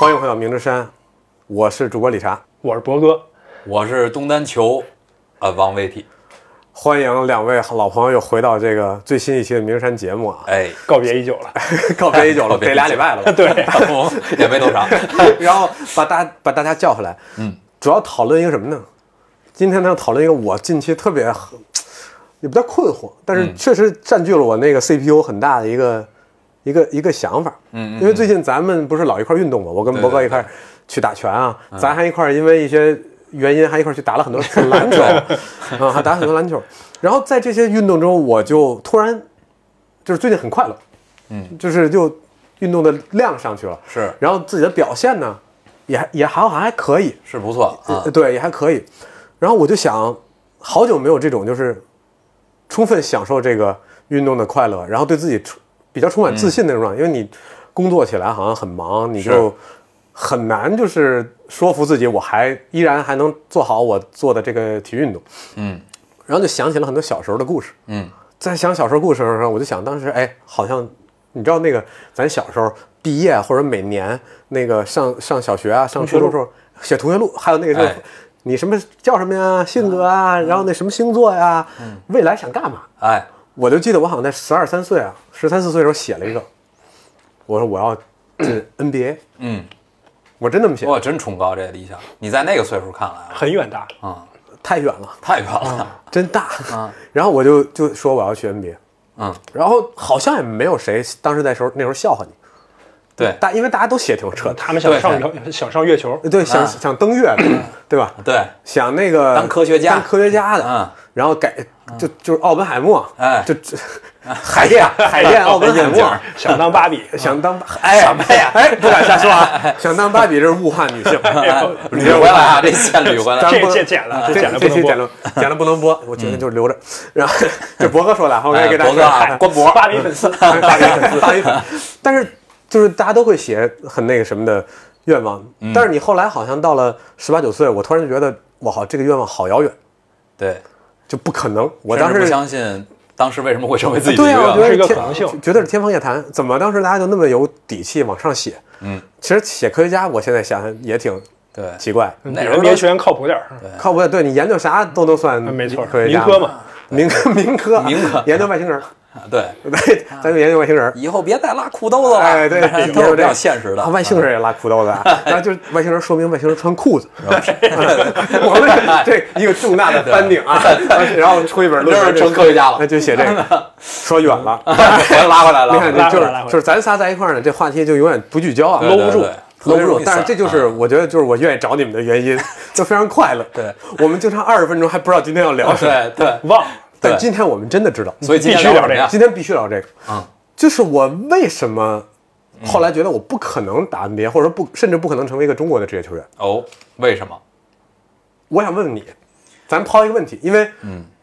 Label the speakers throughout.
Speaker 1: 欢迎回到明之山，我是主播李查，
Speaker 2: 我是博哥，
Speaker 3: 我是东单球，呃，王卫体，
Speaker 1: 欢迎两位老朋友回到这个最新一期的明之山节目啊，
Speaker 3: 哎，
Speaker 2: 告别已久了。
Speaker 1: 告别已久了，
Speaker 3: 告别
Speaker 1: 得俩礼拜 了吧，
Speaker 2: 对，
Speaker 3: 我们 也没多少，
Speaker 1: 然后把大家把大家叫回来，嗯，主要讨论一个什么呢？今天呢，讨论一个我近期特别很也不叫困惑，但是确实占据了我那个 CPU 很大的一个、一个一个想法。嗯因为最近咱们不是老一块儿运动嘛，我跟博哥一块儿去打拳啊，咱还一块儿因为一些原因还一块儿去打了很多次篮 球啊，还打了很多篮球。然后在这些运动中，我就突然就是最近很快乐，嗯，就是就运动的量上去了，
Speaker 3: 是
Speaker 1: 然后自己的表现呢，也还也还好还可以，
Speaker 3: 是不错啊
Speaker 1: 呃，对，也还可以。然后我就想，好久没有这种就是充分享受这个运动的快乐，然后对自己充比较充满自信的那种状态，因为你工作起来好像很忙，你就是很难就是说服自己，我还依然还能做好我做的这个体育运动。
Speaker 3: 嗯，
Speaker 1: 然后就想起了很多小时候的故事。
Speaker 3: 嗯，
Speaker 1: 在想小时候故事的时候，我就想当时，哎，好像你知道那个咱小时候毕业或者每年那个上上小学啊，上初中时候写同学录，还有那个就是、
Speaker 3: 哎
Speaker 1: 你什么叫什么呀，性格啊，然后那什么星座呀，未来想干嘛？
Speaker 3: 哎，
Speaker 1: 我就记得我好像在十二三岁啊，十三四岁的时候写了一个，我说我要 进 NBA，
Speaker 3: 嗯，
Speaker 1: 我真这么写，
Speaker 3: 哇，真崇高这理想，你在那个岁数看来啊
Speaker 2: 很远大，
Speaker 1: 太远了，
Speaker 3: 太远了，
Speaker 1: 真大。 然后我就就说我要去 NBA，
Speaker 3: 嗯，
Speaker 1: 然后好像也没有谁当时那时候那时候笑话你，
Speaker 3: 对
Speaker 1: 大因为大家都写挺扯淡，
Speaker 2: 他们想
Speaker 3: 对
Speaker 2: 上月想上月球，
Speaker 1: 对，想、想登月的，对吧？
Speaker 3: 对，
Speaker 1: 想那个
Speaker 3: 当科学家
Speaker 1: 当科学家的，
Speaker 3: 嗯
Speaker 1: 然后改就就是奥本海默，
Speaker 3: 哎
Speaker 1: 就就海淀海 淀奥本海
Speaker 3: 印象
Speaker 1: 默，
Speaker 2: 想当 芭比，
Speaker 1: 想当哎什么呀？哎，不敢瞎说啊，想当芭比这是物化女性，
Speaker 2: 哎呦
Speaker 3: 捋回来啊，这线捋回来
Speaker 1: 咱，
Speaker 2: 这
Speaker 1: 不能
Speaker 2: 这剪了，这
Speaker 1: 这
Speaker 2: 剪了不
Speaker 1: 这期
Speaker 2: 能
Speaker 1: 剪
Speaker 2: 播。
Speaker 1: 了剪了不能播，我决定就留着。 然后这博哥说的，我
Speaker 3: 哎
Speaker 1: 给大家
Speaker 3: 博哥啊，
Speaker 1: 说
Speaker 3: 关博，
Speaker 2: 芭比 粉丝，
Speaker 1: 大一粉，大一粉。但是就是大家都会写很那个什么的愿望，
Speaker 3: 嗯
Speaker 1: 但是你后来好像到了十八九岁，我突然就觉得，哇，好这个愿望好遥远，
Speaker 3: 对，
Speaker 1: 就不可能。我
Speaker 3: 甚
Speaker 1: 当
Speaker 3: 至
Speaker 1: 时
Speaker 3: 不相信当时为什么会成为自己的
Speaker 1: 对
Speaker 3: 愿
Speaker 1: 啊，我觉
Speaker 3: 望
Speaker 1: 得
Speaker 2: 是一个
Speaker 1: 天
Speaker 2: 可能性
Speaker 1: 觉得是天方夜谭。怎么当时大家就那么有底气往上写？
Speaker 3: 嗯，
Speaker 1: 其实写科学家，我现在想想也挺
Speaker 3: 对，啊
Speaker 1: 奇怪。
Speaker 2: 比
Speaker 3: 那
Speaker 2: 如
Speaker 3: 人
Speaker 2: 别
Speaker 3: 都
Speaker 2: 球员靠谱点儿，
Speaker 1: 靠谱，对你研究啥都能算
Speaker 2: 嗯没错
Speaker 1: 科学家。
Speaker 2: 民科嘛，
Speaker 1: 民科，民科，
Speaker 3: 民科
Speaker 1: 研究外星人，
Speaker 3: 对，
Speaker 1: 对，咱就研究外星 人。
Speaker 3: 以后别再拉裤兜子了，
Speaker 1: 哎，对，
Speaker 3: 都
Speaker 1: 有这
Speaker 3: 是比
Speaker 1: 样
Speaker 3: 较现实的 嗯
Speaker 1: 啊，外星人也拉裤兜子啊，然后就是外星人，说明外星人穿裤 子。 我
Speaker 3: 哎
Speaker 1: 们这一个重大的翻顶啊， 然后出一本
Speaker 3: 就
Speaker 1: 论
Speaker 3: 是
Speaker 1: 文，
Speaker 3: 成科学家了
Speaker 1: 那，就写这 个，说远了。
Speaker 3: 拉回来了，啊
Speaker 1: 你看，
Speaker 2: 拉
Speaker 1: 这就是
Speaker 2: 回来拉回来
Speaker 1: 就是咱仨在一块儿呢，这话题就永远不聚焦啊，
Speaker 3: 对
Speaker 1: 搂不住
Speaker 3: 对
Speaker 1: 搂
Speaker 3: 对，特别
Speaker 1: 不
Speaker 3: 容
Speaker 1: 住
Speaker 3: 易。
Speaker 1: 但是
Speaker 3: 散
Speaker 1: 这就是我觉得就是我愿意找你们的原 因，就非常快乐。
Speaker 3: 对，
Speaker 1: 我们经常二十分钟还不知道今天要聊什么，
Speaker 3: 对对，
Speaker 2: 忘了
Speaker 1: 但
Speaker 3: 对
Speaker 1: 今天我们真的知道，
Speaker 3: 所以今啊天
Speaker 2: 必须
Speaker 3: 聊
Speaker 2: 聊这
Speaker 3: 什么呀
Speaker 2: 个
Speaker 1: 今天必须聊这个。
Speaker 3: 嗯，
Speaker 1: 就是我为什么后来觉得我不可能打 NBA，或者说不，甚至不可能成为一个中国的职业球员。
Speaker 3: 哦，为什么？
Speaker 1: 我想问问你，咱抛一个问题，因为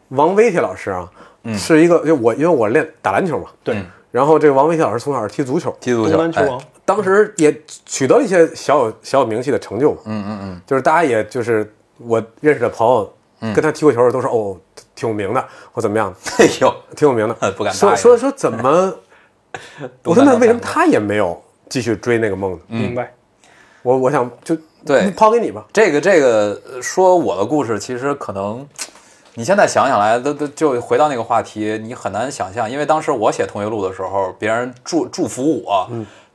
Speaker 1: 王威铁老师啊，是一个就我因为我练打篮球嘛，
Speaker 2: 对
Speaker 3: 嗯
Speaker 1: 然后这个王威铁老师从小是踢足球，
Speaker 3: 踢足
Speaker 2: 东
Speaker 3: 球，
Speaker 2: 南球
Speaker 3: 哎
Speaker 2: 王，
Speaker 1: 当时也取得了一些小有小有名气的成就嘛，嗯嗯嗯，就是大家也就是我认识的朋友。跟他踢过球的都说哦，挺有名的，或怎么样，
Speaker 3: 哎呦，，
Speaker 1: 挺有名的
Speaker 3: 不敢
Speaker 1: 说
Speaker 3: 答应
Speaker 1: 说说怎么？我说那
Speaker 3: 敢当
Speaker 1: 为什么
Speaker 3: 敢
Speaker 1: 他也没有继续追那个梦呢？
Speaker 2: 明白？
Speaker 1: 我我想就
Speaker 3: 对
Speaker 1: 抛给你吧。
Speaker 3: 这个这个呃说我的故事，其实可能你现在想想来，都都就回到那个话题，你很难想象，因为当时我写同学录的时候，别人祝祝福我，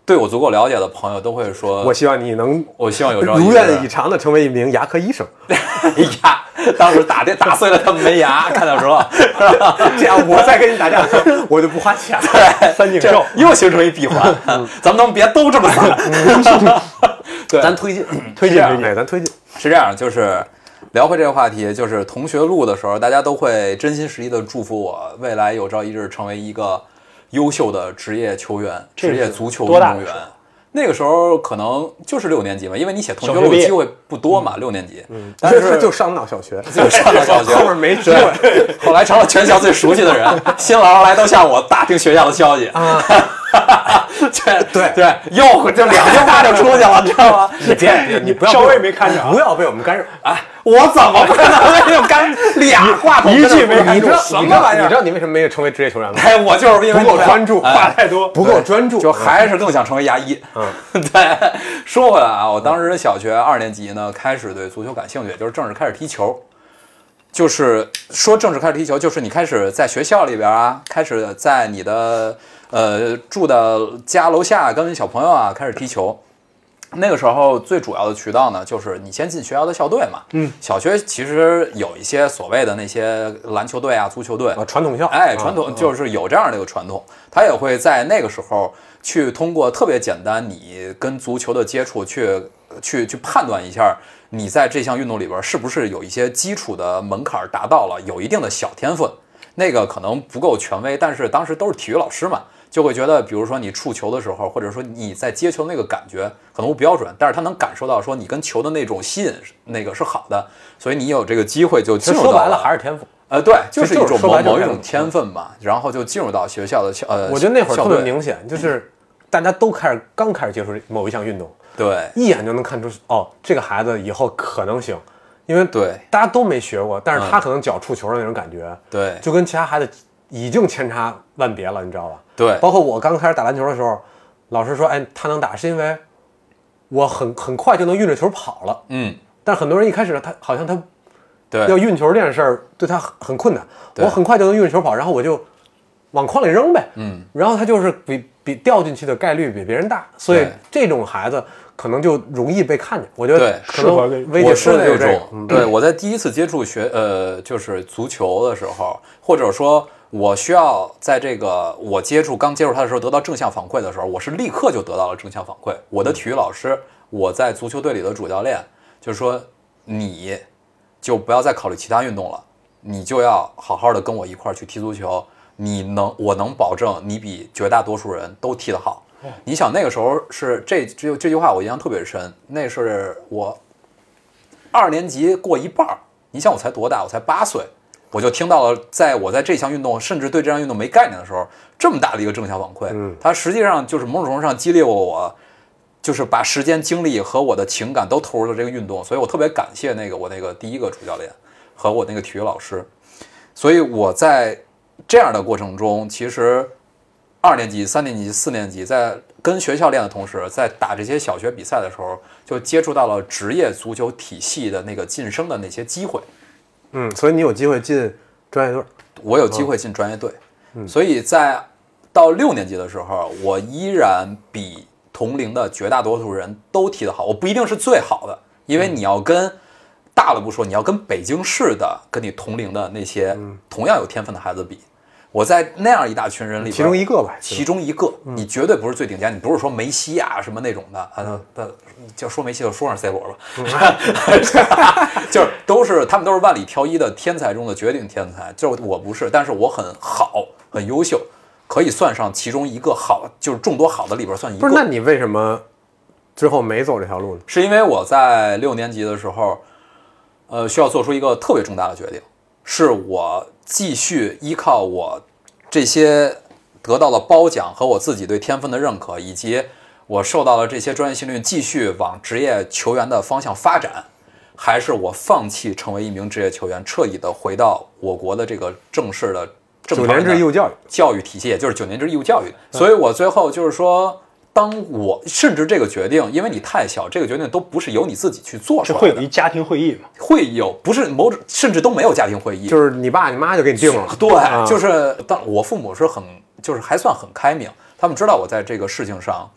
Speaker 3: 对我足够了解的朋友都会说，
Speaker 1: 嗯我希望你能
Speaker 3: 我希望有朝一
Speaker 1: 如
Speaker 3: 日
Speaker 1: 愿以偿的成为一名牙科医生。
Speaker 3: 牙，当时打的打碎了他们没牙，看到 时候，
Speaker 1: 这样我再跟你打 架，我就不花钱了。
Speaker 2: 三井
Speaker 3: 这
Speaker 2: 寿，
Speaker 3: 又形成一闭环，
Speaker 1: 嗯
Speaker 3: 咱们能别都这么散， 对，咱推进
Speaker 2: 推
Speaker 1: 这
Speaker 2: 荐
Speaker 1: 样
Speaker 2: 推荐，
Speaker 1: 哎，咱推进。
Speaker 3: 是这样，就是聊回这个话题，就是同学录的时候，大家都会真心实意的祝福我，未来有朝一日成为一个优秀的职业球员、
Speaker 2: 这是
Speaker 3: 职业足球运
Speaker 2: 多大
Speaker 3: 动
Speaker 2: 的
Speaker 3: 员
Speaker 2: 时候。
Speaker 3: 那个时候可能就是六年级吧，因为你写同学
Speaker 2: 小学
Speaker 3: 录
Speaker 2: 毕业
Speaker 3: 机会不多
Speaker 2: 嗯
Speaker 3: 嘛，六年级，
Speaker 1: 但
Speaker 3: 但
Speaker 1: 是
Speaker 3: 是
Speaker 1: 就上不了小学，
Speaker 3: 就上了小学，
Speaker 1: 后面没机会。
Speaker 2: 啊
Speaker 3: 后来成了全校最熟悉的人，新郎来都向我打听学校的消息， 这
Speaker 1: 对
Speaker 3: 对，又就两句话就出去了，知 道吗？
Speaker 1: 你别，你不要
Speaker 2: 稍微没看着啊
Speaker 1: 不要被我们干扰。
Speaker 3: 哎，我怎么不能为这干俩话 筒
Speaker 2: 一句没
Speaker 1: 你
Speaker 2: 看
Speaker 1: 知
Speaker 2: 着
Speaker 1: 道
Speaker 2: 什
Speaker 1: 你
Speaker 2: 么
Speaker 1: 知道
Speaker 2: 玩意
Speaker 1: 你知
Speaker 2: 儿？
Speaker 1: 道你为什么没有成为职业球员吗？
Speaker 3: 哎，我就是因为
Speaker 1: 不够
Speaker 3: 这样
Speaker 1: 专注
Speaker 3: 哎
Speaker 2: 话太多，
Speaker 1: 不够专注，
Speaker 3: 就还是更想成为牙医。
Speaker 1: 嗯，
Speaker 3: 对。说回来啊，我当时小学二年级呢，开始对足球感兴趣，就是正式开始踢球。就是说正式开始踢球，就是你开始在学校里边啊，开始在你的呃住的家楼下跟小朋友啊开始踢球。那个时候最主要的渠道呢，就是你先进学校的校队嘛。嗯，小学其实有一些所谓的那些篮球队啊、足球队
Speaker 1: 啊，传统校
Speaker 3: 哎，传
Speaker 1: 嗯
Speaker 3: 统就是有这样的一个传统，他也会在那个时候去通过特别简单你跟足球的接触去去去判断一下你在这项运动里边是不是有一些基础的门槛达到了，有一定的小天分。那个可能不够权威，但是当时都是体育老师嘛，就会觉得，比如说你触球的时候，或者说你在接球那个感觉可能不标准，但是他能感受到说你跟球的那种吸引是那个是好的，所以你有这个机会就
Speaker 1: 其
Speaker 3: 进
Speaker 1: 实
Speaker 3: 入
Speaker 1: 说
Speaker 3: 到
Speaker 1: 白了
Speaker 3: 了
Speaker 1: 还是天赋。
Speaker 3: 呃，对，就是一
Speaker 1: 就
Speaker 3: 种
Speaker 1: 是说
Speaker 3: 某
Speaker 1: 白就是
Speaker 3: 某一
Speaker 1: 这样
Speaker 3: 种天分嘛，然后就进入到学校的校呃，
Speaker 1: 我觉得那会儿
Speaker 3: 校
Speaker 1: 特别
Speaker 3: 队
Speaker 1: 明显，就是大家都开始刚开始接触某一项运动，
Speaker 3: 对
Speaker 1: 一眼就能看出哦，这个孩子以后可能行，因为
Speaker 3: 对嗯
Speaker 1: 大家都没学过，但是他可能脚触球的那种感觉，
Speaker 3: 对
Speaker 1: 就跟其他孩子已经千差万别了，你知道吧？
Speaker 3: 对
Speaker 1: 包括我刚开始打篮球的时候，老师说，哎，他能打是因为我很很快就能运着球跑了，
Speaker 3: 嗯
Speaker 1: 但很多人一开始他好像他要
Speaker 3: 对
Speaker 1: 运球这件事儿对他很很困难，
Speaker 3: 对
Speaker 1: 我很快就能运着球跑，然后我就往筐里扔呗，嗯，然后他就是比比掉进去的概率比别人大，所以
Speaker 3: 对
Speaker 1: 这种孩子可能就容易被看见。我觉得
Speaker 3: 对
Speaker 1: 可
Speaker 2: 适合
Speaker 1: 能
Speaker 2: 跟
Speaker 1: 薇姐
Speaker 3: 我
Speaker 1: 说
Speaker 3: 是
Speaker 1: 的就
Speaker 3: 那
Speaker 1: 是这个，嗯
Speaker 3: 种，对我在第一次接触学呃就是足球的时候，或者说我需要在这个我接触刚接触他的时候得到正向反馈的时候，我是立刻就得到了正向反馈。我
Speaker 1: 嗯
Speaker 3: 的体育老师，我在足球队里的主教练就说你就不要再考虑其他运动了，你就要好好的跟我一块儿去踢足球。你能，我能保证你比绝大多数人都踢得好。
Speaker 1: 哦
Speaker 3: 你想那个时候是这这这句话我印象特别深，那是我二年级过一半儿，你想我才多大？我才八岁，我就听到了，在我在这项运动，甚至对这项运动没概念的时候，这么大的一个正向反馈。
Speaker 1: 嗯
Speaker 3: 它实际上就是某种程度上激励过我，就是把时间、精力和我的情感都投入了这个运动，所以我特别感谢那个我那个第一个主教练和我那个体育老师。所以我在这样的过程中，其实二年级、三年级、四年级，在跟学校练的同时，在打这些小学比赛的时候，就接触到了职业足球体系的那个晋升的那些机会。
Speaker 1: 嗯，所以你有机会进专业队儿，
Speaker 3: 我有机会进专业队，
Speaker 1: 嗯
Speaker 3: 所以在到六年级的时候，我依然比同龄的绝大多数人都踢得好。我不一定是最好的，因为
Speaker 1: 嗯
Speaker 3: 你要跟大了不说，你要跟北京市的跟你同龄的那些
Speaker 1: 嗯
Speaker 3: 同样有天分的孩子比，我在那样一大群人里边，
Speaker 1: 其中一个吧，嗯
Speaker 3: 其中一个，你绝对不是最顶尖，你不是说梅西啊什么那种的，啊，
Speaker 1: 嗯
Speaker 3: 那就说梅西就说上 C 罗吧，
Speaker 1: 嗯
Speaker 3: 就是都是他们都是万里挑一的天才中的绝顶天才，就是我不是，但是我很好，很优秀，可以算上其中一个好，就是众多好的里边算一
Speaker 1: 不
Speaker 3: 个。
Speaker 1: 是？那你为什么最后没走这条路呢？
Speaker 3: 是因为我在六年级的时候，呃，需要做出一个特别重大的决定，是我继续依靠我这些得到的褒奖和我自己对天分的认可，以及我受到了这些专业训练，继续往职业球员的方向发展，还是我放弃成为一名职业球员，彻底的回到我国的这个正式的正
Speaker 1: 九
Speaker 3: 常的
Speaker 1: 年制义务教育，
Speaker 3: 教育体系，也就是九年制义务教育。所以我最后就是说，当我甚至这个决定，因为你太小，这个决定都不是由你自己去做出
Speaker 2: 这
Speaker 3: 来的，
Speaker 2: 会有一家庭会议嘛？
Speaker 3: 会有不是某种，甚至都没有家庭会议，
Speaker 1: 就是你爸你妈就给你定了，
Speaker 3: 对，
Speaker 1: 啊
Speaker 3: 就是当我父母是很，就是还算很开明，他们知道我在这个事情上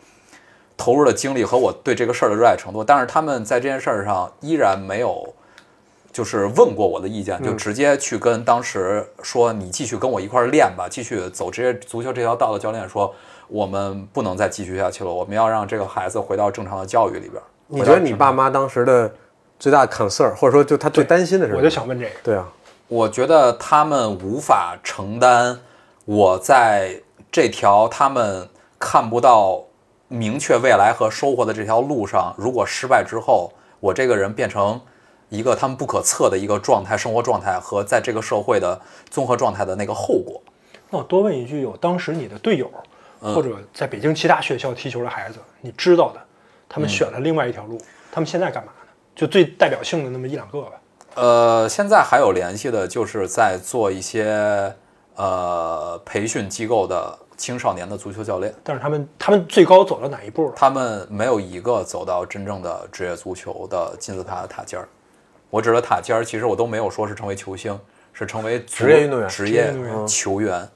Speaker 3: 投入的精力和我对这个事儿的热爱程度，但是他们在这件事儿上依然没有。就是问过我的意见，
Speaker 1: 嗯
Speaker 3: 就直接去跟当时说你继续跟我一块儿练吧，继续走职业足球这条道的教练说，我们不能再继续下去了，我们要让这个孩子回到正常的教育里边儿。
Speaker 1: 你
Speaker 3: 回
Speaker 1: 觉
Speaker 3: 到
Speaker 1: 得你
Speaker 3: 正
Speaker 1: 爸妈当时的最大的 concern，或者说就他最担心的是什
Speaker 2: 我
Speaker 1: 么？
Speaker 2: 就想问这个，
Speaker 1: 对啊，
Speaker 3: 我觉得他们无法承担我在这条他们看不到明确未来和收获的这条路上，如果失败之后，我这个人变成一个他们不可测的一个状态、生活状态和在这个社会的综合状态的那个后果。
Speaker 2: 那我多问一句，有当时你的队友
Speaker 1: 嗯
Speaker 2: 或者在北京其他学校踢球的孩子，你知道的，他
Speaker 1: 嗯
Speaker 2: 们选了另外一条路，他们现在干嘛呢？就最代表性的那么一两个吧。
Speaker 3: 呃，现在还有联系的，就是在做一些呃培训机构的青少年的足球教练，
Speaker 2: 但是他们他们最高走到哪一步了？
Speaker 3: 他们没有一个走到真正的职业足球的金字塔的塔尖儿。我指的塔尖儿，其实我都没有说是成为球星，是成为足
Speaker 1: 职业运动员
Speaker 3: 职
Speaker 2: 业
Speaker 3: 业
Speaker 2: 运动员
Speaker 3: 球员。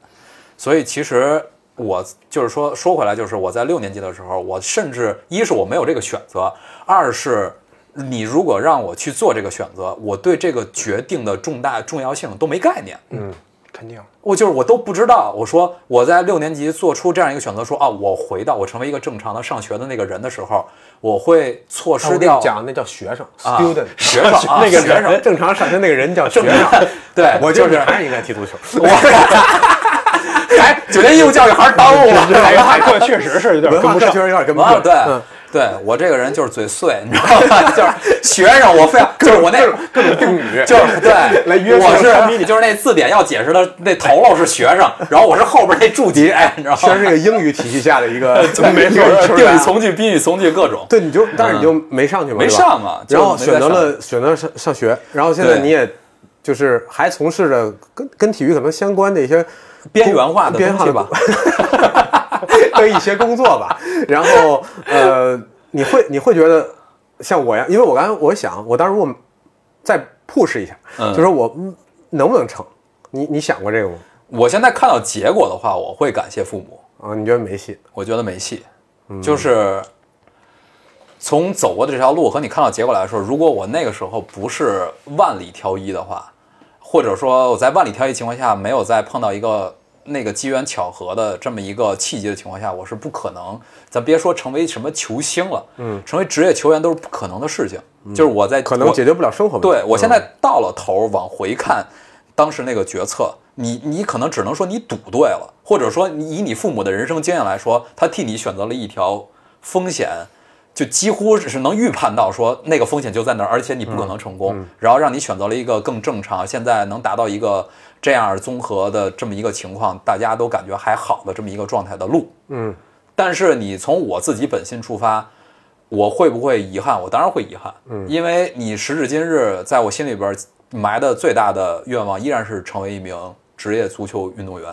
Speaker 3: 所以其实我就是说，说回来就是我在六年级的时候，我甚至一是我没有这个选择，二是你如果让我去做这个选择，我对这个决定的重大重要性都没概念。
Speaker 2: 肯定
Speaker 3: 我就是我都不知道。我说我在六年级做出这样一个选择，说啊，我回到我成为一个正常的上学的那个人的时候，啊我会错
Speaker 1: 啊我
Speaker 3: 失
Speaker 1: 跟你
Speaker 3: 掉
Speaker 1: 讲，那叫学生 student，
Speaker 3: 学生 啊
Speaker 1: 那个
Speaker 3: 学生
Speaker 1: 人正常上学那个人叫学 生。
Speaker 3: 对，
Speaker 1: 我
Speaker 3: 就
Speaker 1: 觉得你
Speaker 3: 是
Speaker 1: 还是应该踢足球。
Speaker 3: 哎，九年义务教 育还是耽误了。
Speaker 2: 哪个海课确实是有 点
Speaker 1: 文
Speaker 2: 跟
Speaker 1: 化
Speaker 2: 不
Speaker 1: 课
Speaker 2: 上
Speaker 1: 确，实有点跟不
Speaker 3: 啊，
Speaker 1: 上。
Speaker 3: 对
Speaker 1: 嗯
Speaker 3: 对，我这个人就是嘴碎，你知道吗？ 就是学生，我非要就是我那各种定语， 就是对，
Speaker 1: 来约束
Speaker 3: 我
Speaker 1: 着
Speaker 3: 是就是那字典要解释的那头漏是学生，然后我是后边那注解，哎你知道吗？
Speaker 1: 确实是个英语体系下的一 个
Speaker 3: 没
Speaker 1: 一个
Speaker 3: 错，
Speaker 1: 球
Speaker 3: 定
Speaker 1: 员啊
Speaker 3: 语从句、宾语从句各种。
Speaker 1: 对，你就但是你就没上去嘛，
Speaker 3: 嗯没
Speaker 1: 对吧
Speaker 3: 上嘛就
Speaker 1: 然后
Speaker 3: 没
Speaker 1: 选
Speaker 3: 再
Speaker 1: 择
Speaker 3: 上
Speaker 1: 了选择上上学，然后现在
Speaker 3: 对
Speaker 1: 你也就是还从事着跟跟体育可能相关的一些
Speaker 3: 边缘化的
Speaker 1: 边缘
Speaker 3: 东
Speaker 1: 化
Speaker 3: 西
Speaker 1: 的
Speaker 3: 吧。
Speaker 1: 的一些工 作吧。然后呃，你会你会觉得像我呀，因为我刚才我想，我当时我再 push 一下，
Speaker 3: 嗯
Speaker 1: 就是我嗯能不能成？你你想过这个吗？
Speaker 3: 我现在看到结果的话，我会感谢父母，
Speaker 1: 啊，你觉得没戏？
Speaker 3: 我觉得没戏。就是从走过的这条路和你看到结果来说，如果我那个时候不是万里挑一的话，或者说我在万里挑一情况下没有再碰到一个那个机缘巧合的这么一个契机的情况下，我是不可能，咱别说成为什么球星了，嗯，成为职业球员都是不可能的事情。就是我在
Speaker 1: 可能
Speaker 3: 我
Speaker 1: 解决不了生活问题。
Speaker 3: 对我现
Speaker 1: 嗯
Speaker 3: 在到了头儿，往回看当时那个决策，你你可能只能说你赌对了，或者说你以你父母的人生经验来说，他替你选择了一条风险，就几乎是能预判到说那个风险就在那儿，而且你不可
Speaker 1: 嗯
Speaker 3: 能成功，然后让你选择了一个更正常，现在能达到一个这样综合的这么一个情况，大家都感觉还好的这么一个状态的路。
Speaker 1: 嗯，
Speaker 3: 但是你从我自己本心出发，我会不会遗憾？我当然会遗憾，嗯，因为你时至今日，在我心里边埋的最大的愿望依然是成为一名职业足球运动员。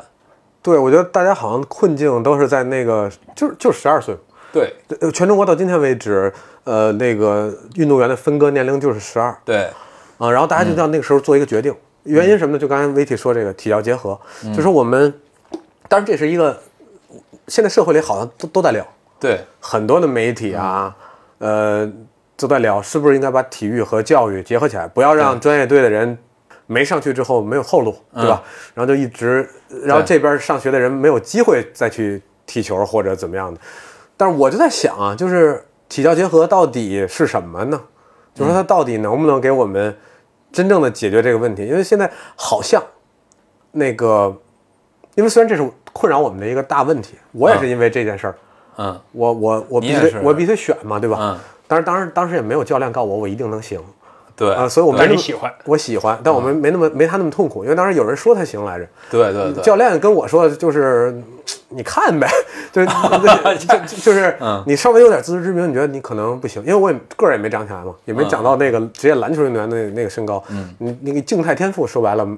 Speaker 1: 对，我觉得大家好像困境都是在那个，就是就是十二岁嘛。
Speaker 3: 对
Speaker 1: 呃，全中国到今天为止，呃，那个运动员的分割年龄就是十二
Speaker 3: 对，
Speaker 1: 啊，然后大家就到那个时候做一个决定，原因什么呢？就刚才威体说这个体教结合，就是我们，当然这是一个，现在社会里好像都都在聊，
Speaker 3: 对，
Speaker 1: 很多的媒体啊，呃，都在聊是不是应该把体育和教育结合起来，不要让专业队的人没上去之后没有后路，对吧？然后就一直，然后这边上学的人没有机会再去踢球或者怎么样的。但是我就在想啊，就是体教结合到底是什么呢？就是说它到底能不能给我们真正的解决这个问题？因为现在好像那个，因为虽然这是困扰我们的一个大问题，我也是因为这件事儿。
Speaker 3: 嗯
Speaker 1: 我我我
Speaker 3: 你
Speaker 1: 必
Speaker 3: 也
Speaker 1: 须
Speaker 3: 是
Speaker 1: 得我必须得选嘛，对吧？
Speaker 3: 嗯，
Speaker 1: 但是当时当时也没有教练告我我一定能行
Speaker 3: 对
Speaker 1: 啊、所以我没
Speaker 2: 但
Speaker 1: 那
Speaker 2: 你
Speaker 1: 么
Speaker 2: 喜欢，
Speaker 1: 我喜欢，但我
Speaker 3: 嗯
Speaker 1: 们没那么没他那么痛苦，因为当时有人说他行来着，
Speaker 3: 对对对，
Speaker 1: 教练跟我说的就是嗯你看呗， 就是就就就是你稍微有点自知之明，你觉得你可能不行，因为我也个儿也没长起来嘛，也没长到那个职业篮球运动员的那个身高，你那个静态天赋说白了没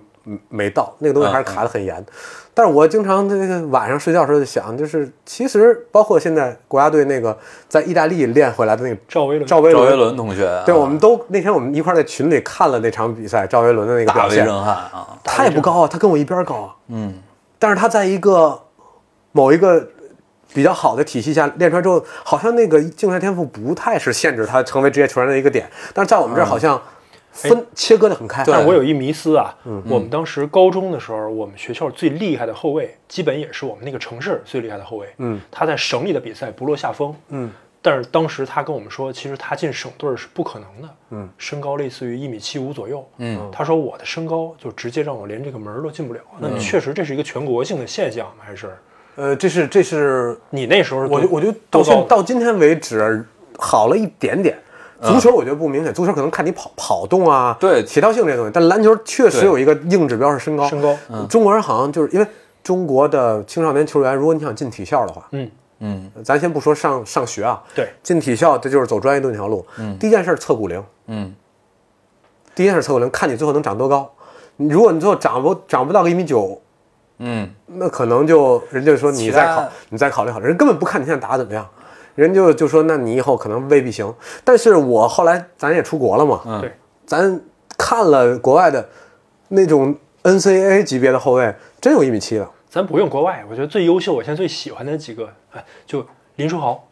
Speaker 1: 没到，那个东西还是卡得很严。但是我经常那个晚上睡觉的时候就想，就是其实包括现在国家队那个在意大利练回来的那个
Speaker 2: 赵薇伦
Speaker 1: 赵薇
Speaker 3: 赵
Speaker 1: 伦，
Speaker 3: 维伦同学，
Speaker 1: 对，
Speaker 3: 啊
Speaker 1: 我们都那天我们一块儿在群里看了那场比赛，赵薇伦的那个
Speaker 3: 嗯大
Speaker 1: 表
Speaker 3: 为
Speaker 1: 现
Speaker 3: 震，撼啊，
Speaker 1: 他也不高啊，他跟我一边儿高啊。
Speaker 3: 嗯，
Speaker 1: 但是他在一个某一个比较好的体系下练出来之后，好像那个竞赛天赋不太是限制他成为职业球员的一个点，但是在我们这儿好像分、切割的很开。
Speaker 3: 嗯哎对
Speaker 1: 但
Speaker 2: 但
Speaker 1: 是
Speaker 2: 我有一迷思啊，我们当时高中的时候，我们学校最厉害的后卫，基本也是我们那个城市最厉害的后卫。嗯，他在省里的比赛不落下风。嗯，但是当时他跟我们说，其实他进省队是不可能的。嗯，身高类似于一米七五左右。
Speaker 3: 嗯，
Speaker 2: 他说我的身高就直接让我连这个门儿都进不了。那你确实这是一个全国性的现象吗？还是
Speaker 1: 呃，这是这是
Speaker 2: 你那时候
Speaker 1: 我
Speaker 2: 多
Speaker 1: 我觉得到
Speaker 2: 多高
Speaker 1: 现到今天为止好了一点点。足球我觉得不明显，足球可能看你跑跑动啊，
Speaker 3: 对
Speaker 1: 协调性这些东西，但篮球确实
Speaker 3: 对
Speaker 1: 有一个硬指标是身高。
Speaker 2: 身高
Speaker 1: 中国人好像就是因为中国的青少年球员，如果你想进体校的话，
Speaker 2: 嗯
Speaker 3: 嗯
Speaker 1: 咱先不说上上学啊，
Speaker 2: 对，
Speaker 1: 进体校这就是走专业的那条路。第一件事儿测骨龄，
Speaker 3: 嗯
Speaker 1: 第一件事儿测骨龄，看你最后能长多高。你如果你最后长不长不到个一米九，
Speaker 3: 嗯，
Speaker 1: 那可能就人家说你
Speaker 3: 其
Speaker 1: 再
Speaker 3: 他
Speaker 1: 考，你再考虑考虑，人根本不看你现在打得怎么样，人就就说那你以后可能未必行。但是我后来咱也出国了嘛，
Speaker 3: 嗯
Speaker 2: 对，
Speaker 1: 咱看了国外的那种 NCAA 级别的后卫，真有一米七的，
Speaker 2: 咱不用国外，我觉得最优秀，我现在最喜欢的几个，哎，就林书豪，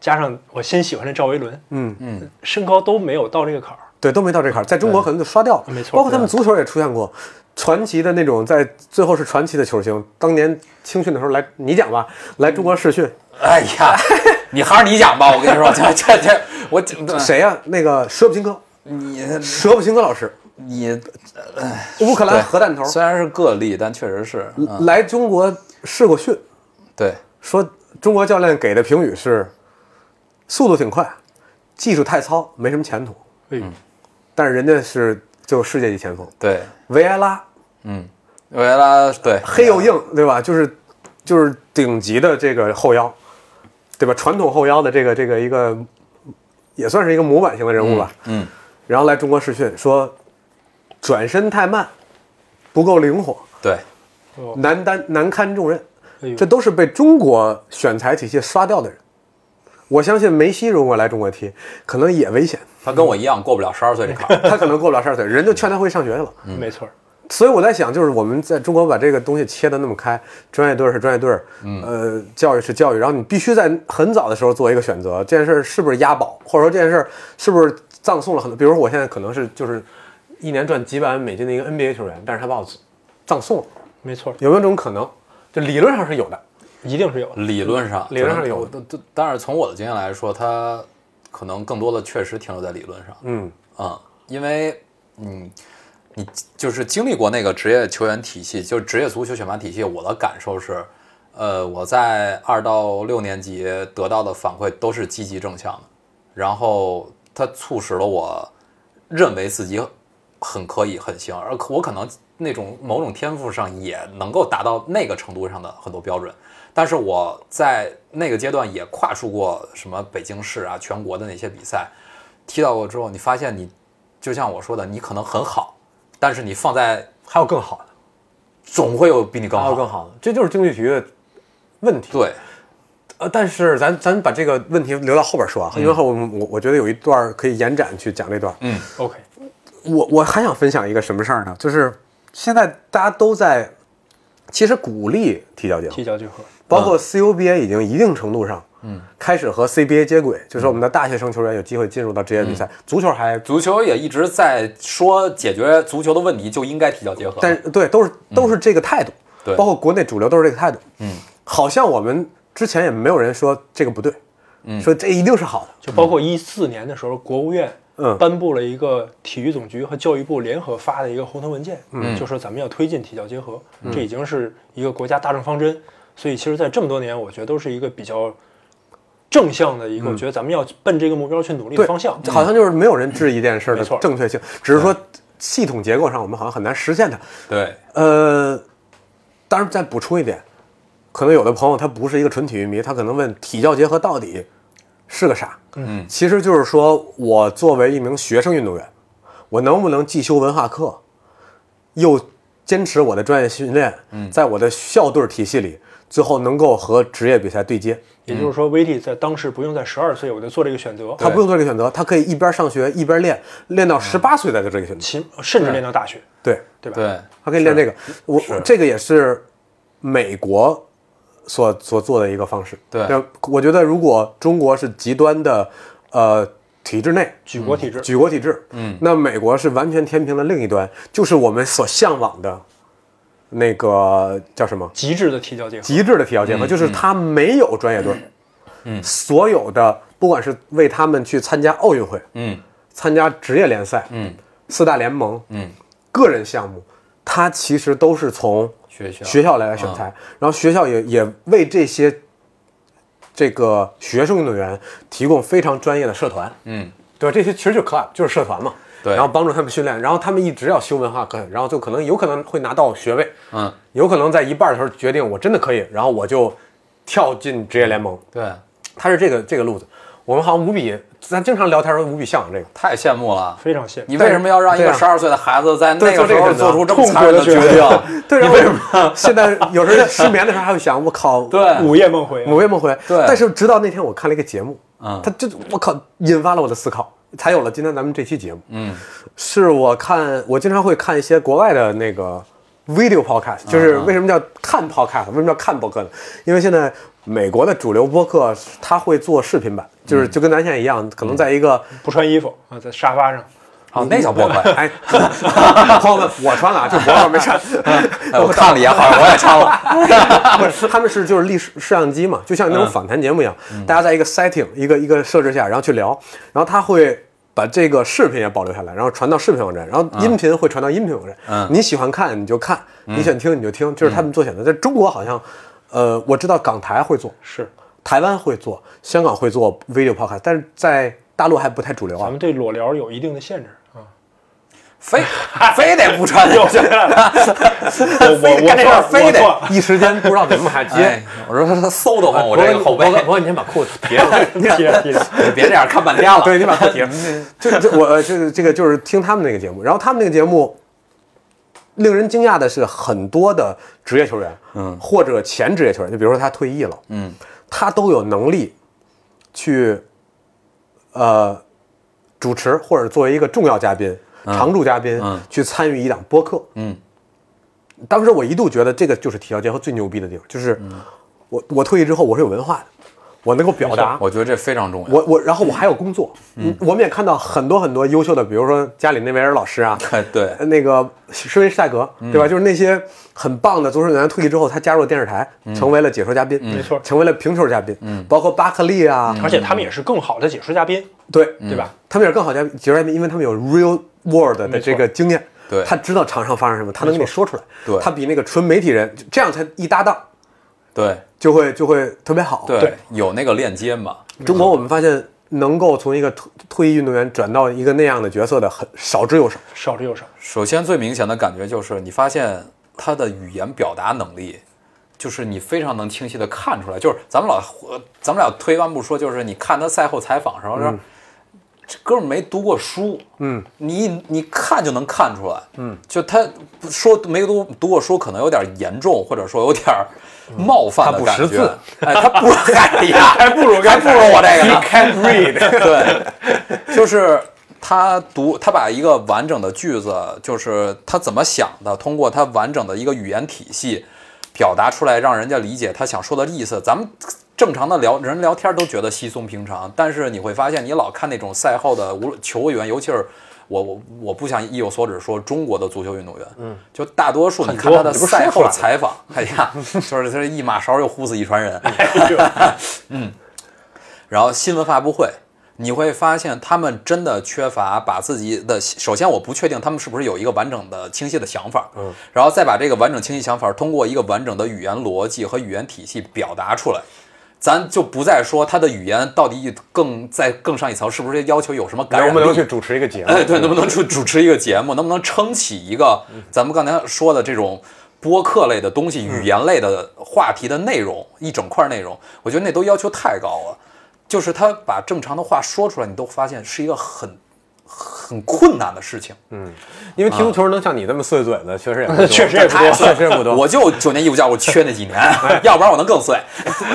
Speaker 2: 加上我先喜欢的赵维伦，
Speaker 1: 嗯
Speaker 2: 嗯，身高都没有到这个坎儿，
Speaker 1: 对，都没到这坎儿，在中国可能就刷掉了。
Speaker 2: 没错
Speaker 3: 啊
Speaker 1: 包括他们足球也出现过传奇的那种，在最后是传奇的球星，当年青训的时候来，你讲吧，来中国试训，
Speaker 3: 哎呀， 你还是你讲吧，我跟你说， 这这这，我
Speaker 1: 谁呀、那个舍甫琴科，
Speaker 3: 你
Speaker 1: 舍甫琴科老师，
Speaker 3: 你
Speaker 1: 乌克
Speaker 3: 对
Speaker 1: 兰核弹头
Speaker 3: 虽然是个例，但确实是，嗯
Speaker 1: 来中国试过训，
Speaker 3: 对，
Speaker 1: 说中国教练给的评语是，速度挺快，技术太糙，没什么前途。
Speaker 2: 哎，
Speaker 1: 但是人家是就世界级前锋，
Speaker 3: 对，
Speaker 1: 维埃拉
Speaker 3: 嗯，维埃拉对
Speaker 1: 黑又硬，对吧？就是就是顶级的这个后腰，对吧？传统后腰的这个这个一个也算是一个模板型的人物吧。
Speaker 3: 嗯
Speaker 1: 然后来中国试训，说转身太慢，不够灵活，
Speaker 3: 对，
Speaker 2: 哦，
Speaker 1: 难担难堪重任，
Speaker 2: 哎呦
Speaker 1: 这都是被中国选材体系刷掉的人。我相信梅西如果来中国踢，可能也危险，
Speaker 3: 他跟我一样过不了十二岁这坎儿，
Speaker 1: 他可能过不了十二岁，人就劝他回去上学去了。
Speaker 2: 没错儿，
Speaker 1: 所以我在想，就是我们在中国把这个东西切得那么开，专业队儿是专业队儿，呃，教育是教育，然后你必须在很早的时候做一个选择，这件事儿是不是押宝，或者说这件事儿是不是葬送了很多？比如说我现在可能是就是一年赚几百万美金的一个 NBA 球员，但是他把我葬送了，
Speaker 2: 没错儿，
Speaker 1: 有没有这种可能？就理论上是有的，
Speaker 2: 一定是有的，
Speaker 3: 理论上
Speaker 1: 理论上有
Speaker 3: 但但但是从我的经验来说，他可能更多的确实停留在理论上，
Speaker 1: 嗯
Speaker 3: 嗯，因为嗯，你就是经历过那个职业球员体系，就是职业足球选拔体系，我的感受是，呃，我在二到六年级得到的反馈都是积极正向的，然后它促使了我认为自己很可以、很行，而可我可能那种某种天赋上也能够达到那个程度上的很多标准，但是我在那个阶段也跨出过什么北京市啊、全国的那些比赛，踢到过之后，你发现你就像我说的，你可能很好，但是你放在
Speaker 1: 还有更好的，
Speaker 3: 总会有比你更
Speaker 1: 还有
Speaker 3: 好。
Speaker 1: 更好的，这就是竞技体育的问题。
Speaker 3: 对，
Speaker 1: 呃，但是咱咱把这个问题留到后边说啊，因为后我我我觉得有一段儿可以延展去讲这段。
Speaker 3: 嗯
Speaker 2: OK，
Speaker 1: 我我还想分享一个什么事儿呢？就是现在大家都在，其实鼓励体教结合
Speaker 2: 踢，脚聚合，
Speaker 1: 包括 CUBA 已经一定程度上，嗯，开始和 CBA 接轨，就是我们的大学生球员有机会进入到职业比赛。足球还，
Speaker 3: 足球也一直在说解决足球的问题就应该体教结合。
Speaker 1: 但对，都是都是这个态度，
Speaker 3: 对
Speaker 1: 包括国内主流都是这个态度。
Speaker 3: 嗯，
Speaker 1: 好像我们之前也没有人说这个不对，嗯，说这一定是好的。
Speaker 2: 就包括一四年的时候，国务院
Speaker 1: 嗯
Speaker 2: 颁布了一个体育总局和教育部联合发的一个红头文件，嗯，就说咱们要推进体教结合，这已经是一个国家大政方针。所以其实，在这么多年，我觉得都是一个比较正向的一个，我觉得咱们要奔这个目标去努力
Speaker 1: 嗯
Speaker 2: 的
Speaker 1: 对
Speaker 2: 方向。
Speaker 1: 好像就是没有人质疑这件事儿的
Speaker 2: 没错
Speaker 1: 正确性，只是说系统结构上我们好像很难实现它。
Speaker 3: 对，
Speaker 1: 呃，当然再补充一点，可能有的朋友他不是一个纯体育迷，他可能问体教结合到底是个啥？
Speaker 2: 嗯，
Speaker 1: 其实就是说我作为一名学生运动员，我能不能既修文化课，又坚持我的专业训练，在我的校队体系里，最后能够和职业比赛对接。
Speaker 2: 也就是说，威力在当时不用在十二岁我就做这个选择，
Speaker 1: 他不用做这个选择，他可以一边上学一边练，练到十八岁再做这个选择。
Speaker 2: 其甚至练到大学。
Speaker 1: 对，
Speaker 2: 对吧？
Speaker 3: 对，
Speaker 1: 他可以练这个。我这个也是美国所所做的一个方式。
Speaker 3: 对
Speaker 1: 那我觉得如果中国是极端的呃体制内
Speaker 2: 举国体制，
Speaker 1: 举国体制，嗯，那美国是完全天平的另一端，就是我们所向往的那个叫什么
Speaker 2: 极致的体教结合。
Speaker 1: 极致的体校结合，
Speaker 3: 嗯
Speaker 1: 就是他没有专业队，嗯，所有的不管是为他们去参加奥运会，
Speaker 3: 嗯
Speaker 1: 参加职业联赛，
Speaker 3: 嗯
Speaker 1: 四大联盟，
Speaker 3: 嗯，
Speaker 1: 个人项目，它其实都是从
Speaker 3: 学校
Speaker 1: 学校来选
Speaker 3: 啊
Speaker 1: 材，然后学校也也为这些这个学生运动员提供非常专业的社团，
Speaker 3: 嗯
Speaker 1: 对吧？这些其实就是 club，就是社团嘛。
Speaker 3: 对
Speaker 1: 然后帮助他们训练，然后他们一直要修文化课，然后就可能有可能会拿到学位，
Speaker 3: 嗯，
Speaker 1: 有可能在一半的时候决定我真的可以，然后我就跳进职业联盟，
Speaker 3: 对，
Speaker 1: 他是这个这个路子。我们好像无比，咱经常聊天说无比向往这个，
Speaker 3: 太羡慕了。
Speaker 2: 非常羡慕。
Speaker 3: 你为什么要让一
Speaker 1: 对
Speaker 3: 个
Speaker 1: 啊
Speaker 3: 十二岁的孩子在那
Speaker 1: 对做这
Speaker 3: 个时
Speaker 1: 个
Speaker 3: 候
Speaker 1: 选择
Speaker 3: 做出这么残忍的决
Speaker 2: 痛苦的决
Speaker 3: 定？
Speaker 1: 对，然后现在有时候失眠的时候还会想，我靠，
Speaker 3: 对，
Speaker 2: 午夜梦回啊，
Speaker 1: 午夜梦回。
Speaker 3: 对
Speaker 1: 但是直到那天我看了一个节目，
Speaker 3: 嗯
Speaker 1: 他这我靠，引发了我的思考，才有了今天咱们这期节目。
Speaker 3: 嗯，
Speaker 1: 是我看我经常会看一些国外的那个 video podcast，就是
Speaker 3: 嗯
Speaker 1: 为什么叫看 podcast，、为什么叫看播客呢？因为现在美国的主流播客它会做视频版，就是
Speaker 3: 嗯
Speaker 1: 就跟咱现在一样，可能在一个、
Speaker 2: 不穿衣服啊，在沙发上。
Speaker 3: 哦，那小博客呀，
Speaker 1: 哎， 朋友们，我穿了啊，这我没穿。
Speaker 3: 哎，我看了一眼，好像我也穿了。
Speaker 1: 不是，他们是就是立摄摄像机嘛，就像那
Speaker 3: 嗯
Speaker 1: 种访谈节目一样，大家在一个 setting 一个一个设置下，然后去聊，然后他会把这个视频也保留下来，然后传到视频网站，然后音频会传到音频网站。
Speaker 3: 嗯
Speaker 1: 你喜欢看你就看，你喜欢听你就听，这是他们做选择。在中国好像，呃，我知道港台会做，
Speaker 2: 是，
Speaker 1: 台湾会做，香港会做 video podcast，但是在大陆还不太主流
Speaker 2: 咱
Speaker 1: 啊
Speaker 2: 们。对裸聊有一定的限制啊。
Speaker 3: 非非得不穿
Speaker 2: 有
Speaker 3: 就
Speaker 2: 限制，我我
Speaker 3: 干这事儿
Speaker 2: 我错了，
Speaker 3: 非得
Speaker 2: 我错了
Speaker 1: 一时间不知道怎么还接
Speaker 3: 哎。，我说他馊得慌，我这个后背
Speaker 1: 我，我你先把裤子别 了。
Speaker 2: 踢了踢了
Speaker 3: 你别这样看半天了。
Speaker 1: 对，你把它贴。就就我呃就是这个就是听他们那个节目，然后他们那个节目，令人惊讶的是，很多的职业球员，嗯，或者前职业球员，就比如说他退役了，
Speaker 3: 嗯，
Speaker 1: 他都有能力去，呃，主持或者作为一个重要嘉宾、常驻嘉宾、
Speaker 3: 嗯
Speaker 1: 去参与一档播客。
Speaker 3: 嗯，
Speaker 1: 当时我一度觉得这个就是体校结合最牛逼的地方，就是我我退役之后我是有文化的，我能够表达，
Speaker 3: 我觉得这非常重要。
Speaker 1: 我我，然后我还有工作，嗯，我们也看到很多很多优秀的，比如说加里内维尔老师啊，
Speaker 3: 哎 对，
Speaker 1: 呃那个施维施泰格，对吧？就是那些很棒的足球员退役之后，他加入了电视台，成为了解说嘉宾，
Speaker 2: 没错
Speaker 1: 成为了评球嘉宾，嗯，包括巴克利啊，
Speaker 2: 而且他们也是更好的解说嘉宾，
Speaker 1: 对
Speaker 2: 对吧？
Speaker 1: 他们也是更好的解说嘉宾，因为他们有 real world 的
Speaker 2: 没错
Speaker 1: 这个经验，
Speaker 3: 对
Speaker 1: 他知道场上发生什么，他能给你说出来，
Speaker 3: 对
Speaker 1: 他比那个纯媒体人这样才一搭档
Speaker 3: 对
Speaker 1: 就会就会特别好，
Speaker 3: 对
Speaker 2: 对，
Speaker 3: 有那个链接嘛。
Speaker 1: 中国我们发现能够从一个退退役运动员转到一个那样的角色的很少之又少。
Speaker 2: 少之又少。
Speaker 3: 首先最明显的感觉就是，你发现他的语言表达能力，就是你非常能清晰的看出来。就是咱们老呃咱们俩推完不说，就是你看他赛后采访时候，说这哥们儿没读过书，嗯，你你看就能看出来，嗯，就他不说没读读过书，可能有点严重，或者说有点儿冒犯的
Speaker 1: 他不
Speaker 3: 感
Speaker 1: 识
Speaker 3: 觉
Speaker 1: 字。
Speaker 3: 哎，他不， 哎呀，还不如 还不如我这个呢。
Speaker 1: Can't read，
Speaker 3: 对，就是他读，他把一个完整的句子，就是他怎么想的，通过他完整的一个语言体系表达出来，让人家理解他想说的意思。咱们正常的聊人聊天都觉得稀松平常，但是你会发现，你老看那种赛后的无论球员，尤其是。我我我不想一有所指说中国的足球运动员，嗯，就大多数你看他的
Speaker 1: 你不是说
Speaker 3: 赛
Speaker 1: 出来
Speaker 3: 后
Speaker 1: 了
Speaker 3: 采访，哎呀， 就是他一马勺又呼死一船人，然后新闻发布会，你会发现他们真的缺乏把自己的。首先，我不确定他们是不是有一个完整的、清晰的想法，嗯，然后再把这个完整、清晰想法通过一个完整的语言逻辑和语言体系表达出来。咱就不再说他的语言到底更在更上一层，是不是要求有什么感染
Speaker 1: 能
Speaker 3: 力？
Speaker 1: 不能去主持一个节目？
Speaker 3: 哎，对，能不能主主持一个节目，能不能撑起一个咱们刚才说的这种播客类的东西、
Speaker 1: 嗯
Speaker 3: 语言类的话题的内容，一整块内容，我觉得那都要求太高了。就是他把正常的话说出来，你都发现是一个很很困难的事情。
Speaker 1: 嗯因为踢足球能像你这么碎嘴子，确实也 不多
Speaker 2: 啊确实也不 多
Speaker 1: 确实也不多。哎
Speaker 3: 我就九年义务教育缺那几 年， 要不然我能更碎。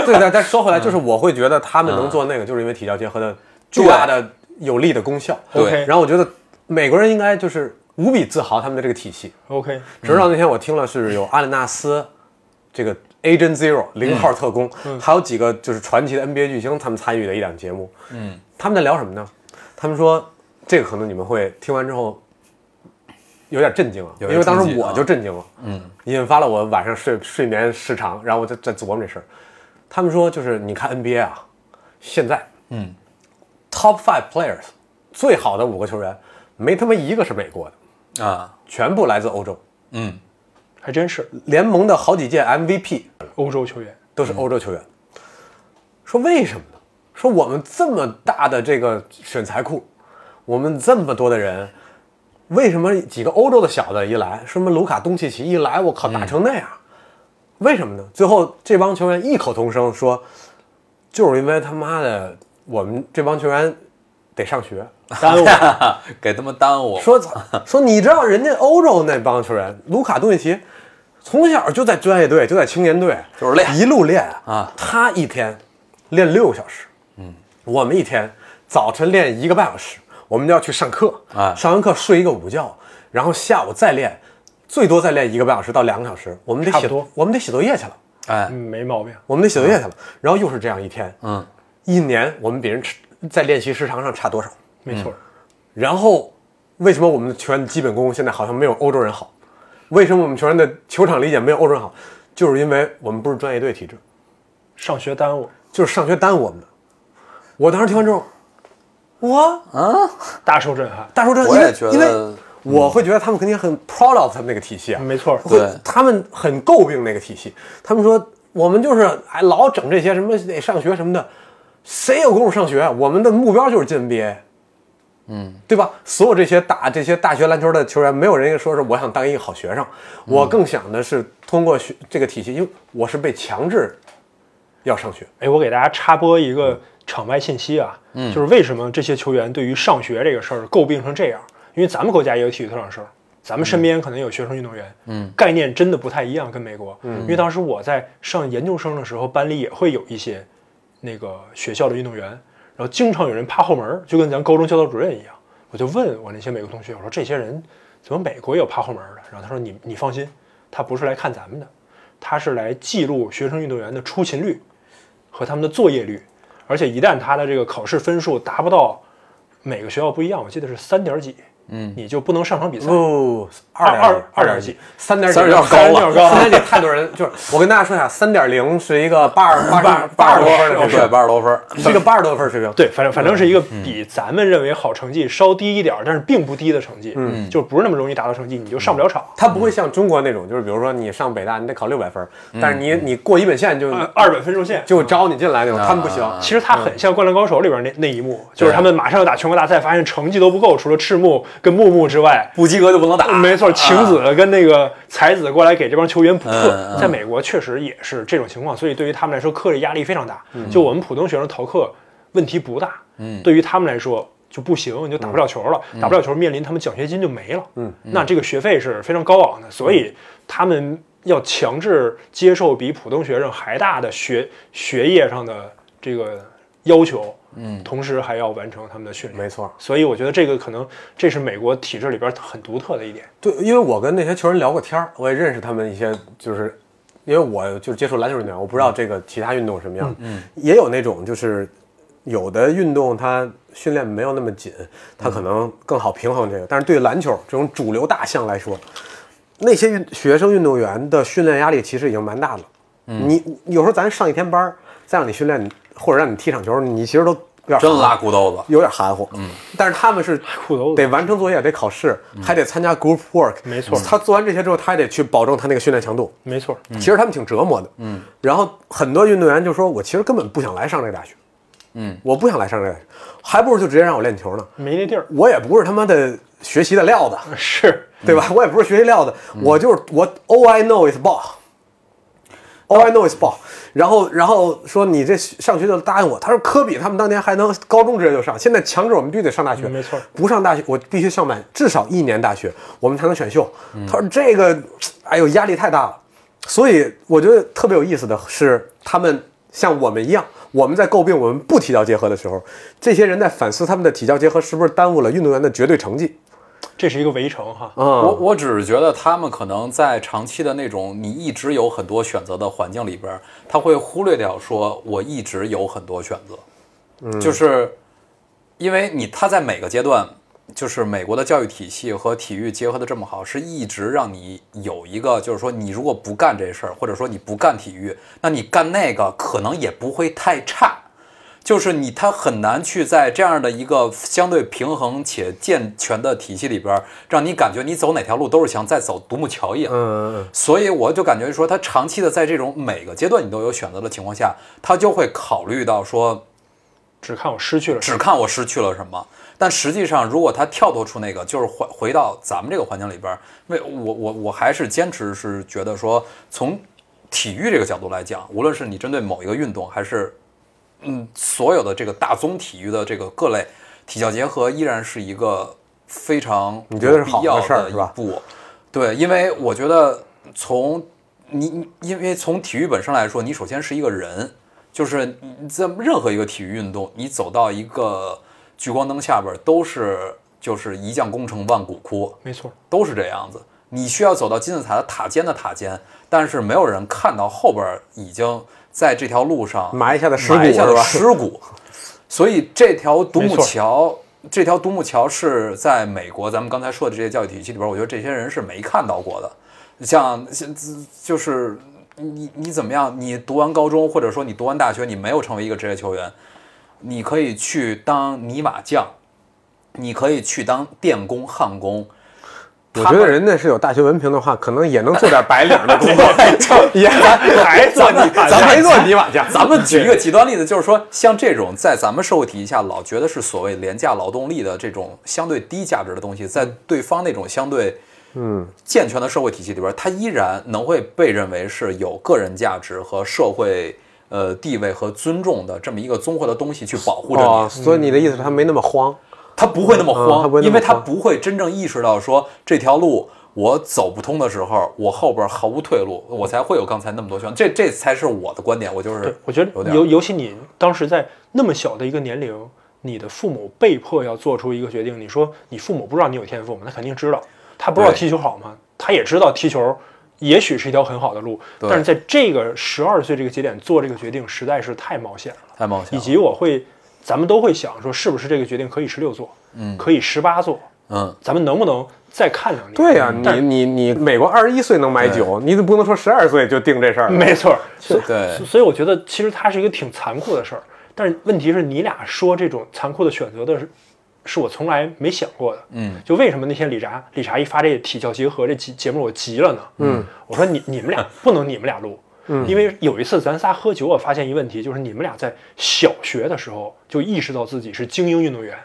Speaker 1: 对，但但说回来，
Speaker 2: 嗯
Speaker 1: 就是我会觉得他们能做那个，就是因为体教结合的巨大的有力的功效。
Speaker 3: 对
Speaker 2: OK
Speaker 1: 然后我觉得美国人应该就是无比自豪他们的这个体系。
Speaker 2: OK，
Speaker 1: 直到那天我听了是有阿连纳斯，这个 Agent Zero 零号特工，
Speaker 3: 嗯
Speaker 1: 还有几个就是传奇的 NBA 巨星，他们参与的一档节目。嗯，他们在聊什么呢？他们说这个可能你们会听完之后有点震惊啊，
Speaker 3: 有
Speaker 1: 因
Speaker 3: 点
Speaker 1: 为当
Speaker 3: 冲
Speaker 1: 时
Speaker 3: 击啊
Speaker 1: 我就震惊了。嗯，引发了我晚上睡睡眠失常，然后我在在琢磨这事儿。他们说就是你看 NBA 啊，现在嗯，Top Five Players 最好的五个球员，没他妈一个是美国的，
Speaker 3: 啊，
Speaker 1: 全部来自欧洲。
Speaker 3: 嗯，
Speaker 2: 还真是
Speaker 1: 联盟的好几届 MVP
Speaker 2: 欧洲球员，
Speaker 1: 都是欧洲球员。说为什么呢？说我们这么大的这个选材库，我们这么多的人，为什么几个欧洲的小子一来，什么卢卡、东契奇一来，我靠，打成那样？为什么呢？最后这帮球员异口同声说，就是因为他妈的我们这帮球员得上学，
Speaker 2: 耽误
Speaker 3: 给他们耽误。
Speaker 1: 说 操说你知道人家欧洲那帮球员，卢卡东契奇从小就在专业队，就在青年队，
Speaker 3: 就是练
Speaker 1: 一路练
Speaker 3: 啊。
Speaker 1: 他一天练六个小时，嗯，我们一天早晨练一个半小时，我们就要去上课
Speaker 3: 啊
Speaker 1: 上完课睡一个午觉，然后下午再练，最多再练一个半小时到两个小时，我们得
Speaker 2: 差不
Speaker 1: 写
Speaker 2: 多，
Speaker 1: 我们得写作业去了，
Speaker 3: 哎
Speaker 2: 嗯，，没毛病。
Speaker 1: 我们得写作业去了，然后又是这样一天，
Speaker 3: 嗯，
Speaker 1: 一年我们比人吃在练习时长上差多少？
Speaker 2: 没错儿，
Speaker 1: 然后，为什么我们的球员的基本功现在好像没有欧洲人好？为什么我们球员的球场理解没有欧洲人好？就是因为我们不是专业队体制，
Speaker 2: 上学耽误，
Speaker 1: 就是上学耽误我们的。我当时听完之后，我
Speaker 2: 大受震撼。
Speaker 1: 大叔真，
Speaker 3: 我
Speaker 1: 因
Speaker 3: 也
Speaker 1: 为
Speaker 3: 觉得
Speaker 1: 因为我会觉得他们肯定很 proud of 他们那个体系啊，
Speaker 2: 没错儿，
Speaker 1: 会
Speaker 3: 对
Speaker 1: 他们很诟病那个体系，他们说我们就是哎老整这些什么得上学什么的，谁有功夫上学？我们的目标就是进 NBA，嗯，对吧？所有这些打这些大学篮球的球员，没有人说是我想当一个好学生，我更想的是通过学这个体系，因为我是被强制要上学，
Speaker 2: 哎，我给大家插播一个场外信息啊，就是为什么这些球员对于上学这个事儿诟病成这样？因为咱们国家也有体育特长生，咱们身边可能有学生运动员，嗯，概念真的不太一样，跟美国。嗯，因为当时我在上研究生的时候，班里也会有一些那个学校的运动员，然后经常有人趴后门儿，就跟咱高中教导主任一样。我就问我那些美国同学，我说这些人怎么美国也有趴后门儿的？然后他说你你放心，他不是来看咱们的，他是来记录学生运动员的出勤率。和他们的作业率，而且一旦他的这个考试分数达不到，每个学校不一样，我记得是三点几，嗯，你就不能上场比赛。
Speaker 1: 不二
Speaker 2: 二
Speaker 1: 点
Speaker 2: 二
Speaker 1: 点
Speaker 2: 二几，
Speaker 1: 三点
Speaker 3: 三点
Speaker 1: 几
Speaker 3: 几高了
Speaker 1: 三点几太多人就是我跟大家说一下，三点零是一个八十八十八十多分的
Speaker 3: 分，
Speaker 1: 水
Speaker 3: 对，八十多分儿。
Speaker 1: 平，是一个八十多分水平。
Speaker 2: 对，反正反正是一个比咱们认为好成绩稍低一点儿，但是并不低的成绩，嗯，就不是那么容易达到成绩，你就上不了场。
Speaker 1: 他不会像中国那种，就是比如说你上北大，你得考六百分，但是你你过一本线就
Speaker 2: 呃，二本分数线。
Speaker 1: 就招你进来那种，他们不行。
Speaker 2: 其实它很像《灌篮高手》里边那那一幕，就是他们马上要打全国大赛，发现成绩都不够，除了赤木跟木木之外，
Speaker 3: 不及格就不能打，
Speaker 2: 没错，晴子跟那个才子过来给这帮球员补课，
Speaker 3: 嗯嗯
Speaker 2: 在美国确实也是这种情况，所以对于他们来说，课业压力非常大。就我们普通学生逃课问题不大，嗯，对于他们来说就不行，你就打不了球了，打不了球面临他们奖学金就没了，嗯，那这个学费是非常高昂的，所以他们要强制接受比普通学生还大的学学业上的这个要求，嗯，同时还要完成他们的训练
Speaker 1: 没。错，
Speaker 2: 所以我觉得这个可能这是美国体制里边很独特的一点。
Speaker 1: 对，因为我跟那些球员聊过天儿，我也认识他们一些，就是因为我就是接触篮球运动员，我不知道这个其他运动什么样。嗯，也有那种就是有的运动它训练没有那么紧，它可能更好平衡这个，但是对篮球这种主流大项来说，那些运学生运动员的训练压力其实已经蛮大了。你有时候咱上一天班儿，再让你训练或者让你踢场球，你其实都有点
Speaker 3: 真
Speaker 1: 拉。
Speaker 3: 拉裤兜子。
Speaker 1: 有点含糊，嗯，但是他们是
Speaker 2: 裤兜子
Speaker 1: 得完成作业，得考试，还得参加 group work，
Speaker 2: 没错
Speaker 1: 他做完这些之后，他还得去保证他那个训练强度。
Speaker 2: 没错，
Speaker 1: 其实他们挺折磨的，嗯。然后很多运动员就说：“我其实根本不想来上这个大学，嗯，我不想来上这个大学，还不如就直接让我练球呢。
Speaker 2: 没那地儿。
Speaker 1: 我也不是他妈的学习的料子，
Speaker 2: 是，
Speaker 1: 对吧？我也不是学习料子，我就是我 all I know is ball。All I know is ball，然后然后说你这上学就答应我，他说科比他们当年还能高中直接就上，现在强制我们必须得上大学，
Speaker 2: 没错
Speaker 1: 不上大学我必须上满至少一年大学，我们才能选秀。他说这个，哎呦压力太大了，所以我觉得特别有意思的是，他们像我们一样，我们在诟病我们不体教结合的时候，这些人在反思他们的体教结合是不是耽误了运动员的绝对成绩
Speaker 2: 这是一个围城哈。
Speaker 1: 啊、
Speaker 3: 我我只是觉得他们可能在长期的那种你一直有很多选择的环境里边儿，他会忽略掉说我一直有很多选择，就是因为你他在每个阶段，就是美国的教育体系和体育结合的这么好，是一直让你有一个就是说你如果不干这事儿，或者说你不干体育，那你干那个可能也不会太差。就是你，他很难去在这样的一个相对平衡且健全的体系里边儿，让你感觉你走哪条路都是像在走独木桥一样。
Speaker 1: 嗯，嗯
Speaker 3: 所以我就感觉说，他长期的在这种每个阶段你都有选择的情况下，他就会考虑到说，
Speaker 2: 只看我失去了什么。
Speaker 3: 只看我失去了什么。但实际上，如果他跳脱出那个，就是回回到咱们这个环境里边儿，为我我我还是坚持是觉得说，从体育这个角度来讲，无论是你针对某一个运动，还是嗯所有的这个大宗体育的这个各类体教结合，依然是一个非常
Speaker 1: 你觉得是好
Speaker 3: 有必要
Speaker 1: 的事儿
Speaker 3: 一
Speaker 1: 是吧
Speaker 3: 不，对，因为我觉得从你你因为从体育本身来说，你首先是一个人，就是你在任何一个体育运动，你走到一个聚光灯下边，都是就是一将功成万骨枯，
Speaker 2: 没错，
Speaker 3: 都是这样子。你需要走到金字塔的塔尖的塔尖，但是没有人看到后边已经在这条路上
Speaker 1: 埋下的尸骨
Speaker 3: 埋下
Speaker 1: 是
Speaker 3: 的
Speaker 1: 吧
Speaker 3: 尸骨。所以这条独木
Speaker 2: 没错
Speaker 3: 桥，这条独木桥是在美国咱们刚才说的这些教育体系里边，我觉得这些人是没看到过的。像像就是你你怎么样？你读完高中，或者说你读完大学，你没有成为一个职业球员，你可以去当泥瓦匠，你可以去当电工、焊工。
Speaker 1: 我觉得人家是有大学文凭的话，可能也能做点白领的工作， 也还做泥瓦匠，
Speaker 3: 咱们
Speaker 1: 还做泥瓦匠。
Speaker 3: 咱们举一个极端例子，就是说，像这种在咱们社会体系下老觉得是所谓廉价劳动力的这种相对低价值的东西，在对方那种相对
Speaker 1: 嗯
Speaker 3: 健全的社会体系里边，它依然能会被认为是有个人价值和社会呃地位和尊重的这么一个综合的东西去保护着你。
Speaker 1: 哦，所以你的意思是他没那么慌，
Speaker 3: 他不会那么
Speaker 1: 嗯
Speaker 3: 慌，
Speaker 1: 他不会那么
Speaker 3: 因为他
Speaker 1: 慌
Speaker 3: 不会真正意识到说这条路我走不通的时候，我后边毫无退路，我才会有刚才那么多选择。这这才是我的观点，我就是
Speaker 2: 对，我觉
Speaker 3: 有
Speaker 2: 得
Speaker 3: 点
Speaker 2: 尤尤其你当时在那么小的一个年龄，你的父母被迫要做出一个决定。你说你父母不知道你有天赋吗？他肯定知道，他不知道
Speaker 3: 对
Speaker 2: 踢球好吗？他也知道踢球也许是一条很好的路，
Speaker 3: 对
Speaker 2: 但是在这个十二岁这个节点做这个决定，实在是太冒险了。
Speaker 3: 太冒
Speaker 2: 以
Speaker 3: 险了。
Speaker 2: 及我会，咱们都会想说，是不是这个决定可以十六做，
Speaker 3: 嗯
Speaker 2: 可以十八做，
Speaker 3: 嗯，
Speaker 2: 咱们能不能再看两年？
Speaker 1: 对呀、
Speaker 2: 但
Speaker 1: 你你你美国二十一岁能买酒，你怎么不能说十二岁就定这事儿？
Speaker 2: 没错儿，所以
Speaker 3: 对
Speaker 2: 所以我觉得其实它是一个挺残酷的事儿。但是问题是你俩说这种残酷的选择的是，是我从来没想过的。
Speaker 3: 嗯，
Speaker 2: 就为什么那天李扎李查一发这体教结合这节节目，我急了呢？嗯，我说你你们俩不能你们俩录，嗯，因为有一次咱仨喝酒，我发现一问题，就是你们俩在小学的时候就意识到自己是精英运动员。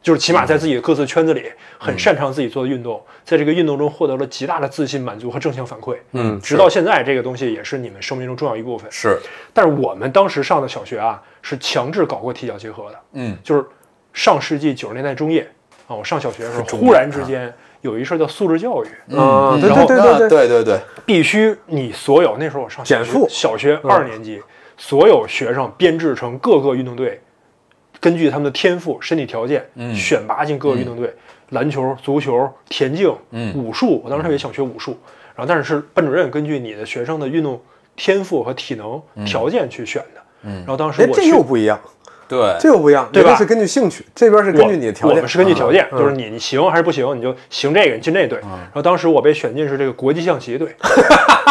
Speaker 2: 就是起码在自己的各自圈子里很擅长自己做的运动，在这个运动中获得了极大的自信、满足和正向反馈。
Speaker 1: 嗯
Speaker 2: 直到现在，这个东西也是你们生命中重要一部分。
Speaker 3: 是，
Speaker 2: 但是我们当时上的小学啊，是强制搞过体教结合的，
Speaker 3: 嗯
Speaker 2: 就是上世纪九十年代中叶啊，我上小学的时候，忽然之间有一事儿叫素质教育，
Speaker 1: 啊、对
Speaker 3: 嗯然
Speaker 1: 对
Speaker 3: 后
Speaker 1: 对对
Speaker 3: 那对对对，
Speaker 2: 必须你所有那时候我上小
Speaker 1: 减
Speaker 2: 学
Speaker 1: 负嗯
Speaker 2: 小学二年级，所有学生编制成各个运动队，根据他们的天赋、身体条件，
Speaker 1: 嗯
Speaker 2: 选拔进各个运动队，篮球、足球、田径、
Speaker 3: 嗯
Speaker 2: 武术，我当时特别想学武术，然后但是是班主任根据你的学生的运动天赋和体能条件去选的，然后当
Speaker 1: 嗯
Speaker 2: 时
Speaker 1: 哎，
Speaker 2: 我
Speaker 1: 这
Speaker 2: 去
Speaker 1: 又不一样，
Speaker 3: 对，
Speaker 1: 这又不一样，
Speaker 2: 对吧
Speaker 1: 人家是根据兴趣，这边是根据你的条
Speaker 2: 我
Speaker 1: 件，
Speaker 2: 我们是根据条件，
Speaker 1: 嗯啊
Speaker 2: 就是你你行还是不行，你就行这个，你进这队。然后当时我被选进是这个国际象棋队，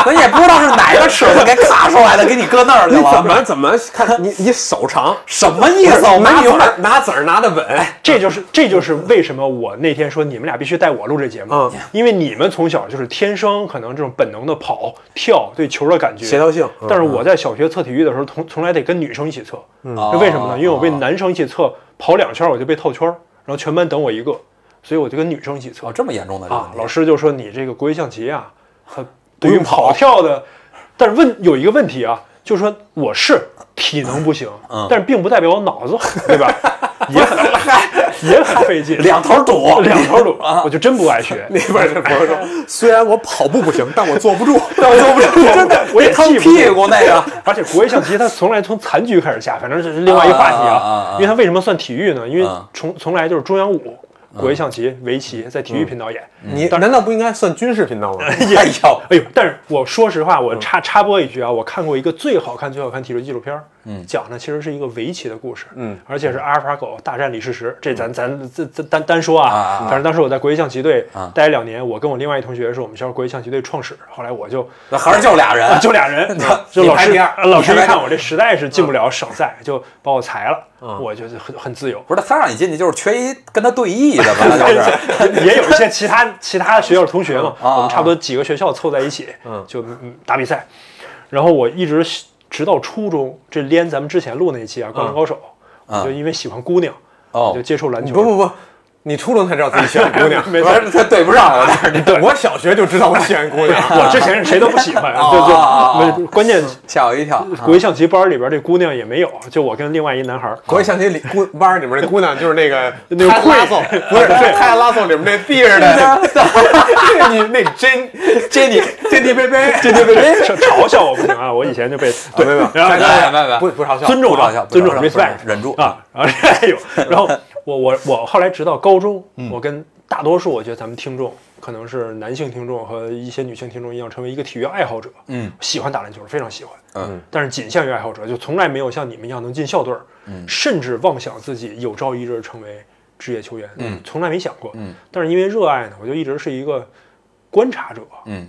Speaker 3: 咱也不知道是哪个尺子给卡出来的，给你搁那儿 去
Speaker 1: 你怎
Speaker 3: 了，
Speaker 1: 么怎么 看你你手长，
Speaker 3: 什么意思？我
Speaker 1: 拿
Speaker 3: 拿
Speaker 1: 子
Speaker 3: 有
Speaker 1: 儿拿子儿拿的 稳，
Speaker 2: 这就是这就是为什么我那天说你们俩必须带我录这节目，
Speaker 1: 嗯
Speaker 2: 因为你们从小就是天生可能这种本能的跑、跳、对球的感觉，
Speaker 1: 协调性嗯嗯
Speaker 2: 但是我在小学测体育的时候，从从来得跟女生一起测，就为什么呢？因为我被男生一起测跑两圈我就被套圈儿，然后全班等我一个，所以我就跟女生一起测
Speaker 3: 哦，这么严重的这个
Speaker 2: 啊
Speaker 3: 问。题
Speaker 2: 老师就说你这个国际象棋啊，它对于跑跳的，但是问有一个问题啊，就是说我是体能不行，
Speaker 3: 嗯
Speaker 2: 但是并不代表我脑子好，对 吧？也很 也很费劲，
Speaker 3: 两头堵，啊
Speaker 2: 两头堵，我就真不爱 学。
Speaker 1: 那边是朋友说，虽然我跑步不行，但我坐不住，但
Speaker 3: 我就不是真的，
Speaker 2: 我也
Speaker 3: 疼
Speaker 2: 记不住
Speaker 3: 屁股那 个，
Speaker 2: 而且国际象棋它从来从残局开始下，反正这是另外一个话题
Speaker 3: 啊啊啊啊
Speaker 2: 啊。因为它为什么算体育呢？因为
Speaker 3: 啊
Speaker 2: 从从来就是中央五、
Speaker 3: 嗯
Speaker 2: 国际象棋、围棋在体育频道演。
Speaker 1: 你难道不应该算军事频道 吗？
Speaker 3: 哎呦，
Speaker 2: 哎呦，但是我说实话，我
Speaker 3: 嗯
Speaker 2: 插插播一句啊，我看过一个最好看、最好看体育纪录片，嗯，讲的其实是一个围棋的故事，嗯，而且是阿尔法狗大战李世石，这咱咱这这单单说
Speaker 3: 嗯啊啊
Speaker 2: 啊，反正当时我在国际象棋队
Speaker 3: 啊
Speaker 2: 待两年，我跟我另外一同学是我们学校国际象棋队创始，后来我 就
Speaker 3: 那还是就俩
Speaker 1: 啊
Speaker 3: 人，，
Speaker 2: 就俩人就
Speaker 3: 你
Speaker 2: 老
Speaker 3: 排
Speaker 2: 师
Speaker 3: 第二
Speaker 2: 啊老师一
Speaker 3: 你排第
Speaker 2: 看
Speaker 3: 二嗯
Speaker 2: 我这实在是进不了省赛，就把我裁了，我就是很很自由。
Speaker 3: 不是他让你进去就是缺一跟他对弈的吧？那 就是。
Speaker 2: 也也有一些其他其他学校的同学嘛，
Speaker 3: 啊
Speaker 2: 我们差不多几个学校凑在一起，就嗯打比赛。然后我一直直到初中，这连咱们之前录那一期啊，《灌篮高手》，我就因为喜欢姑娘，
Speaker 3: 哦
Speaker 2: 我就，接触篮球。
Speaker 1: 不不不，你初中才知道自己喜欢姑 娘，
Speaker 3: 不是他对不上我，但是你对
Speaker 1: 我小学就知道我喜欢姑娘。
Speaker 2: 我之前是谁都不喜欢，
Speaker 3: 哦
Speaker 2: 就就关键
Speaker 3: 吓我一跳。
Speaker 2: 国际象棋班里边这姑娘也没有，就我跟另外一男孩儿。
Speaker 1: 国际象棋里姑班儿里面那姑娘就是那个
Speaker 2: 那个
Speaker 1: 泰
Speaker 2: 会
Speaker 1: 拉颂，不是泰拉拉颂里面那地儿的， 那你那真
Speaker 3: 这你
Speaker 1: 真地贝贝，
Speaker 2: 这这这 嘲笑我不行啊！我以前就被
Speaker 1: 对没有，
Speaker 2: 然后
Speaker 3: 拜拜拜拜，
Speaker 1: 不不嘲笑，
Speaker 2: 尊重
Speaker 3: 不嘲笑
Speaker 2: 啊，
Speaker 3: 不
Speaker 2: 尊重
Speaker 3: 嘲笑不
Speaker 2: respect
Speaker 3: 嘲笑忍住
Speaker 2: 啊。然后 哎呦，然后我我我后来直到高中，
Speaker 3: 嗯
Speaker 2: 我跟大多数我觉得咱们听众，可能是男性听众和一些女性听众一样，成为一个体育爱好者。
Speaker 3: 嗯，
Speaker 2: 喜欢打篮球，非常喜欢。
Speaker 3: 嗯，
Speaker 2: 但是仅限于爱好者，就从来没有像你们一样能进校队儿，
Speaker 3: 嗯
Speaker 2: 甚至妄想自己有朝一日成为职业球员，
Speaker 3: 嗯
Speaker 2: 从来没想过。
Speaker 3: 嗯，
Speaker 2: 但是因为热爱呢，我就一直是一个观察者。
Speaker 3: 嗯，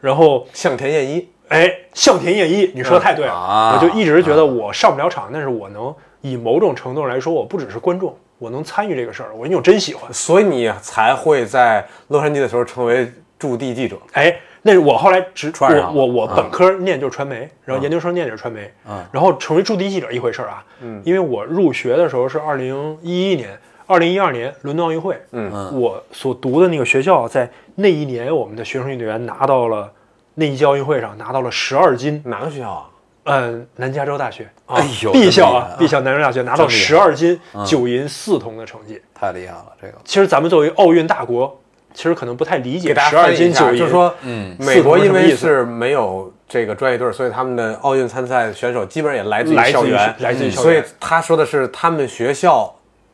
Speaker 2: 然后
Speaker 1: 向田彦一，
Speaker 2: 哎，向田彦一，你说得太对了，
Speaker 3: 啊
Speaker 2: 我就一直觉得我上不了场，但是我能以某种程度来说，我不只是观众，我能参与这个事儿，我因为我真喜欢。
Speaker 1: 所以你才会在洛杉矶的时候成为驻地记者。
Speaker 2: 哎，那是我后来直
Speaker 3: 串上
Speaker 2: 我
Speaker 3: 了
Speaker 2: 我我本科念就是传媒，然后研究生念就是传媒，然后成为驻地记者一回事儿啊，嗯，因为我入学的时候是二零一一年。二零一二年伦敦奥运会，嗯，我所读的那个学校，在那一年，我们的学生运动员拿到了那一届奥运会上拿到了十二金，
Speaker 1: 哪个学校啊？
Speaker 2: 嗯，南加州大学啊
Speaker 3: 哎呦
Speaker 2: 必校
Speaker 3: 真厉害啊
Speaker 2: 啊，必校南加州大学拿到
Speaker 3: 真厉害
Speaker 2: 十二金九银四铜的成绩。
Speaker 3: 太厉害了，这个
Speaker 2: 其实咱们作为奥运大国，其实可能不太理
Speaker 1: 给
Speaker 2: 解
Speaker 1: 大
Speaker 2: 十
Speaker 1: 家
Speaker 2: 二
Speaker 1: 翻译一
Speaker 2: 金
Speaker 1: 下，
Speaker 2: 九银，
Speaker 1: 就是说，
Speaker 3: 嗯
Speaker 1: 美国因为是没有这个专业队，所以他们的奥运参赛选手基本上也来自于
Speaker 2: 来自
Speaker 1: 校
Speaker 2: 于
Speaker 1: 园，嗯
Speaker 2: 来自于校
Speaker 1: 所以
Speaker 2: 园
Speaker 1: 他说的是他们学校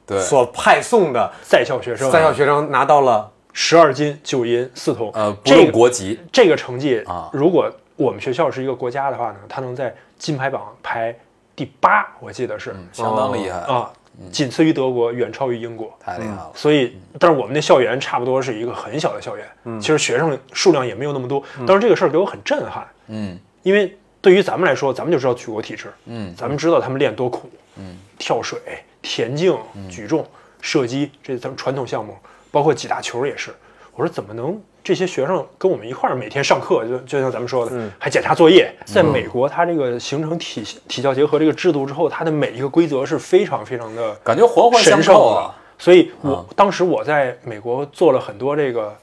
Speaker 3: 对，
Speaker 1: 所派送的
Speaker 2: 在校学生啊
Speaker 1: 在校学生拿到了
Speaker 2: 十二金九银四铜，
Speaker 3: 呃，不
Speaker 2: 这
Speaker 3: 用
Speaker 2: 个
Speaker 3: 国籍，
Speaker 2: 这个成绩
Speaker 3: 啊
Speaker 2: 如果我们学校是一个国家的话呢，它能在金牌榜排第八，我记得是
Speaker 3: 相当厉害，
Speaker 2: 啊，仅次于德国，远超于英国。
Speaker 3: 太厉害了。
Speaker 2: 所以，但是我们那校园差不多是一个很小的校园，
Speaker 3: 嗯
Speaker 2: 其实学生数量也没有那么多。当然，这个事儿给我很震撼，
Speaker 3: 嗯
Speaker 2: 因为对于咱们来说，咱们就知道举国体制，
Speaker 3: 嗯
Speaker 2: 咱们知道他们练多苦，跳水、田径、
Speaker 3: 嗯
Speaker 2: 举重、射击，这是咱们传统项目，包括几大球也是。我说怎么能这些学生跟我们一块儿每天上课，就就像咱们说的，
Speaker 3: 嗯
Speaker 2: 还检查作业？在美国，它这个形成体体教结合这个制度之后，它的每一个规则是非常非常的
Speaker 3: 感觉环环相
Speaker 2: 神圣
Speaker 3: 扣
Speaker 2: 的
Speaker 3: 啊。。
Speaker 2: 所以我，当时我在美国做了很多这个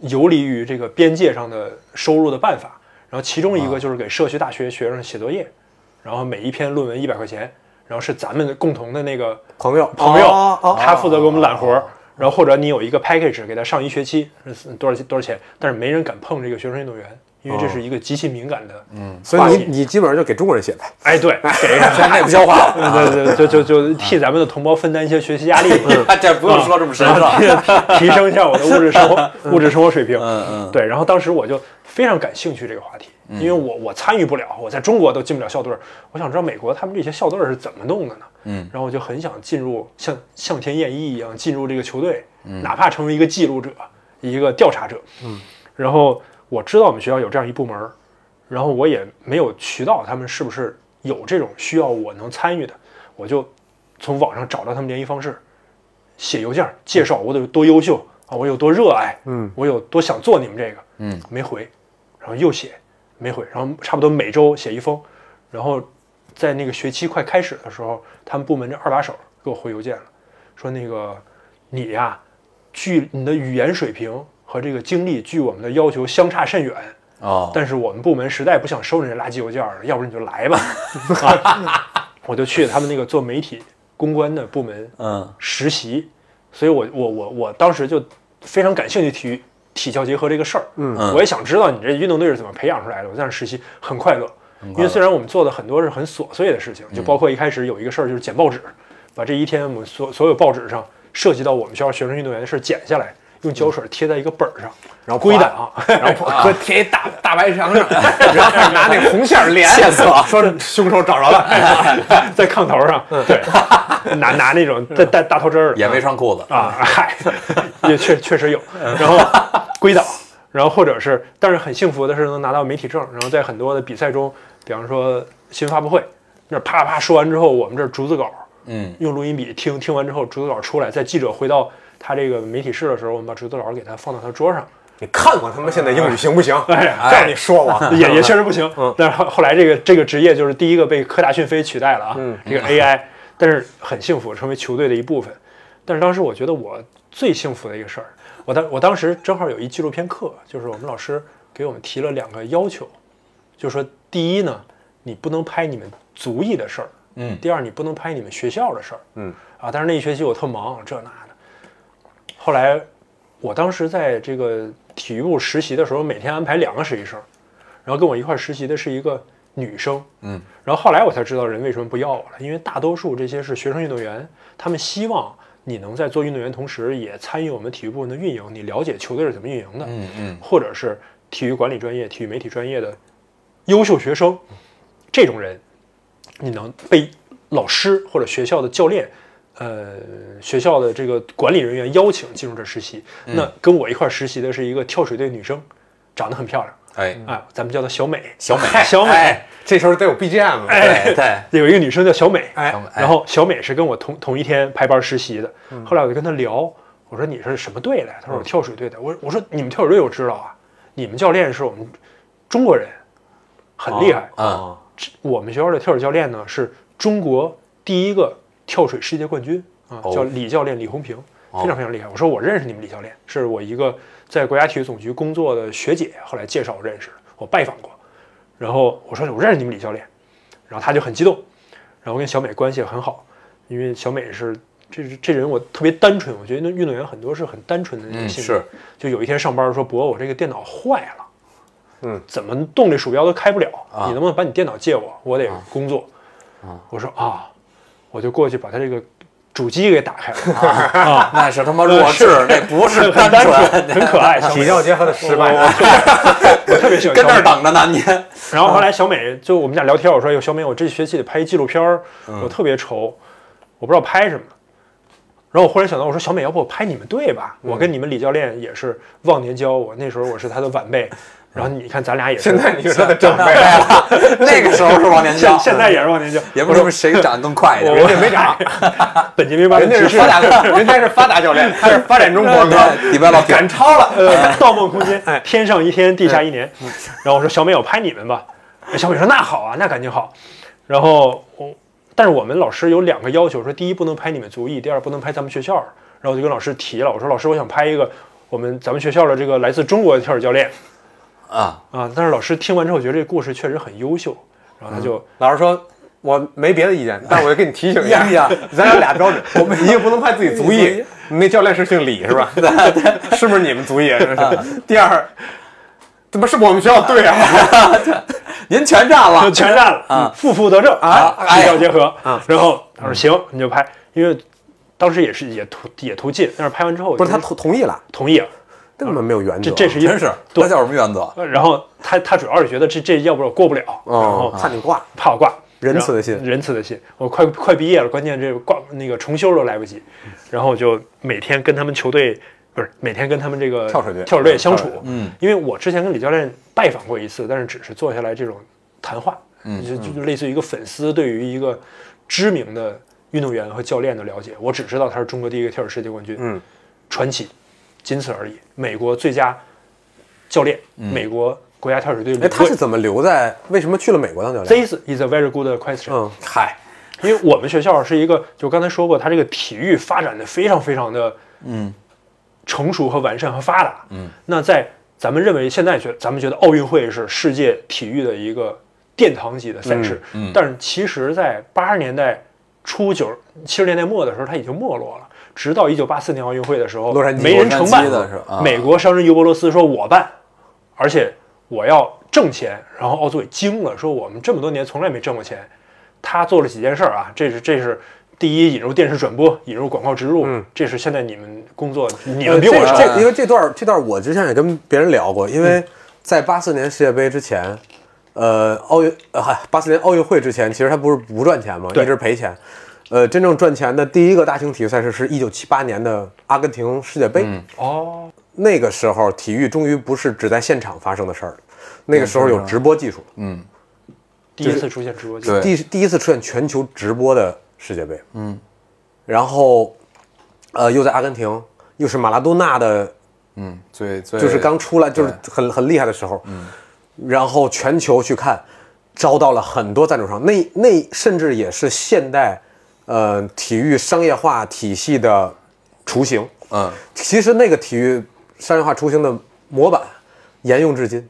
Speaker 2: 游离于这个边界上的收入的办法，然后其中
Speaker 1: 啊
Speaker 2: 一个就是给社区大学学生写作业，然后每一篇论文一百块钱，然后是咱们共同的那个
Speaker 1: 朋友，
Speaker 2: 朋友，
Speaker 1: 哦哦
Speaker 2: 他负责给我们揽活儿。然后或者你有一个 package 给他上一学期是多少多少钱，但是没人敢碰这个学生运动员，因为这是一个极其敏感的
Speaker 1: 哦嗯所
Speaker 2: 话
Speaker 1: 以
Speaker 2: 题
Speaker 1: 你。你基本上就给中国人写呗。
Speaker 2: 哎，对，给人家
Speaker 3: 太不消化了，
Speaker 2: 对对对，就就就
Speaker 1: 啊
Speaker 2: 替咱们的同胞分担一些学习压力。
Speaker 1: 嗯
Speaker 3: 这不用说这么深
Speaker 2: 然后
Speaker 3: 了。
Speaker 2: 提提升一下我的物质生活物质生活水平。
Speaker 3: 嗯嗯，
Speaker 2: 对，然后当时我就非常感兴趣这个话题，因为我我参与不了，我在中国都进不了校队儿，我想知道美国他们这些校队儿是怎么弄的呢？
Speaker 3: 嗯，
Speaker 2: 然后我就很想进入像像田彦一一样进入这个球队，
Speaker 3: 嗯
Speaker 2: 哪怕成为一个记录者、一个调查者。嗯，然后我知道我们学校有这样一部门儿，然后我也没有渠道，他们是不是有这种需要我能参与的，我就从网上找到他们联系方式，写邮件儿介绍我得有多优秀啊，我有多热爱，嗯，我有多想做你们这个，
Speaker 3: 嗯，
Speaker 2: 没回，然后又写，没回，然后差不多每周写一封，然后在那个学期快开始的时候，他们部门这二把手给我回邮件了，说那个你呀、距你的语言水平和这个经历距我们的要求相差甚远，
Speaker 3: 哦，
Speaker 2: 但是我们部门实在不想收你这垃圾邮件了，要不然你就来吧。啊我就去他们那个做媒体公关的部门
Speaker 3: 嗯
Speaker 2: 实习，所以我我我我当时就非常感兴趣体育体教结合这个事儿。
Speaker 3: 嗯
Speaker 2: 我也想知道你这运动队是怎么培养出来的。我在那儿实习很快乐，因为虽然我们做的很多是很琐碎的事情，就包括一开始有一个事儿就是剪报纸，把这一天我们所所有报纸上涉及到我们学校学生运动员的事儿剪下来，用胶水贴在一个本儿上，
Speaker 1: 然后
Speaker 2: 归档。
Speaker 1: 然 后说贴一大大白墙上，然后拿那红线儿连，
Speaker 3: 线索
Speaker 1: 说凶手找着了，
Speaker 2: 在炕头上，对，拿拿那种带带大头针儿的，
Speaker 3: 嗯也没嗯穿裤子。
Speaker 2: 啊，嗨，也确确实有，然后归档，然后或者是，但是很幸福的是能拿到媒体证，然后在很多的比赛中，比方说新闻发布会，那啪啪说完之后，我们这儿逐字稿
Speaker 3: 嗯
Speaker 2: 用录音笔听，听完之后逐字稿出来，在记者回到他这个媒体室的时候，我们把逐字稿给他放到他桌上，
Speaker 1: 你看过他们现在英语行不行？
Speaker 2: 哎呀
Speaker 1: 让你说我，
Speaker 2: 也也确实不行。但是后后来这个这个职业就是第一个被科大讯飞取代了啊，这个 AI。但是很幸福，成为球队的一部分。但是当时我觉得我最幸福的一个事儿，我当我当时正好有一纪录片课，就是我们老师给我们提了两个要求，就是说第一呢，你不能拍你们族裔的事儿，
Speaker 3: 嗯
Speaker 2: 第二，你不能拍你们学校的事儿，
Speaker 1: 嗯
Speaker 2: 啊，但是那一学期我特忙，这那的。后来，我当时在这个体育部实习的时候，每天安排两个实习生，然后跟我一块儿实习的是一个女生，
Speaker 3: 嗯，
Speaker 2: 然后后来我才知道人为什么不要我了，因为大多数这些是学生运动员，他们希望你能在做运动员同时也参与我们体育部门的运营，你了解球队是怎么运营的，
Speaker 3: 嗯嗯
Speaker 2: 或者是体育管理专业、体育媒体专业的优秀学生，这种人，你能被老师或者学校的教练，呃，学校的这个管理人员邀请进入这实习。
Speaker 3: 嗯
Speaker 2: 那跟我一块儿实习的是一个跳水队女生，长得很漂亮，
Speaker 3: 哎，
Speaker 2: 哎，咱们叫她小美。
Speaker 3: 小美，
Speaker 2: 小美，
Speaker 3: 哎
Speaker 1: 这时候得有 BGM，哎，
Speaker 3: 对对，哎
Speaker 2: 有一个女生叫小美，
Speaker 3: 小美嗯
Speaker 2: 然后小美是跟我同同一天排班实习的。后来我就跟她聊，我说你是什么队的？她说我跳水队的。我我说你们跳水队我知道啊，你们教练是我们中国人，很厉害。
Speaker 3: 嗯，
Speaker 2: 这我们学校的跳水教练呢是中国第一个跳水世界冠军啊，
Speaker 3: 哦
Speaker 2: 叫李教练李红平，非常非常厉害。我说我认识你们李教练，是我一个在国家体育总局工作的学姐，后来介绍我认识的，我拜访过。然后我说我认识你们李教练，然后他就很激动，然后跟小美关系也很好，因为小美是这这人我特别单纯，我觉得运动员很多是很单纯的那种
Speaker 3: 嗯
Speaker 2: 性格。
Speaker 3: 是
Speaker 2: 就有一天上班说博，我这个电脑坏了，
Speaker 1: 嗯，
Speaker 2: 怎么动这鼠标都开不了，
Speaker 3: 啊
Speaker 2: 你能不能把你电脑借我？我得工作。我说啊，我就过去把他这个主机给打开了，啊
Speaker 3: 那是他妈弱智，那不是
Speaker 2: 很单 纯，很可 爱，小
Speaker 1: 喜
Speaker 2: 美
Speaker 1: 笑结合的失败，
Speaker 2: 我特别喜欢
Speaker 3: 跟这
Speaker 2: 小
Speaker 3: 儿
Speaker 2: 美。
Speaker 3: 等着 呢，你
Speaker 2: 然后后来
Speaker 1: 嗯
Speaker 2: 小美就我们俩聊天，我说有小美，我这学期得拍一纪录片儿，
Speaker 1: 嗯
Speaker 2: 我特别愁，我不知道拍什么。然后我忽然想到，我说小美，要不我拍你们队吧？
Speaker 1: 嗯
Speaker 2: 我跟你们李教练也是忘年交，我那时候我是他的晚辈。然后你看，咱俩也是
Speaker 1: 嗯现在你是他的长辈，
Speaker 3: 那个时候是王连
Speaker 2: 现
Speaker 3: 江，
Speaker 2: 现在也是忘年交，
Speaker 1: 嗯
Speaker 3: 也不是谁长得更快一点，
Speaker 1: 人家没长，
Speaker 2: 本杰明巴顿
Speaker 1: 啊人家是
Speaker 2: 骑士
Speaker 1: 嗯发，达，人家是发达教练，他是发展中 国哥，
Speaker 3: 礼拜老
Speaker 1: 赶超了，
Speaker 2: 呃，《盗梦空间》天上一天，地下一年。然后我说小美，我拍你们吧。小美说那好啊，那赶紧好。然后我，但是我们老师有两个要求，说第一不能拍你们族裔，第二不能拍咱们学校。然后我就跟老师提了，我说老师，我想拍一个我们咱们学校的这个来自中国的跳水教练
Speaker 3: 啊，
Speaker 2: 啊。但是老师听完之后觉得这个故事确实很优秀，然后他就
Speaker 1: 老师说。我没别的 意见，但我就给你提醒一下， 咱有俩标准，哎我们一个不能拍自己族裔，你那教练是姓李是 吧？是不是你们族裔？啊 是吧第二，怎么是我们学校队 啊？
Speaker 3: 您全占
Speaker 2: 就
Speaker 3: 了，
Speaker 2: 全占了，嗯负负得正啊
Speaker 3: 哎
Speaker 2: 比较结合啊。然后他说行，你就拍，因为当时也是也图也图进，但是拍完之后
Speaker 1: 不是他
Speaker 2: 就是
Speaker 1: 同同意了，
Speaker 2: 同意了，
Speaker 1: 根本没有原则。
Speaker 2: 这这是一
Speaker 3: 真是，
Speaker 2: 对
Speaker 3: 这叫什么原则？
Speaker 2: 呃然后他他主要是觉得这这要不我过不了，然后
Speaker 1: 哦，怕你挂，
Speaker 2: 怕我挂，
Speaker 1: 仁慈的心
Speaker 2: 然后仁慈的心。我快快毕业了，关键这挂那个重修都来不及，然后我就每天跟他们球队不是每天跟他们这个
Speaker 1: 跳水队
Speaker 2: 跳水队相处
Speaker 1: 跳水，
Speaker 3: 嗯，
Speaker 2: 因为我之前跟李教练拜访过一次，但是只是坐下来这种谈话，嗯，就就类似于一个粉丝对于一个知名的运动员和教练的了解，我只知道他是中国第一个跳水世界冠军，
Speaker 1: 嗯，
Speaker 2: 传奇，仅此而已。美国最佳教练，美国国家跳水队领
Speaker 1: 嗯哎，
Speaker 2: 队。
Speaker 1: 他是怎么留在？为什么去了美国当教练？
Speaker 2: This is a very good question、
Speaker 1: 嗯，
Speaker 3: 嗨，
Speaker 2: 因为我们学校是一个，就刚才说过，它这个体育发展的非常非常的，嗯，成熟和完善和发达。嗯，那在咱们认为现在觉，咱们觉得奥运会是世界体育的一个殿堂级的赛事，嗯，但是其实，在八十年代初九七十年代末的时候，它已经没落了。直到一九八四年奥运会的时候，
Speaker 1: 洛杉矶
Speaker 2: 没人承办
Speaker 3: 洛杉矶的是啊
Speaker 2: 美国商人尤伯罗斯说：“我办，而且我要挣钱。”然后奥组委惊了，说：“我们这么多年从来没挣过钱。”他做了几件事儿啊，这是这是第一，引入电视转播，引入广告植入，这是现在你们工作，你们比我
Speaker 1: 嗯呃这
Speaker 2: 少。啊
Speaker 1: 这因为这段这段我之前也跟别人聊过，因
Speaker 2: 嗯
Speaker 1: 为在八四年世界杯之前，呃，奥运呃八四年奥运会之前，其实他不是不赚钱嘛，
Speaker 2: 对
Speaker 1: 一直赔钱。呃，真正赚钱的第一个大型体育赛事是一九七八年的阿根廷世界杯。
Speaker 2: 哦，
Speaker 1: 那个时候，体育终于不是只在现场发生的事儿了，那个时候有直播技术了。
Speaker 2: 嗯第一次出现直播间，
Speaker 3: 对
Speaker 1: 第第一次出现全球直播的世界杯，嗯，然后，呃，又在阿根廷，又是马拉多纳的，
Speaker 3: 嗯，最最
Speaker 1: 就是刚出来就是很很厉害的时候，嗯，然后全球去看，招到了很多赞助商，那那甚至也是现代，呃体育商业化体系的雏形。
Speaker 3: 嗯，
Speaker 1: 其实那个体育商业化雏形的模板沿用至今，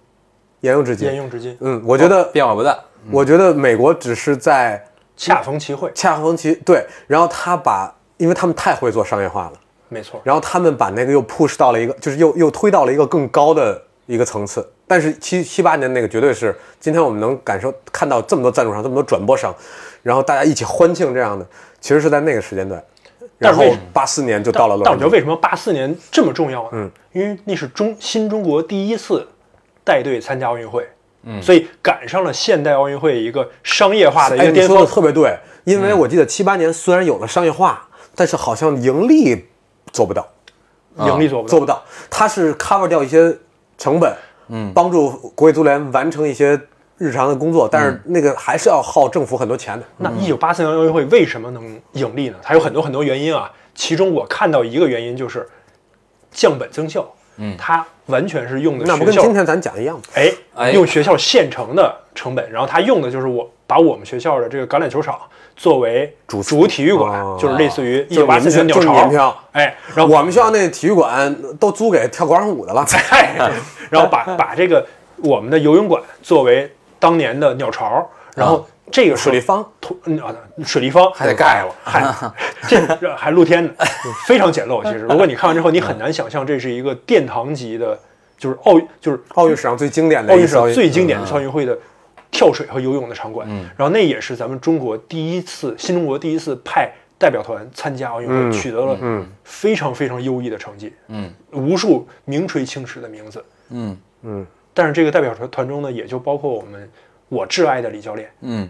Speaker 1: 沿用至
Speaker 2: 沿
Speaker 1: 今。
Speaker 2: 用至哦今，
Speaker 1: 嗯，我觉得，
Speaker 3: 变化不大。
Speaker 1: 我觉得美国只是在
Speaker 2: 恰逢其会，
Speaker 1: 恰逢其对，然后他把，因为他们太会做商业化了，
Speaker 2: 没错。
Speaker 1: 然后他们把那个又 push 到了一个，就是又又推到了一个更高的一个层次。但是七七八年那个绝对是，今天我们能感受看到这么多赞助商、这么多转播商，然后大家一起欢庆这样的，其实是在那个时间段。
Speaker 2: 但
Speaker 1: 然
Speaker 2: 是
Speaker 1: 后
Speaker 2: 为什么
Speaker 1: 八四年就嗯到了洛
Speaker 2: 但我
Speaker 1: 杉
Speaker 2: 觉得
Speaker 1: 矶，
Speaker 2: 为什么八四年这么重要呢？啊因为那是中新中国第一次带队参加奥运会，嗯，所以赶上了现代奥运会一个商业化的一
Speaker 1: 哎，
Speaker 2: 个
Speaker 1: 你
Speaker 2: 巅
Speaker 1: 说的
Speaker 2: 峰。
Speaker 1: 特别对，因为我记得七八年虽然有了商业化，但是好像盈利做不到。
Speaker 2: 盈利做不到，
Speaker 1: 做不到，它是 cover 掉一些成本，嗯，帮助国际足联完成一些日常的工作，但是那个还是要耗政府很多钱的。
Speaker 2: 嗯那一九八四年奥运会为什么能盈利呢？它有很多很多原因啊，其中我看到一个原因就是降本增效，嗯，它完全是用的
Speaker 1: 那不
Speaker 2: 学
Speaker 1: 跟
Speaker 2: 校
Speaker 1: 今天咱讲一样吗？
Speaker 2: 哎，
Speaker 3: 哎
Speaker 2: 用学校现成的成本，然后他用的就是我把我们学校的这个橄榄球场作为主主体育馆，
Speaker 1: 哦
Speaker 2: 就是类似于
Speaker 1: 就是
Speaker 2: 一九
Speaker 1: 你
Speaker 2: 八
Speaker 1: 们
Speaker 2: 四年鸟
Speaker 1: 就是你
Speaker 2: 巢
Speaker 1: 们票，
Speaker 2: 哎，然后
Speaker 1: 我们学校那体育馆都租给跳广场舞的了。
Speaker 2: 哎，然后把把这个我们的游泳馆作为当年的鸟巢，然
Speaker 1: 啊
Speaker 2: 后这个时
Speaker 1: 水
Speaker 2: 候
Speaker 1: 立方
Speaker 2: 土嗯啊，水立方还
Speaker 3: 得盖了，
Speaker 2: 还这还露天的，非常简陋。其实，如果你看完之后，你很难想象这是一个殿堂级的，就是奥就是
Speaker 1: 奥运史上最经典的
Speaker 2: 奥
Speaker 1: 一
Speaker 2: 运
Speaker 1: 次奥
Speaker 2: 是
Speaker 1: 运
Speaker 2: 最经典的
Speaker 3: 嗯
Speaker 2: 奥运会的跳水和游泳的场馆，然后那也是咱们中国第一次，新中国第一次派代表团参加奥运会，取得了非常非常优异的成绩，
Speaker 3: 嗯，
Speaker 2: 无数名垂青史的名字，
Speaker 3: 嗯
Speaker 2: 但是这个代表团团中呢，也就包括我们我挚爱的李教练，
Speaker 3: 嗯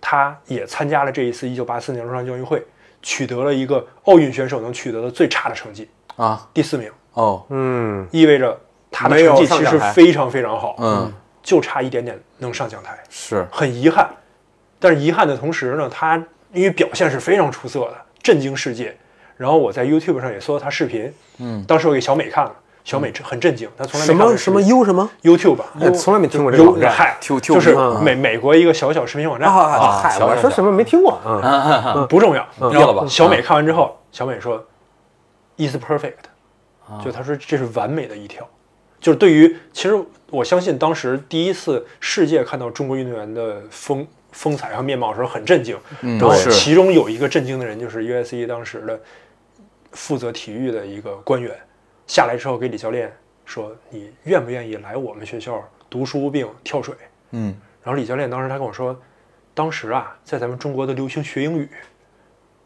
Speaker 2: 他也参加了这一次1984年洛杉矶奥运会，取得了一个奥运选手能取得的最差的成绩，
Speaker 3: 啊
Speaker 2: 第四名，
Speaker 3: 哦
Speaker 1: 嗯，
Speaker 2: 意味着他的
Speaker 1: 没有
Speaker 2: 成绩
Speaker 1: 上
Speaker 2: 其实
Speaker 1: 讲台
Speaker 2: 非常非常好，
Speaker 3: 嗯，
Speaker 2: 就差一点点能上讲台。
Speaker 3: 是
Speaker 2: 很遗憾。但是遗憾的同时呢，他因为表现是非常出色的，震惊世界。然后我在 YouTube 上也搜到他视频，嗯，当时我给小美看了，小美很震惊，她从
Speaker 1: 嗯
Speaker 2: 来没
Speaker 1: 什
Speaker 2: 看
Speaker 1: 么
Speaker 2: 过这视
Speaker 1: 什么
Speaker 2: 频
Speaker 1: U 什么
Speaker 2: YouTube，吧
Speaker 1: 哎从来没听过这个
Speaker 2: U
Speaker 1: 网站
Speaker 2: 嗨，
Speaker 3: Q-
Speaker 2: 就是
Speaker 1: 嗯
Speaker 2: 美美国一个小小视频网站，
Speaker 1: 啊？嗨，
Speaker 3: 小
Speaker 1: 我
Speaker 3: 小
Speaker 1: 说
Speaker 3: 小
Speaker 1: 什么没听过啊？
Speaker 2: 不重要，
Speaker 3: 嗯
Speaker 2: 然后
Speaker 3: 掉了吧
Speaker 2: 小美看完之后，小美说，is perfect，就
Speaker 3: 啊
Speaker 2: 她说这是完美的一条，就是对于其实我相信当时第一次世界看到中国运动员的风风采和面貌的时候很震惊，然后
Speaker 3: 嗯是
Speaker 2: 其中有一个震惊的人就是 U.S.E 当时的负责体育的一个官员，下来之后给李教练说，你愿不愿意来我们学校读书并跳水？
Speaker 3: 嗯
Speaker 2: 然后李教练当时他跟我说，当时啊，在咱们中国都流行学英语，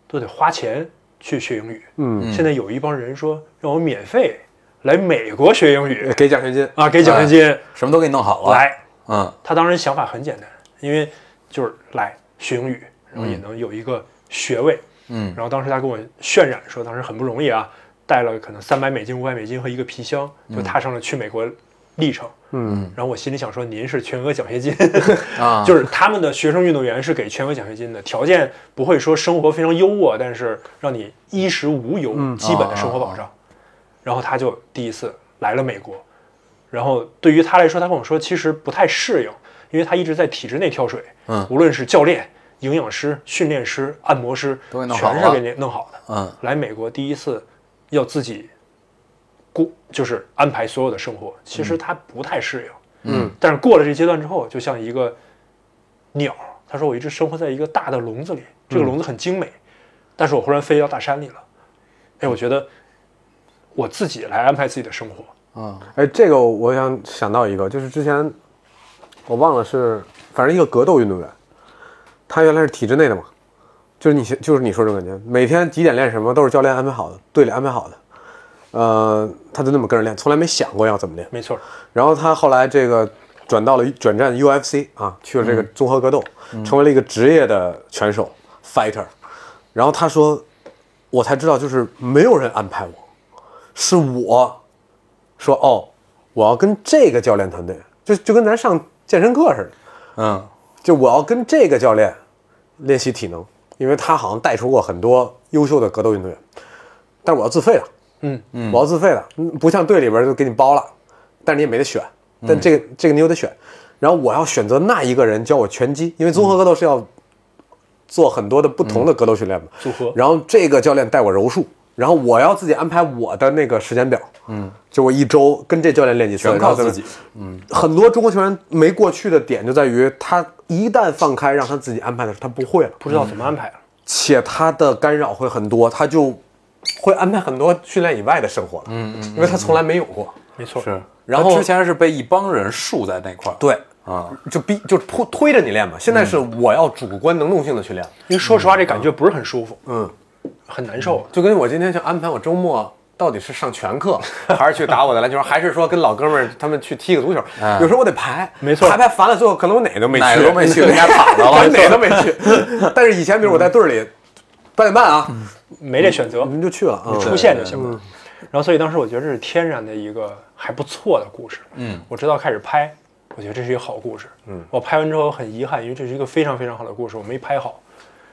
Speaker 2: 都得花钱去学英语。
Speaker 1: 嗯，
Speaker 2: 现在有一帮人说让我免费来美国学英语
Speaker 1: 给奖学金，
Speaker 2: 啊，给奖学金、
Speaker 3: 什么都给你弄好了。，
Speaker 2: 来。
Speaker 3: 嗯
Speaker 2: 他当时想法很简单，因为就是来学英语，然后也能有一个学位。
Speaker 3: 嗯
Speaker 2: 然后当时他跟我渲染说，当时很不容易啊，带了可能三百美金、五百美金和一个皮箱，
Speaker 3: 嗯
Speaker 2: 就踏上了去美国历程。
Speaker 1: 嗯，
Speaker 2: 然后我心里想说，您是全额奖学金，
Speaker 3: 啊，
Speaker 2: 就是他们的学生运动员是给全额奖学金的，条件不会说生活非常优渥，但是让你衣食无忧，
Speaker 3: 嗯
Speaker 2: 基
Speaker 3: 哦
Speaker 2: 本的生活保障。然后他就第一次来了美国，然后对于他来说，他跟我说其实不太适应，因为他一直在体制内跳水，
Speaker 3: 嗯
Speaker 2: 无论是教练、营养师、训练师、按摩师，
Speaker 3: 都给弄好
Speaker 2: 全
Speaker 3: 了
Speaker 2: 是给你弄好的。
Speaker 3: 嗯
Speaker 2: 来美国第一次要自己过，就是安排所有的生活，其实他不太适应。
Speaker 1: 嗯，
Speaker 2: 但是过了这阶段之后，就像一个鸟，他说我一直生活在一个大的笼子里，这
Speaker 3: 嗯
Speaker 2: 个笼子很精美，但是我忽然飞到大山里了，哎，我觉得我自己来安排自己的生活，
Speaker 3: 嗯
Speaker 1: 哎，这个我想想到一个，就是之前我忘了是，反正一个格斗运动员，他原来是体制内的嘛，就是你就是你说这种感觉，每天几点练什么都是教练安排好的，队里安排好的，呃，他就那么跟着练，从来没想过要怎么练。
Speaker 2: 没错，
Speaker 1: 然后他后来这个转到了转战 UFC 啊，去了这个综合格斗，成为了一个职业的拳手 fighter。然后他说，我才知道，就是没有人安排我，是我说哦，我要跟这个教练团队，就就跟咱上健身课似的，
Speaker 3: 嗯
Speaker 1: 就我要跟这个教练练习体能，因为他好像带出过很多优秀的格斗运动员，但是我要自费的，
Speaker 2: 嗯
Speaker 1: 嗯，我要自费的，嗯不像队里边就给你包了，但是你也没得选，
Speaker 2: 嗯
Speaker 1: 但这个、这个你又得选，然后我要选择那一个人教我拳击，因为综合格斗是要做很多的不同的格斗训练嘛。
Speaker 2: 嗯组合，
Speaker 1: 然后这个教练带我柔术，然后我要自己安排我的那个时间表，嗯，就我一周跟这教练练几次，
Speaker 3: 全
Speaker 1: 然
Speaker 3: 靠
Speaker 1: 后再嗯
Speaker 3: 自己。
Speaker 1: 很多中国球员没过去的点就在于，他一旦放开让他自己安排的时候，他不会了，
Speaker 2: 不知道怎么安排了。
Speaker 1: 且他的干扰会很多，他就会安排很多训练以外的生活了，嗯嗯，因为他从来没有过，
Speaker 2: 没错，
Speaker 3: 是，
Speaker 1: 然后
Speaker 3: 他之前是被一帮人束在那块儿，
Speaker 1: 对，
Speaker 3: 啊，
Speaker 1: 就逼就推推着你练嘛，现在是我要主观能动性的去练，
Speaker 2: 因为说实话，这感觉不是很舒服，
Speaker 1: 嗯，
Speaker 2: 很难受。
Speaker 1: 就跟我今天想安排我周末。到底是上全课，还是去打我的篮球，还是说跟老哥们儿他们去踢个足球？有时候我得排，
Speaker 2: 没错
Speaker 1: 排排烦了，最后可能我 哪个都没去，
Speaker 3: 哪个都没去，人家躺着
Speaker 1: 我
Speaker 3: 了，
Speaker 1: 哪都没去。 但是以前，比如我在队儿里八点半啊，
Speaker 2: 没这选择
Speaker 1: 你，们就去了啊。
Speaker 2: 出现就行了。然后，所以当时我觉得这是天然的一个还不错的故事。嗯，我直到开始拍，我觉得这是一个好故事。嗯，我拍完之后很遗憾，因为这是一个非常非常好的故事，我没拍好。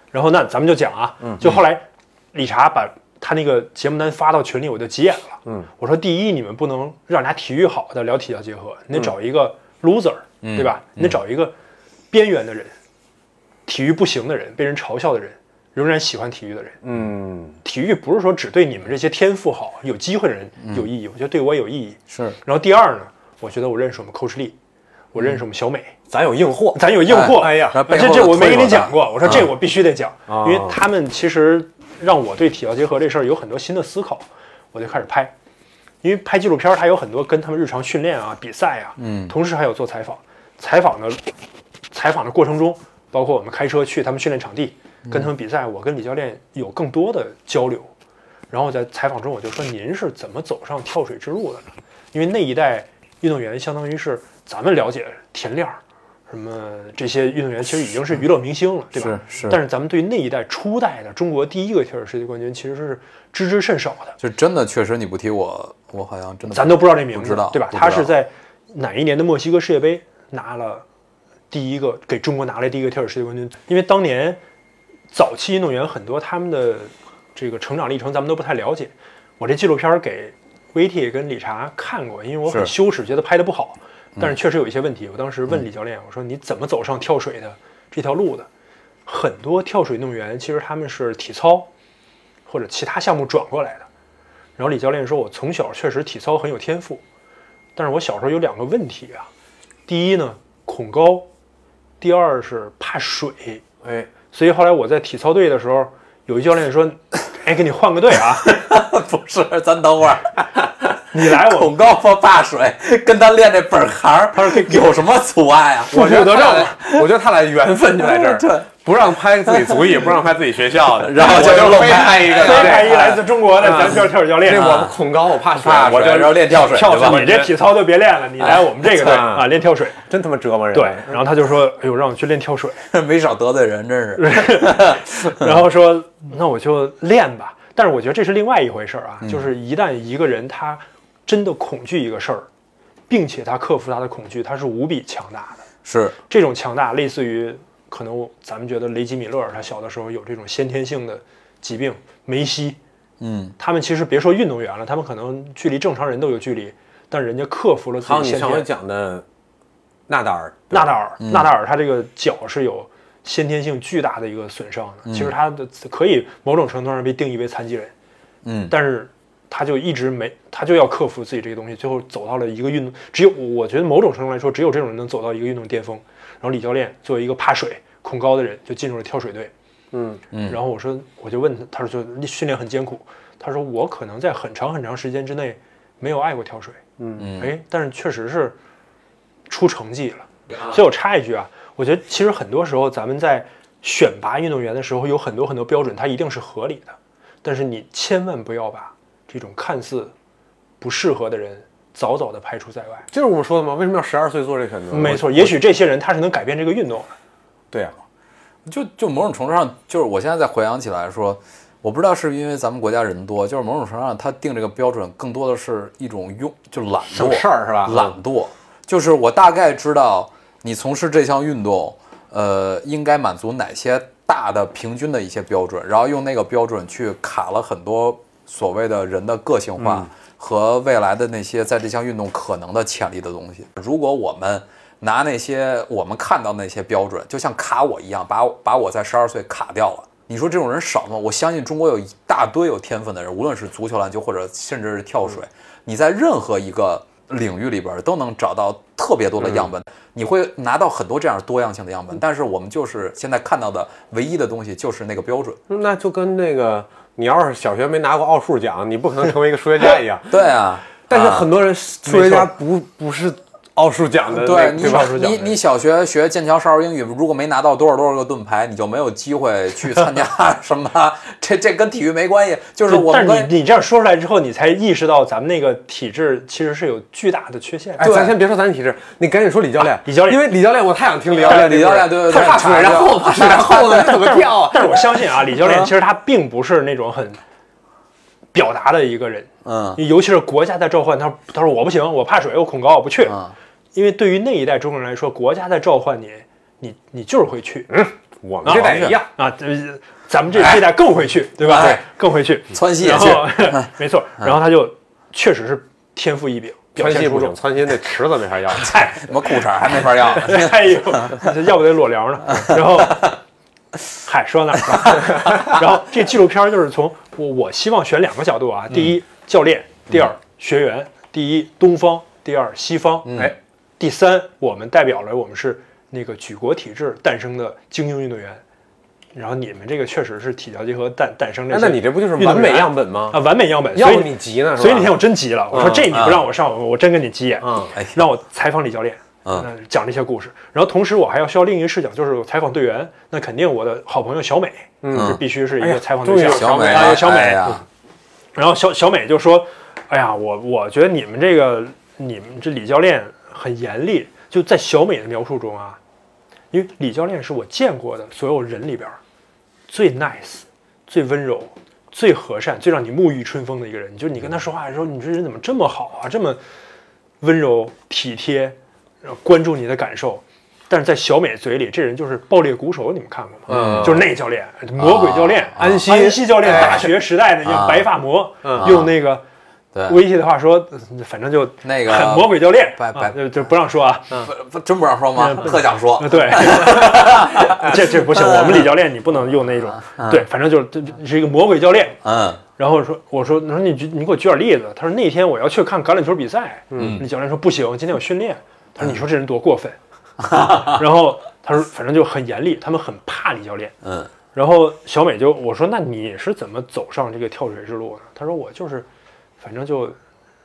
Speaker 2: 然后那咱们就讲啊，就后来理查把他那个节目单发到群里，我就急眼了。嗯，我说第一，你们不能让人家体育好的聊体教结合，你得找一个 loser，、对吧？你得找一个边缘的人，体育不行的人，被人嘲笑的人，仍然喜欢体育的人。
Speaker 1: 嗯，
Speaker 2: 体育不是说只对你们这些天赋好、有机会的人有意义，我觉得对我有意义。
Speaker 3: 是
Speaker 2: 然后第二呢，我觉得我认识我们 Coach Lee，我认识我们小美，
Speaker 1: 咱有硬货，
Speaker 2: 咱有硬货。
Speaker 1: 哎哎呀
Speaker 2: 啊
Speaker 3: 背
Speaker 2: 这
Speaker 3: 后
Speaker 2: 这
Speaker 3: 的
Speaker 2: 我没
Speaker 3: 推
Speaker 2: 跟你
Speaker 3: 我
Speaker 2: 讲
Speaker 3: 的
Speaker 2: 过，我说这我必须得讲，
Speaker 3: 哦
Speaker 1: 啊
Speaker 2: 因为他们其实让我对体校结合这事儿有很多新的思考，我就开始拍。因为拍纪录片，它有很多跟他们日常训练啊、比赛啊，嗯，同时还有做采访。采访的采访的过程中，包括我们开车去他们训练场地，
Speaker 3: 嗯
Speaker 2: 跟他们比赛，我跟李教练有更多的交流。然后我在采访中我就说：“您是怎么走上跳水之路的呢？”因为那一代运动员相当于是咱们了解田亮儿什么这些运动员，其实已经是娱乐明星了，对吧？
Speaker 3: 是是
Speaker 2: 但是咱们对那一代初代的中国第一个跳水世界冠军其实是知之甚少的。
Speaker 3: 就真的确实你不提我，我好像真的
Speaker 2: 咱都不知道这名字，
Speaker 3: 不知道
Speaker 2: 对吧？
Speaker 3: 不知道
Speaker 2: 他是在哪一年的墨西哥世界杯拿了第一个给中国拿了第一个跳水世界冠军？因为当年早期运动员很多，他们的这个成长历程咱们都不太了解。我这纪录片给 VT 跟理查看过，因为我很
Speaker 3: 是
Speaker 2: 羞耻，觉得拍的不好，
Speaker 3: 嗯
Speaker 2: 但是确实有一些问题。我当时问李教练，我说你怎么走上跳水的这条路的？很多跳水运动员其实他们是体操或者其他项目转过来的。然后李教练说，我从小确实体操很有天赋，但是我小时候有两个问题啊，第一呢恐高，第二是怕水。
Speaker 1: 哎，
Speaker 2: 所以后来我在体操队的时候，有一教练说：“ 哎，给你换个队 啊，
Speaker 3: 不 是，咱等会儿，
Speaker 2: 你来我
Speaker 3: 恐高不怕水，跟他练这本行儿，他说有什么阻碍 啊？
Speaker 1: 我觉得
Speaker 2: 有得
Speaker 1: 他
Speaker 2: 照
Speaker 1: 俩， 我觉得他俩缘分就在这
Speaker 3: 对
Speaker 1: 儿，不让拍自己足艺，不让拍自己学校的，
Speaker 3: 然后
Speaker 1: 我
Speaker 3: 就
Speaker 1: 就
Speaker 3: 愣
Speaker 1: 非
Speaker 3: 拍
Speaker 1: 拍一个，
Speaker 2: 非拍一来自中国的
Speaker 1: 啊
Speaker 2: 咱跳跳水教
Speaker 1: 对。
Speaker 2: 练
Speaker 1: 这我
Speaker 2: 啊。
Speaker 1: 不 恐高，我怕水，
Speaker 3: 怕水
Speaker 1: 我
Speaker 3: 然后
Speaker 1: 就
Speaker 3: 练跳水
Speaker 1: 跳
Speaker 3: 去吧
Speaker 1: 水，
Speaker 2: 你这体操就别练了，你来我们这个队
Speaker 1: 啊
Speaker 2: 啊，练跳水。
Speaker 1: 真他妈折磨人。
Speaker 2: 对，然后他就说：“哎呦，让我去练 跳水。
Speaker 3: 没少得罪人，真是。”
Speaker 2: 然后说：“那我就练吧。”但是我觉得这是另外一回事儿
Speaker 1: 嗯
Speaker 2: 啊，就是一旦一个人他真的恐惧一个事儿，并且他克服他的恐惧，他是无比强大的。
Speaker 3: 是
Speaker 2: 这种强大类似于可能咱们觉得雷吉米勒尔他小的时候有这种先天性的疾病，梅西，
Speaker 3: 嗯，
Speaker 2: 他们其实别说运动员了，他们可能距离正常人都有距离，但人家克服了自
Speaker 1: 还有
Speaker 2: 己
Speaker 1: 你
Speaker 2: 先
Speaker 1: 上回
Speaker 2: 天。
Speaker 1: 讲的纳达尔，
Speaker 2: 纳达尔，纳达尔他这个脚是有先天性巨大的一个损伤的，其实他的可以某种程度上被定义为残疾人，
Speaker 3: 嗯
Speaker 2: 但是。他就一直没，他就要克服自己这个东西，最后走到了一个运动，只有我觉得某种程度来说，只有这种人能走到一个运动巅峰。然后李教练作为一个怕水、恐高的人，就进入了跳水队。
Speaker 1: 嗯，
Speaker 2: 然后我说，我就问他，他说就训练很艰苦。他说我可能在很长很长时间之内没有爱过跳水，嗯，哎，但是确实是出成绩了。所以我插一句啊，我觉得其实很多时候咱们在选拔运动员的时候，有很多很多标准，它一定是合理的，但是你千万不要把这种看似不适合的人早早的排除在外。
Speaker 1: 就是我们说的嘛，为什么要十二岁做这个选择？
Speaker 2: 没错，也许这些人他是能改变这个运动的。
Speaker 1: 对啊，
Speaker 3: 就就某种程度上，就是我现在再回想起来说，我不知道是因为咱们国家人多，就是某种程度上，他定这个标准更多的是一种用，就懒
Speaker 1: 省
Speaker 3: 惰
Speaker 1: 事儿是吧？
Speaker 3: 懒惰，就是我大概知道你从事这项运动，呃，应该满足哪些大的平均的一些标准，然后用那个标准去卡了很多所谓的人的个性化和未来的那些在这项运动可能的潜力的东西。如果我们拿那些我们看到的那些标准，就像卡我一样，把我把我在十二岁卡掉了。你说这种人少吗？我相信中国有一大堆有天分的人，无论是足球、篮球，或者甚至是跳水，你在任何一个领域里边儿都能找到特别多的样本，你会拿到很多这样多样性的样本。但是我们就是现在看到的唯一的东西就是那个标准。
Speaker 1: 嗯那就跟那个你要是小学没拿过奥数奖，你不可能成为一个数学家一样。
Speaker 3: 对啊，
Speaker 1: 但是
Speaker 3: 啊
Speaker 1: 很多人数学家不不是奥数奖呃的那，
Speaker 3: 对
Speaker 1: 对吧？
Speaker 3: 你你你小学学剑桥少儿英语，如果没拿到多少多少个盾牌，你就没有机会去参加什么。这这跟体育没关系，就是我
Speaker 2: 但
Speaker 3: 们
Speaker 2: 是
Speaker 3: 跟
Speaker 2: 你你这样说出来之后，你才意识到咱们那个体制其实是有巨大的缺陷。
Speaker 1: 哎，
Speaker 3: 对
Speaker 1: 咱先别说咱体制，你赶紧说李教练。
Speaker 2: 李教练
Speaker 1: 因为李教练，我太想听李教练这
Speaker 3: 李教
Speaker 1: 故事
Speaker 3: 练对对对
Speaker 1: 他怕水，
Speaker 3: 查
Speaker 1: 然
Speaker 3: 掉
Speaker 1: 后怕水， 然后呢？怎么跳 啊？
Speaker 2: 但是我相信啊，李教
Speaker 3: 嗯
Speaker 2: 练其实他并不是那种很表达的一个人，
Speaker 3: 嗯
Speaker 2: 尤其是国家在召唤他，他说我不行，我怕水，我恐高，我不去。
Speaker 3: 嗯
Speaker 2: 因为对于那一代中国人来说，国家在召唤你，你你就是会去。嗯，
Speaker 1: 我们这代也一样，
Speaker 2: 啊，呃咱们这这代更会去，对吧？
Speaker 3: 哎，
Speaker 2: 更会去。
Speaker 3: 窜稀也
Speaker 2: 然
Speaker 3: 去， 嗯
Speaker 2: 后没错，然后他就确实是天赋异禀，表
Speaker 1: 川
Speaker 2: 现
Speaker 1: 西
Speaker 2: 出
Speaker 1: 不
Speaker 2: 众
Speaker 1: 行，。川西那池子没法要。
Speaker 2: 哎，
Speaker 3: 什么裤衩还没法要呢。
Speaker 2: 哎呦，要不得裸聊呢。然后，嗨，说到哪儿了？ 然后这纪录片儿就是从我我希望选两个角度啊，第
Speaker 1: 嗯
Speaker 2: 一教练，第二学员，第一东方，第二西方，
Speaker 1: 嗯
Speaker 2: 哎，第三我们代表了我们是那个举国体制诞生的精英运动员。然后你们这个确实是体教结合诞诞生这
Speaker 1: 哎
Speaker 2: 些
Speaker 1: 那你这不就是完美样本吗
Speaker 2: 啊？完美样本，
Speaker 1: 要
Speaker 2: 所以
Speaker 1: 不你急呢？是吧
Speaker 2: 所以那天我真急了，我说
Speaker 1: 嗯
Speaker 2: 这你不让我上，我我真跟你急眼。
Speaker 1: 嗯
Speaker 3: 哎
Speaker 2: 让我采访李教练，
Speaker 3: 嗯
Speaker 2: 那讲这些故事。然后同时我还要需要另一个视角，就是我采访队员。那肯定我的好朋友小美，是必须是一
Speaker 1: 哎
Speaker 2: 个
Speaker 1: 呀
Speaker 2: 采访
Speaker 1: 终
Speaker 2: 对
Speaker 1: 于
Speaker 2: 象。
Speaker 1: 有
Speaker 3: 嗯小美，
Speaker 2: 啊，有小美。
Speaker 3: 哎呀，
Speaker 2: 然后小小美就说：“哎呀，我我觉得你们这个你们这李教练很严厉。”就在小美的描述中啊，因为李教练是我见过的所有人里边儿最 nice、最温柔、最和善、最让你沐浴春风的一个人。就是你
Speaker 3: 嗯
Speaker 2: 跟他说话的时候，你这人怎么这么好啊，这么温柔体贴，然后关注你的感受。但是在小美嘴里，这人就是爆裂鼓手，你们看过吗？
Speaker 1: 嗯
Speaker 2: 就是那教练，魔鬼教练，
Speaker 3: 啊
Speaker 1: 安西
Speaker 2: 安西教练，大学时代的那个白发魔，用那个
Speaker 3: 嗯啊对，
Speaker 2: 威胁的话说，嗯反正就
Speaker 3: 那个
Speaker 2: 很魔鬼教练，
Speaker 3: 白白
Speaker 2: 啊就就不让说啊，
Speaker 3: 不不真不让说吗？特想说
Speaker 2: 啊， 对，这这不行，我们李教练你不能用那种，对，反正就是这这是一个魔鬼教练。
Speaker 3: 嗯
Speaker 2: 然后说，我说，你说你举你给我举点例子。他说那天我要去看橄榄球比赛，嗯，李教练说不行，今天有训练。他说你说这人多过分， 然后他说反正就很严厉，他们很怕李教练，
Speaker 3: 嗯
Speaker 2: 然后小美就我说：“那你是怎么走上这个跳水之路呢？”她说：“我就是，反正就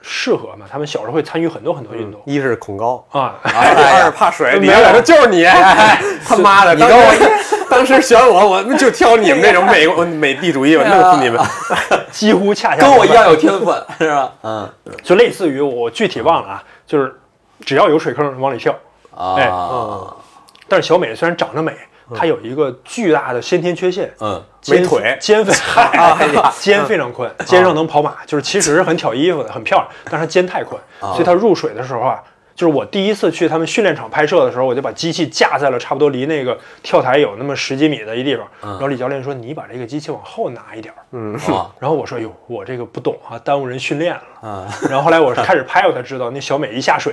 Speaker 2: 适合嘛。他们小时候会参与很多很多运动、
Speaker 1: 一是恐高，
Speaker 2: 啊。
Speaker 3: 哎呀，
Speaker 1: 怕水。
Speaker 2: 没
Speaker 1: 李
Speaker 2: 有
Speaker 1: 教练说就是你，哎他妈的，
Speaker 3: 你
Speaker 1: 当
Speaker 3: 跟
Speaker 1: 时 当时选我，我就挑你们这种美国美帝主义，我弄死你们。
Speaker 2: 几乎恰恰
Speaker 3: 跟我一
Speaker 2: 相
Speaker 3: 样有天分是吧？嗯
Speaker 2: 反，就类似于我具体忘了啊，就是只要有水坑往里跳。哎
Speaker 3: 啊，
Speaker 1: 嗯，
Speaker 2: 但是小美虽然长得美，她有一个巨大的先天缺陷，
Speaker 3: 嗯，啊
Speaker 1: 没
Speaker 2: 肩
Speaker 1: 腿
Speaker 2: 肩非
Speaker 3: 哎
Speaker 2: 嗨 肩非常宽，肩上能跑马，就是其实是很挑衣服的，很漂亮，
Speaker 3: 嗯
Speaker 2: 但是她肩太宽，所以她入水的时候啊，就是我第一次去他们训练场拍摄的时候，我就把机器架在了差不多离那个跳台有那么十几米的一地方，
Speaker 3: 嗯
Speaker 2: 然后李教练说你把这个机器往后拿一点儿，嗯
Speaker 3: 哇
Speaker 2: 然后我说：“哟，我这个不懂啊，耽误人训练了。”
Speaker 3: 嗯
Speaker 2: 然后后来我开始拍，我才知道那小美一下水，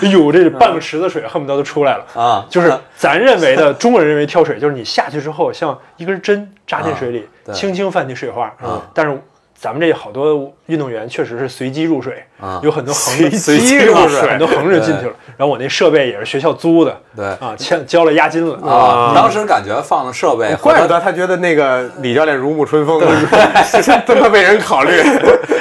Speaker 2: 哎呦，这半个池子水恨不得都出来了
Speaker 3: 啊
Speaker 2: 就是咱认为的中国人认为跳水，就是你下去之后像一根针扎进水里，
Speaker 3: 啊
Speaker 2: 轻轻泛起水花。啊但是咱们这好多运动员确实是随机入水，有很多横着
Speaker 3: 啊 随机入水
Speaker 2: 很多横着进去了。然后我那设备也是学校租的，
Speaker 3: 对
Speaker 2: 啊，签交了押金了
Speaker 3: 啊，当时感觉放的设备和
Speaker 1: 怪不
Speaker 3: 他
Speaker 1: 得他觉得那个李教练如沐春风， 这么为人考 虑，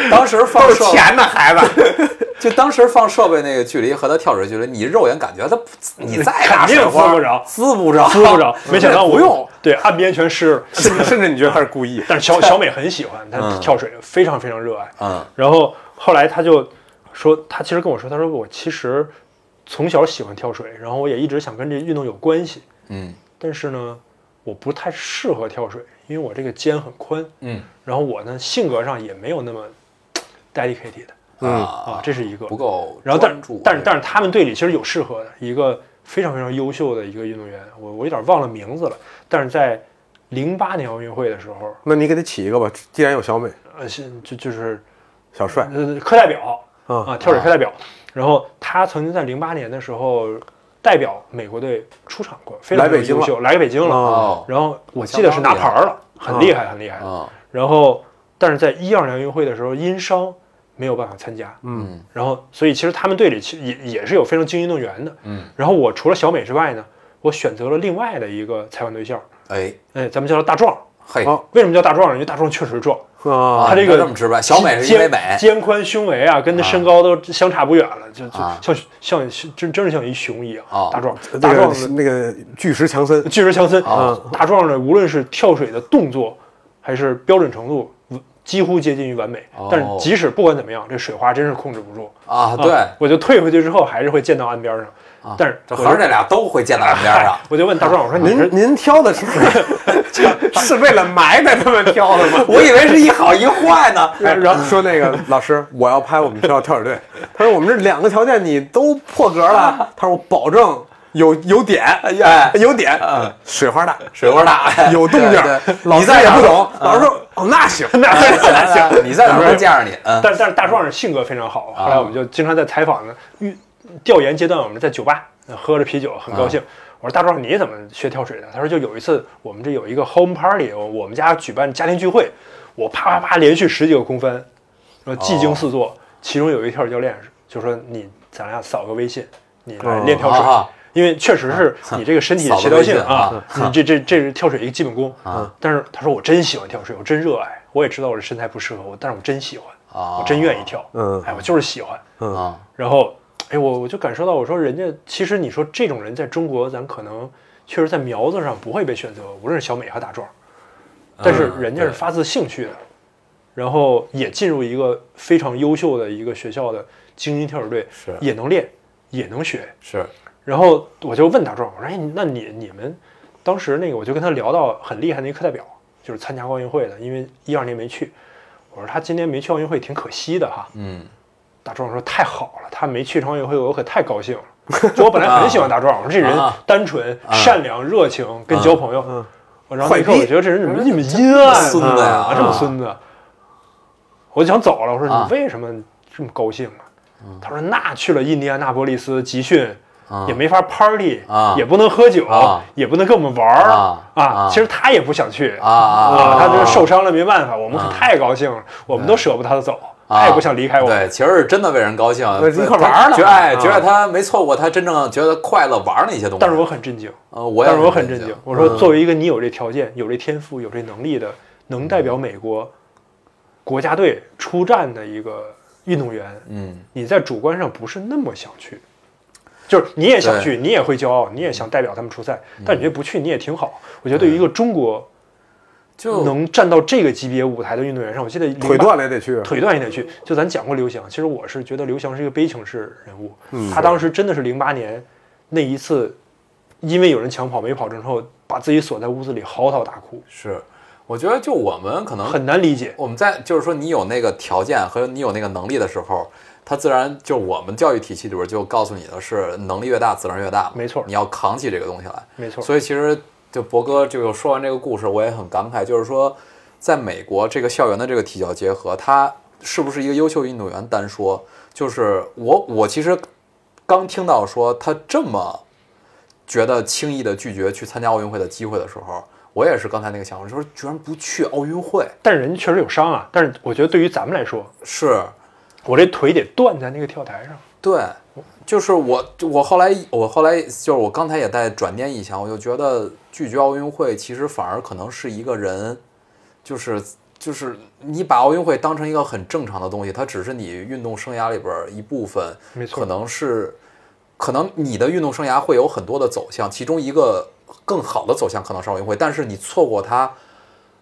Speaker 3: 当时放
Speaker 1: 都是
Speaker 3: 设备。
Speaker 1: 钱的孩子。
Speaker 3: 就当时放设备那个距离和他跳水距离，你肉眼感觉他不，你再大
Speaker 2: 肯定
Speaker 3: 水花
Speaker 2: 滋不着
Speaker 3: 滋不着，
Speaker 2: 滋不着， 没想到我
Speaker 3: 不用，
Speaker 2: 对岸边全湿了。
Speaker 1: 甚至甚至你觉得他是故意？
Speaker 2: 但 是小小美很喜欢，她跳水非常非常热爱。
Speaker 3: 嗯
Speaker 2: 然后后来她就说，她其实跟我说，她说我其实从小喜欢跳水，然后我也一直想跟这运动有关系，
Speaker 3: 嗯
Speaker 2: 但是呢，我不太适合跳水，因为我这个肩很宽，
Speaker 3: 嗯
Speaker 2: 然后我呢性格上也没有那么 dedicated 啊
Speaker 3: 啊，，
Speaker 2: 这是一个
Speaker 3: 不够
Speaker 2: 然后但
Speaker 3: 专注，
Speaker 2: 但是但是他们队里其实有适合的一个非常非常优秀的一个运动员，我我有点忘了名字了，但是在零八年奥运会的时候，
Speaker 1: 那你给他起一个吧，既然有小美、
Speaker 2: 呃，是就就是
Speaker 1: 小帅，
Speaker 2: 呃课代表
Speaker 1: 啊
Speaker 2: 啊，跳水课代表。然后他曾经在零八年的时候代表美国队出场过，非
Speaker 1: 来
Speaker 2: 常
Speaker 1: 北京
Speaker 2: 优秀，来北京了。
Speaker 1: 哦
Speaker 2: 然后我记得是拿牌儿了，很厉害，很厉害。
Speaker 3: 啊，
Speaker 2: 然后，但是在一二年奥运会的时候，因伤没有办法参加。
Speaker 1: 嗯，
Speaker 2: 然后，所以其实他们队里其实也也是有非常精英运动员的。
Speaker 3: 嗯，
Speaker 2: 然后我除了小美之外呢，我选择了另外的一个采访对象，
Speaker 3: 哎，
Speaker 2: 哎，咱们叫他大壮。
Speaker 3: 嘿，
Speaker 1: 好
Speaker 2: 为什么叫大壮呢？因为大壮确实壮，
Speaker 1: 啊
Speaker 3: 啊
Speaker 2: 他这
Speaker 3: 你就
Speaker 2: 个
Speaker 3: 这么直白，小美是因为美
Speaker 2: 肩，肩宽胸围啊，跟他身高都相差不远了，就就
Speaker 3: 啊
Speaker 2: 像像真真是像一熊一样
Speaker 3: 哦。
Speaker 2: 大壮，
Speaker 1: 那
Speaker 2: 大壮
Speaker 1: 个那个巨石强森，
Speaker 2: 巨石强森
Speaker 3: 哦，
Speaker 2: 大壮呢，无论是跳水的动作还是标准程度，几乎接近于完美
Speaker 3: 哦。
Speaker 2: 但是即使不管怎么样，这水花真是控制不住。啊
Speaker 3: 啊，对，
Speaker 2: 我就退回去之后还是会溅到岸边上。但是
Speaker 3: 这
Speaker 2: 我就
Speaker 3: 合着这俩都会溅到岸边上。
Speaker 2: 我就问大壮，我说你
Speaker 1: 您
Speaker 2: 是
Speaker 1: 您挑的是 是为了埋汰他们挑的吗？
Speaker 3: 我以为是一好一坏呢。
Speaker 1: 然后说那 个老师，我要拍我们学校跳水队。他说我们这两个条件你都破格了。他说我保证有有点，
Speaker 3: 啊哎
Speaker 1: 有点，水花大，
Speaker 3: 水花大，哎
Speaker 1: 有动静
Speaker 3: 对啊对。
Speaker 1: 老
Speaker 3: 你
Speaker 1: 师
Speaker 3: 再
Speaker 1: 也不
Speaker 3: 打
Speaker 1: 懂，老师说哦那 行，
Speaker 2: 那是
Speaker 3: 来来来你再打算见着你， 嗯，
Speaker 2: 但但是大壮性格非常好，后来我们就经常在采访呢，遇调研阶段，我们在酒吧呃喝着啤酒，很高兴。我说大壮，你怎么学跳水的？他说就有一次我们这有一个 home party，我我们家举办家庭聚会，我啪啪啪连续十几个空翻，然后技惊四座。其中有一跳水教练就说你咱俩扫个微信，你来练跳水。
Speaker 3: 哦啊
Speaker 2: 因为确实是你这个身体的协调性啊，你这这这是跳水一个基本功啊。但是他说我真喜欢跳水，我真热爱，我也知道我的身材不适合我，但是我真喜欢，
Speaker 3: 哦
Speaker 2: 我真愿意跳，
Speaker 1: 嗯
Speaker 2: 哎，我就是喜欢。
Speaker 3: 啊，
Speaker 2: 然后，哎，我我就感受到，我说人家其实你说这种人在中国，咱可能确实在苗子上不会被选择，无论是小美和大壮，但是人家是发自兴趣的，然后也进入一个非常优秀的一个学校的精英跳水队，
Speaker 3: 是
Speaker 2: 也能练，也能学，
Speaker 3: 是
Speaker 2: 然后我就问大壮，我说：“哎，那你你们当时那个，我就跟他聊到很厉害的一个课代表，就是参加奥运会的，因为一二年没去。我说他今年没去奥运会挺可惜的哈。
Speaker 3: 嗯，
Speaker 2: 大壮说：“太好了，他没去成奥运会，我可太高兴了。就我本来很喜欢大壮，我说这人
Speaker 3: 啊
Speaker 2: 单纯、善良、热情，跟交朋友。我然后那一刻
Speaker 1: 坏逼
Speaker 2: 我觉得这人怎么这么阴暗啊，
Speaker 3: 孙子呀
Speaker 2: 这么孙子。我就想走了，我说
Speaker 3: 啊
Speaker 2: 你为什么这么高兴啊？他说那去了印第安纳波利斯集训，也没法 party，、
Speaker 3: 啊
Speaker 2: 也不能喝酒，
Speaker 3: 啊
Speaker 2: 也不能跟我们玩儿
Speaker 3: 啊啊
Speaker 2: 其实他也不想去
Speaker 3: 啊啊，
Speaker 2: 他就是受伤了，没办法，我们可太高兴了，我们都舍不得他走，
Speaker 3: 啊
Speaker 2: 他也不想离开我们。
Speaker 3: 对，其实是真的为人高兴，啊
Speaker 1: 对一块玩儿了
Speaker 3: 觉得哎，
Speaker 1: 啊
Speaker 3: 觉得他没错过他真正觉得快乐玩儿的一些东西。
Speaker 2: 但是我很震惊，
Speaker 3: 呃，我也
Speaker 2: 但是我很
Speaker 3: 震嗯
Speaker 2: 震惊。我说，作为一个你有这条件、有这天赋、有这能力的，能代
Speaker 3: 嗯
Speaker 2: 表美国国家队出战的一个运动员，
Speaker 3: 嗯，
Speaker 2: 你在主观上不是那么想去，就是你也想去，你也会骄傲，你也想代表他们出赛，但你
Speaker 3: 嗯
Speaker 2: 觉得不去你也挺好。我觉得对于一个中国
Speaker 3: 就
Speaker 2: 能站到这个级别舞台的运动员上，我记得08
Speaker 1: 腿断了也得去。
Speaker 2: 腿断也得去。就咱讲过刘翔，其实我是觉得刘翔是一个悲情式人物。
Speaker 3: 嗯
Speaker 2: 他当时真的是零八年那一次，因为有人抢跑没跑成后，把自己锁在屋子里嚎啕大哭，
Speaker 3: 是，哦我觉得就我们可能
Speaker 2: 很难理解。
Speaker 3: 我们在就是说，你有那个条件和你有那个能力的时候，他自然就我们教育体系里边就告诉你的是，能力越大，责任越大嘛。
Speaker 2: 没错
Speaker 3: 你要扛起这个东西来。
Speaker 2: 没错
Speaker 3: 所以其实就博哥就说完这个故事，我也很感慨，就是说，在美国这个校园的这个体教结合，他是不是一个优秀运动员单说，就是我我其实刚听到说他这么觉得轻易的拒绝去参加奥运会的机会的时候。我也是刚才那个想法，就是居然不去奥运会，
Speaker 2: 但是人确实有伤啊。但是我觉得对于咱们来说，
Speaker 3: 是
Speaker 2: 我这腿得断在那个跳台上。
Speaker 3: 对，就是我，我后来，我后来就是我刚才也在转念一想，我就觉得拒绝奥运会其实反而可能是一个人，就是就是你把奥运会当成一个很正常的东西，它只是你运动生涯里边儿一部分，
Speaker 2: 没错
Speaker 3: 可能是可能你的运动生涯会有很多的走向，其中一个更好的走向可能是奥运会，但是你错过它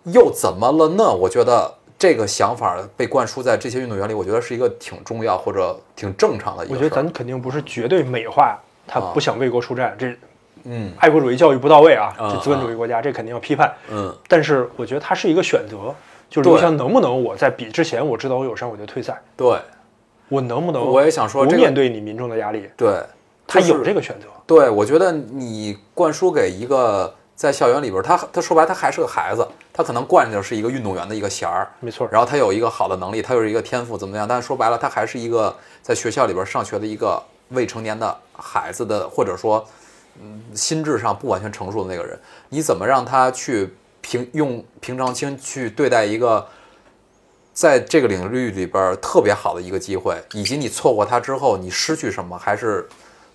Speaker 3: 又怎么了呢？我觉得。这个想法被灌输在这些运动员里，我觉得是一个挺重要或者挺正常的一个
Speaker 2: 我
Speaker 3: 事儿。
Speaker 2: 觉得咱肯定不是绝对美化他
Speaker 3: 啊
Speaker 2: 不想为国出战，这
Speaker 3: 嗯，
Speaker 2: 爱国主义教育不到位啊，
Speaker 3: 啊
Speaker 2: 这资本主义国家这肯定要批判。
Speaker 3: 嗯，
Speaker 2: 但是我觉得它是一个选择，就是
Speaker 3: 对
Speaker 2: 刘翔能不能我在比之前我知道我有伤我就退赛，
Speaker 3: 对
Speaker 2: 我能不能
Speaker 3: 我也想说
Speaker 2: 不
Speaker 3: 这个
Speaker 2: 面对你民众的压力，
Speaker 3: 对，
Speaker 2: 他
Speaker 3: 就是
Speaker 2: 有这个选择。
Speaker 3: 对，我觉得你灌输给一个在校园里边儿，他他说白了他还是个孩子，他可能惯着是一个运动员的一个弦儿，
Speaker 2: 没错
Speaker 3: 然后他有一个好的能力，他有一个天赋，怎么怎么样，但是说白了，他还是一个在学校里边儿上学的一个未成年的孩子的，或者说，嗯，心智上不完全成熟的那个人，你怎么让他去平用平常心去对待一个在这个领域里边儿特别好的一个机会，以及你错过它之后你失去什么，还是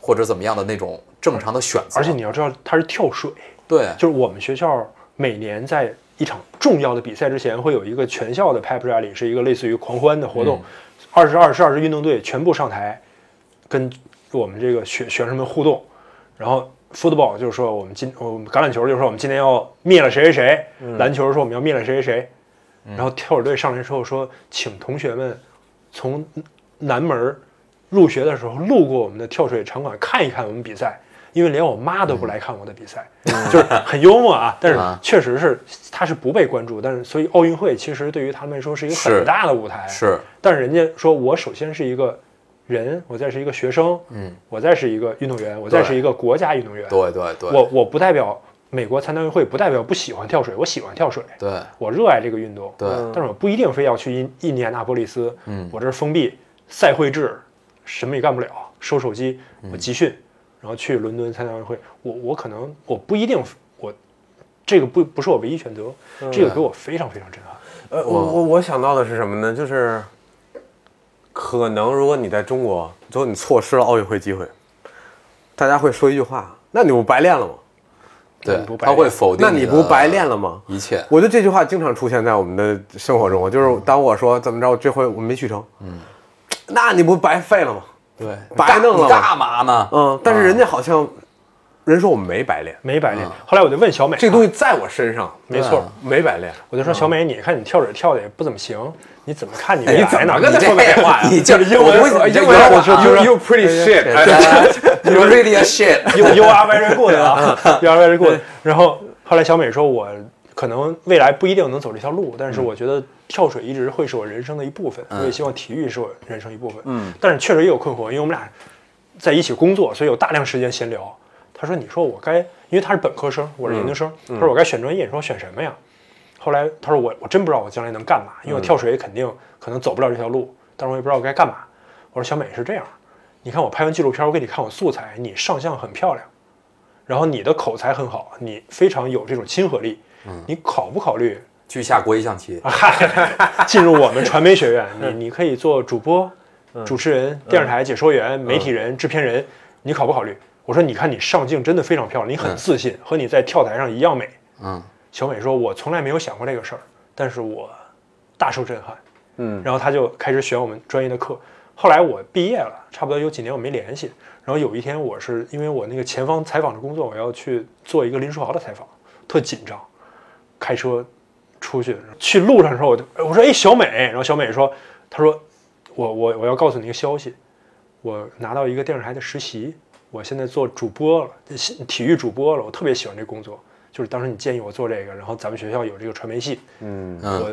Speaker 3: 或者怎么样的那种正常的选择？
Speaker 2: 而且你要知道，它是跳水，
Speaker 3: 对，
Speaker 2: 就是我们学校每年在一场重要的比赛之前，会有一个全校的 pep rally，是一个类似于狂欢的活动，
Speaker 3: 嗯
Speaker 2: 二十二十二支运动队全部上台，跟我们这个学学生们互动，然后 football 就是说我们今我们橄榄球就是说我们今天要灭了谁谁谁，
Speaker 3: 嗯
Speaker 2: 篮球说我们要灭了谁谁谁，然后跳水队上来之后说，请同学们从南门儿入学的时候路过我们的跳水场馆看一看我们比赛，因为连我妈都不来看我的比赛，就是很幽默 啊。但是
Speaker 3: 嗯啊
Speaker 2: 确实是他是不被关注，但是所以奥运会其实对于他们来说是一个
Speaker 3: 是
Speaker 2: 很大的舞台。
Speaker 3: 是
Speaker 2: 但是人家说我首先是一个人，我再是一个学生，嗯，我再是一个运动员，我再是一个国家运动员。
Speaker 3: 对对对，
Speaker 2: 我我不代表美国参奥运会，不代表不喜欢跳水，我喜欢跳水。
Speaker 3: 对
Speaker 2: 我热爱这个运动，
Speaker 3: 对
Speaker 2: 但是我不一定非要去印印第安纳波利斯，嗯，我这儿封闭赛会制，什么也干不了，收手机，
Speaker 1: 嗯
Speaker 2: 我集训，然后去伦敦参加奥运会，我我可能我不一定我这个不不是我唯一选择，这个给我非常非常震撼，
Speaker 1: 呃，我我我想到的是什么呢？就是可能如果你在中国，最后你错失了奥运会机会，大家会说一句话：“那你不白练了吗？
Speaker 3: 对
Speaker 2: 你不，白
Speaker 3: 他会否定
Speaker 1: 那你不白练了吗？”
Speaker 3: 一切，
Speaker 1: 我觉得这句话经常出现在我们的生活中，就是当我说怎么着，这回我没去成，嗯，那你不白费了吗？
Speaker 3: 对，
Speaker 1: 白弄了
Speaker 3: 你干嘛呢？
Speaker 1: 嗯，但是人家好像人说我没白练，
Speaker 2: 没白练。后来我就问小美，
Speaker 1: 嗯这个嗯东
Speaker 2: 西
Speaker 1: 西在我身上，
Speaker 2: 没错，
Speaker 1: 没白练。
Speaker 2: 我就说小美，你看你跳水跳的也不怎么行，你怎么看你未
Speaker 1: 哎你
Speaker 2: 来
Speaker 1: 怎
Speaker 2: 呢？
Speaker 1: 么跟他说
Speaker 2: 这
Speaker 1: 白话呀？
Speaker 3: 你这
Speaker 1: 就是英文，
Speaker 3: 我不你这
Speaker 1: 英文
Speaker 3: 有点
Speaker 1: 哎我说
Speaker 3: 啊哎
Speaker 1: you you pretty shit，哎
Speaker 3: You really a shit，
Speaker 2: You you are very good 啊，You are very good。然后后来小美说，我可能未来不一定能走这条路，但是我觉得跳水一直会是我人生的一部分，我也希望体育是我人生一部分。嗯，但是确实也有困惑，因为我们俩在一起工作，所以有大量时间闲聊。他说：“你说我该，因为他是本科生，我是研究生。他说我该选专业，你说我选什么呀？”后来他说我我真不知道我将来能干嘛，因为我跳水肯定可能走不了这条路，但是我也不知道我该干嘛。我说小美是这样，你看我拍完纪录片，我给你看我素材，你上相很漂亮，然后你的口才很好，你非常有这种亲和力，你考不考虑
Speaker 3: 去下国际象棋，
Speaker 2: 哎 进入我们传媒学院？你你可以做主播、主持人、电视台解说员、媒体人、制片人，你考不考虑？我说你看你上镜真的非常漂亮，你很自信，和你在跳台上一样美。
Speaker 3: 嗯，
Speaker 2: 小美说：“我从来没有想过这个事儿，但是我大受震撼。”
Speaker 1: 嗯，
Speaker 2: 然后她就开始选我们专业的课。后来我毕业了，差不多有几年我没联系。然后有一天，我是因为我那个前方采访的工作，我要去做一个林书豪的采访，特紧张，开车出去，去路上的时候，我就我说：“哎，小美。”然后小美说：“她说我我我要告诉你一个消息，我拿到一个电视台的实习，我现在做主播了，体育主播了，我特别喜欢这工作。就是当时你建议我做这个，然后咱们学校有这个传媒系，
Speaker 1: 嗯，
Speaker 3: 嗯，
Speaker 2: 我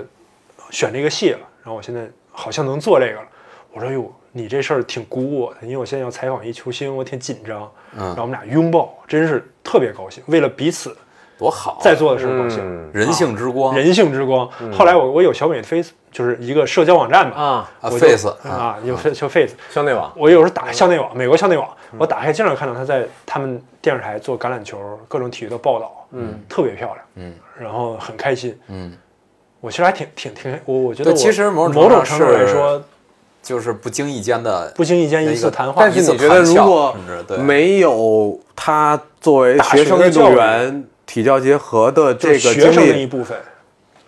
Speaker 2: 选这个系了，然后我现在好像能做这个了。我说哟，你这事儿挺鼓舞我的，因为我现在要采访一球星，我挺紧张。
Speaker 3: 嗯
Speaker 2: 然后我们俩拥抱，真是特别高兴，为了彼此
Speaker 3: 多好，啊
Speaker 2: 在座的事儿高兴。
Speaker 1: 嗯
Speaker 3: 人性之光，嗯
Speaker 2: 人性之光。后来我我有小美 Face，就是一个社交网站吧，
Speaker 1: 啊，
Speaker 3: 啊
Speaker 2: 我就
Speaker 3: ，face 啊，嗯
Speaker 2: 啊，有就 Face，
Speaker 1: 校内网，
Speaker 2: 我有时候打校内网，美国校内网，我打开经常看到他在他们电视台做橄榄球各种体育的报道，嗯，特别漂亮，嗯，然后很开心，
Speaker 3: 嗯，
Speaker 2: 我其实还挺挺挺，我我觉得
Speaker 3: 对
Speaker 2: 我
Speaker 3: 其实某
Speaker 2: 某
Speaker 3: 种程度上
Speaker 2: 程度来
Speaker 3: 是
Speaker 2: 说，
Speaker 3: 就是不经意间的，
Speaker 2: 不经意间一次谈话，
Speaker 1: 但是
Speaker 3: 一次
Speaker 1: 你觉得
Speaker 3: 谈
Speaker 1: 如
Speaker 3: 笑
Speaker 1: 果
Speaker 3: 甚至对
Speaker 1: 没有他作为
Speaker 2: 大
Speaker 1: 学生
Speaker 2: 学的
Speaker 1: 运动
Speaker 2: 教育
Speaker 1: 员、体教结合的
Speaker 2: 就
Speaker 1: 这
Speaker 2: 是
Speaker 1: 个
Speaker 2: 学生
Speaker 1: 经
Speaker 2: 的一
Speaker 1: 历，
Speaker 2: 部分，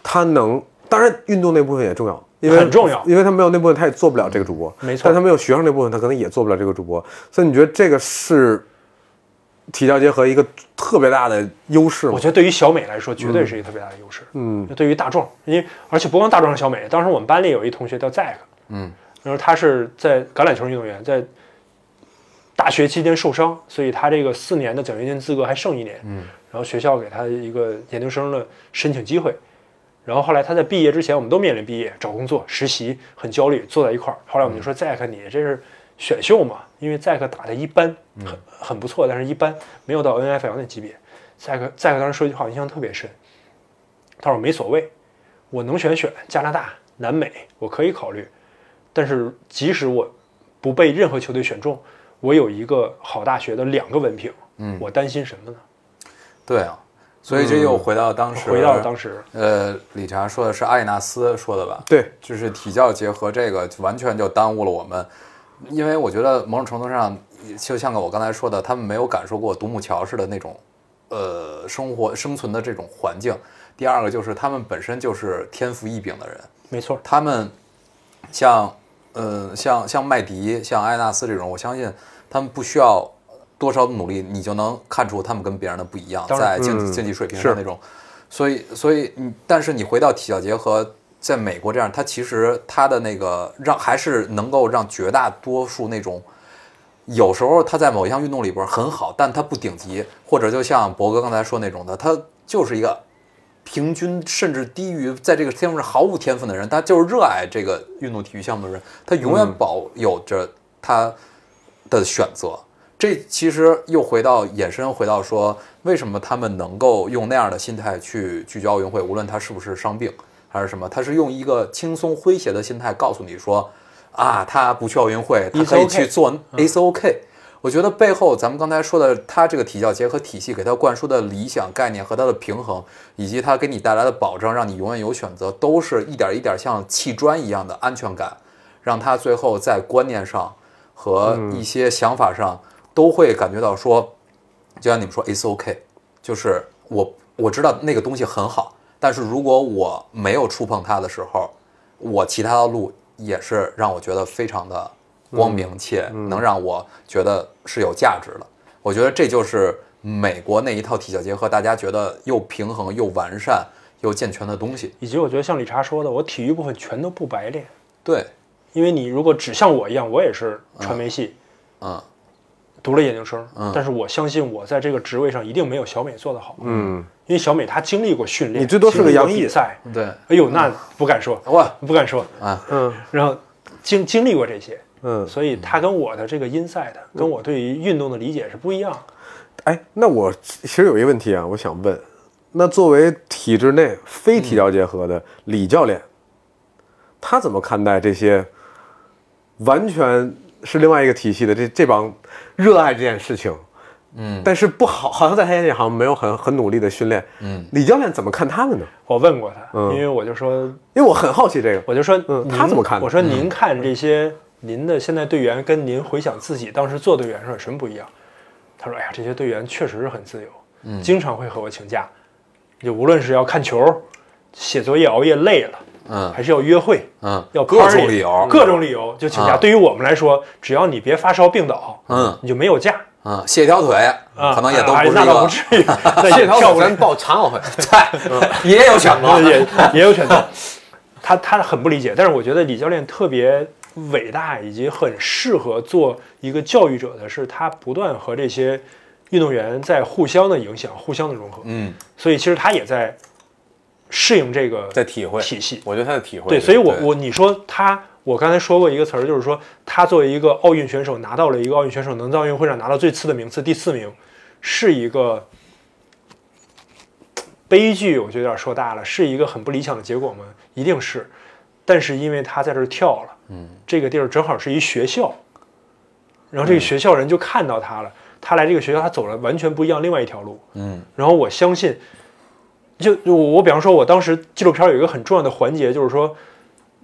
Speaker 1: 他能，当然运动那部分也重要。因为
Speaker 2: 很重要
Speaker 1: 因为他没有那部分，他也做不了这个主播。
Speaker 2: 没错
Speaker 1: 但他没有学生那部分，他可能也做不了这个主播。所以你觉得这个是体教结合一个特别大的优势吗
Speaker 2: 我？觉得对于小美来说，绝对是一个特别大的优势。嗯，对于大壮，因为而且不光大壮是小美，当时我们班里有一同学叫 Zack，
Speaker 3: 嗯，
Speaker 2: 然后他是在橄榄球运动员，在大学期间受伤，所以他这个四年的奖学金资格还剩一年。嗯，然后学校给他一个研究生的申请机会，然后后来他在毕业之前，我们都面临毕业、找工作、实习，很焦虑，坐在一块儿。后来我们就说：“Zack，你这是选秀嘛？因为 Zack 打的一般，很很不错，但是一般没有到 NFL 那级别。”Zack Zack 当时说一句话，我印象特别深。他说：“没所谓，我能选选加拿大、南美，我可以考虑。但是即使我不被任何球队选中，我有一个好大学的两个文凭，
Speaker 3: 嗯
Speaker 2: 我担心什么呢？
Speaker 3: 对啊，所以这又回到当时，
Speaker 2: 回到当时，
Speaker 3: 呃，理查说的是艾纳斯说的吧？
Speaker 1: 对，
Speaker 3: 就是体教结合这个，完全就耽误了我们，因为我觉得某种程度上，就像我刚才说的，他们没有感受过独木桥式的那种，呃，生活生存的这种环境。第二个就是他们本身就是天赋异禀的人，
Speaker 2: 没错，
Speaker 3: 他们像呃像像麦迪、像艾纳斯这种，我相信他们不需要多少努力，你就能看出他们跟别人的不一样，
Speaker 2: 当然
Speaker 3: 在竞
Speaker 1: 嗯
Speaker 3: 竞技水平
Speaker 1: 是
Speaker 3: 上那种。所以所以你，但是你回到体教结合。在美国这样，它其实它的那个让还是能够让绝大多数那种，有时候他在某一项运动里边很好，但他不顶级，或者就像博哥刚才说那种的，他就是一个平均甚至低于在这个天赋上毫无天分的人，他就是热爱这个运动体育项目的人，他永远保有着他的选择。这其实又回到衍生回到说，为什么他们能够用那样的心态去聚焦奥运会，无论他是不是伤病还是什么，他是用一个轻松诙谐的心态告诉你说，啊，他不去奥运会，他
Speaker 2: It's
Speaker 3: 可以
Speaker 2: okay 嗯
Speaker 3: 去做 It's OK。我觉得背后咱们刚才说的，他这个体教结合体系给他灌输的理想概念和他的平衡，以及他给你带来的保障，让你永远有选择，都是一点一点像砌砖一样的安全感，让他最后在观念上和
Speaker 2: 嗯
Speaker 3: 一些想法上都会感觉到说，就像你们说，it's OK，就是我我知道那个东西很好，但是如果我没有触碰它的时候，我其他的路也是让我觉得非常的光明且
Speaker 2: 嗯
Speaker 3: 能让我觉得是有价值的。我觉得这就是美国那一套体教结合，大家觉得又平衡又完善又健全的东西。
Speaker 2: 以及我觉得像理查说的，我体育部分全都不白练，
Speaker 3: 对，
Speaker 2: 因为你如果只像我一样，我也是传媒系，
Speaker 3: 嗯，
Speaker 2: 读了研究生，
Speaker 3: 嗯
Speaker 2: 但是我相信我在这个职位上一定没有小美做得好，
Speaker 1: 嗯，
Speaker 2: 因为小美她经历过训练，
Speaker 1: 你最多是个嗯
Speaker 2: 经历过
Speaker 1: 杨毅
Speaker 2: 比赛，
Speaker 3: 对，
Speaker 2: 哎呦，那不敢说，
Speaker 3: 哇，
Speaker 2: 不敢说，
Speaker 3: 啊，
Speaker 1: 嗯
Speaker 2: 然后经经历过这些，
Speaker 1: 嗯，
Speaker 2: 所以他跟我的这个 inside 跟我对于运动的理解是不一样。
Speaker 1: 哎，那我其实有一个问题啊，我想问，那作为体制内非
Speaker 4: 嗯
Speaker 1: 体教结合的李教练，他怎么看待这些完全是另外一个体系的这这帮热爱这件事情，
Speaker 3: 嗯
Speaker 1: 但是不好，好像在他眼里好像没有很很努力的训练，
Speaker 3: 嗯，
Speaker 1: 李教练怎么看他们呢？
Speaker 2: 我问过他，
Speaker 1: 嗯
Speaker 2: 因为我就说，
Speaker 1: 因为我很好奇这个，
Speaker 2: 我就说，
Speaker 1: 嗯
Speaker 2: 您
Speaker 1: 他怎么看的
Speaker 2: 我说您看这些您的现在队员跟您回想自己当时做队员的时候有什么不一样？他说，哎呀，这些队员确实是很自由，
Speaker 3: 嗯
Speaker 2: 经常会和我请假，就无论是要看球、写作业、熬夜累了，
Speaker 3: 嗯
Speaker 2: 还是要约会。
Speaker 3: 嗯，
Speaker 2: 要
Speaker 3: 各
Speaker 2: party，
Speaker 3: 种理由，
Speaker 2: 各种理由就请假。
Speaker 3: 啊
Speaker 2: 对于我们来说，只要你别发烧病倒，
Speaker 3: 嗯
Speaker 2: 你就没有假
Speaker 3: 嗯，卸条腿，
Speaker 2: 啊。
Speaker 3: 可能也都
Speaker 2: 哎
Speaker 3: 不是一
Speaker 2: 那倒不
Speaker 3: 个，
Speaker 2: 至于，那也 跳不了
Speaker 1: 报残 奥会，
Speaker 3: 也有选择，
Speaker 2: 也也 有选择。他他很不理解，但是我觉得李教练特别伟大，以及很适合做一个教育者的是，他不断和这些运动员在互相的影响、互相的融合，
Speaker 3: 嗯，
Speaker 2: 所以其实他也在适应这个
Speaker 4: 在体会
Speaker 2: 体系
Speaker 4: 我觉得他的体会，
Speaker 2: 对，所以我
Speaker 3: 对
Speaker 2: 我你说他，我刚才说过一个词儿，就是说他作为一个奥运选手，拿到了一个奥运选手能在奥运会上拿到最次的名次第四名，是一个悲剧，我觉得有点说大了，是一个很不理想的结果吗？一定是，但是因为他在这儿跳了，嗯，这个地儿正好是一学校，然后这个学校人就看到他了，他来这个学校，他走了完全不一样另外一条路，
Speaker 3: 嗯，
Speaker 2: 然后我相信。就就我我比方说，我当时纪录片有一个很重要的环节，就是说，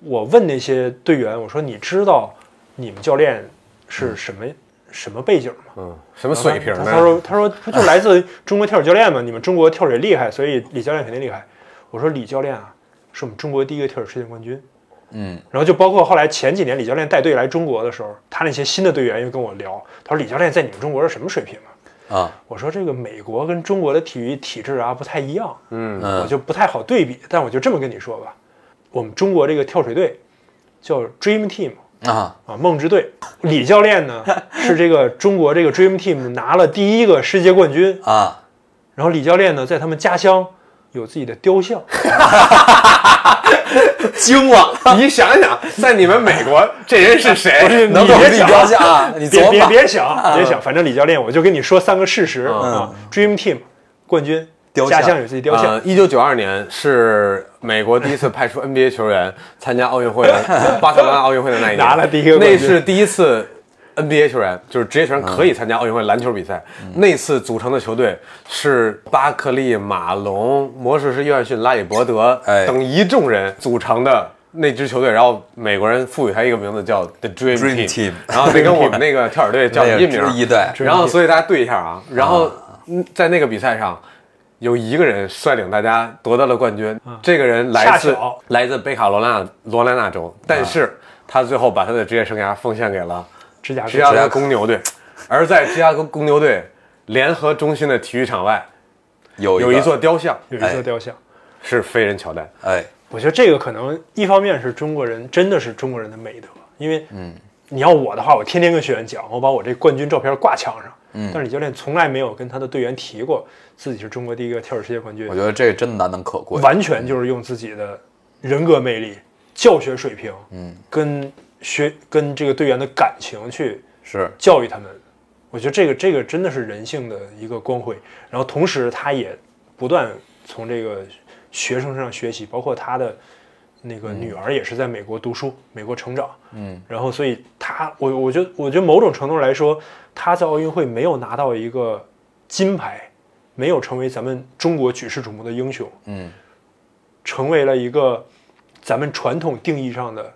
Speaker 2: 我问那些队员，我说你知道你们教练是什么、什么背景吗？
Speaker 4: 嗯，什么水平
Speaker 2: 他
Speaker 4: 呢？
Speaker 2: 他说他说不就来自中国跳水教练吗？你们中国跳水厉害，所以李教练肯定厉害。我说李教练啊，是我们中国第一个跳水世界冠军。
Speaker 3: 嗯，
Speaker 2: 然后就包括后来前几年李教练带队来中国的时候，他那些新的队员又跟我聊，他说李教练在你们中国是什么水平啊？
Speaker 3: 啊，
Speaker 2: 我说这个美国跟中国的体育体制啊不太一样，
Speaker 1: 嗯
Speaker 3: 嗯
Speaker 2: 我就不太好对比，但我就这么跟你说吧，我们中国这个跳水队叫 Dream Team
Speaker 3: 啊，
Speaker 2: 啊，梦之队。李教练呢是这个中国这个 Dream Team 拿了第一个世界冠军，
Speaker 3: 啊，
Speaker 2: 然后李教练呢在他们家乡有自己的雕像，
Speaker 4: 惊了！ 你想想，在你们美国，这人是谁？
Speaker 3: 能
Speaker 2: 你
Speaker 3: 懂
Speaker 2: 别
Speaker 3: 立
Speaker 2: 想
Speaker 3: 标下啊，你
Speaker 2: 别
Speaker 3: 琢
Speaker 2: 别
Speaker 3: 磨吧
Speaker 2: 别想，别想，反正李教练我就跟你说三个事实啊，Dream Team 冠军，
Speaker 3: 雕像
Speaker 2: 家乡有自己雕
Speaker 1: 啊
Speaker 2: 像，
Speaker 4: 呃，一九九二年是美国第一次派出 NBA 球员参加奥运会的巴塞罗那奥运会的那一年，
Speaker 2: 拿了第一个冠军
Speaker 4: 那是第一次 NBA 球员，就是职业球员可以参加奥运会篮球比赛。那次组成的球队是巴克利、马龙、魔术师约翰逊、拉里伯德、
Speaker 3: 哎
Speaker 4: 等一众人组成的。那支球队，然后美国人赋予他一个名字叫 The Dream Team，
Speaker 3: Dream Team
Speaker 4: 然后那跟我们那个跳水队叫
Speaker 3: 那
Speaker 4: 一
Speaker 3: 个
Speaker 4: 名
Speaker 3: 之
Speaker 4: 儿，
Speaker 3: 一代
Speaker 4: 然后所以大家对一下啊，然后嗯在那个比赛上，有一个人率领大家夺得了冠军，这个人来
Speaker 2: 恰
Speaker 4: 自
Speaker 2: 巧
Speaker 4: 来自北卡罗来纳罗来纳州，但是他最后把他的职业生涯奉献给了
Speaker 2: 指甲
Speaker 4: 芝加
Speaker 2: 哥，
Speaker 4: 哥公牛队，而在芝加哥公牛队联合中心的体育场外
Speaker 3: 有
Speaker 4: 有
Speaker 3: 一
Speaker 4: 一
Speaker 3: 个
Speaker 4: 座雕像，
Speaker 2: 有一
Speaker 3: 哎
Speaker 2: 座雕像。
Speaker 4: 是飞人乔丹。
Speaker 3: 哎，
Speaker 2: 我觉得这个可能一方面是中国人真的是中国人的美德，因为嗯，你要我的话，我天天跟学员讲，我把我这冠军照片挂墙上，嗯，但是李教练从来没有跟他的队员提过自己是中国第一个跳水世界冠军
Speaker 3: 我，觉得这真的难能可贵。
Speaker 2: 完全就是用自己的人格魅力、教学水平，嗯，跟学跟这个队员的感情去
Speaker 3: 是
Speaker 2: 教育他们。我觉得这个这个真的是人性的一个光辉。然后同时他也不断从这个学生身上学习，包括他的那个女儿也是在美国读书，美国成长。嗯，然后所以他我我觉得我觉得某种程度来说，他在奥运会没有拿到一个金牌，没有成为咱们中国举世瞩目的英雄，
Speaker 3: 嗯，
Speaker 2: 成为了一个咱们传统定义上的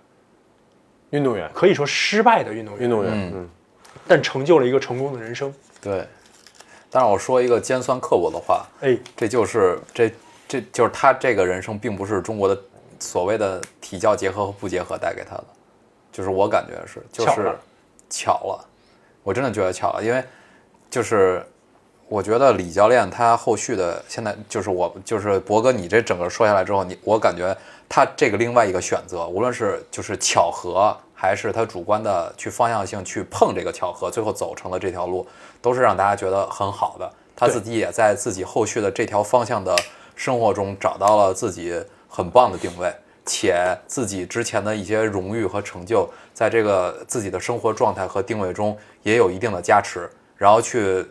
Speaker 4: 运动员，
Speaker 2: 可以说失败的运动
Speaker 4: 运
Speaker 2: 员，
Speaker 4: 动员，嗯，
Speaker 2: 但成就了一个成功的人生。
Speaker 3: 对。但是我说一个尖酸刻薄的话，
Speaker 2: 哎，
Speaker 3: 这就是这这就是他这个人生并不是中国的所谓的体教结合和不结合带给他的，就是我感觉是就
Speaker 2: 巧
Speaker 3: 是
Speaker 2: 了
Speaker 3: 巧了，我真的觉得巧了，因为就是我觉得李教练他后续的现在就是我就是博哥，你这整个说下来之后，你我感觉他这个另外一个选择，无论是就是巧合，还是他主观的去方向性去碰这个巧合，最后走成了这条路，都是让大家觉得很好的。他自己也在自己后续的这条方向的生活中找到了自己很棒的定位，且自己之前的一些荣誉和成就，在这个自己的生活状态和定位中也有一定的加持，然后去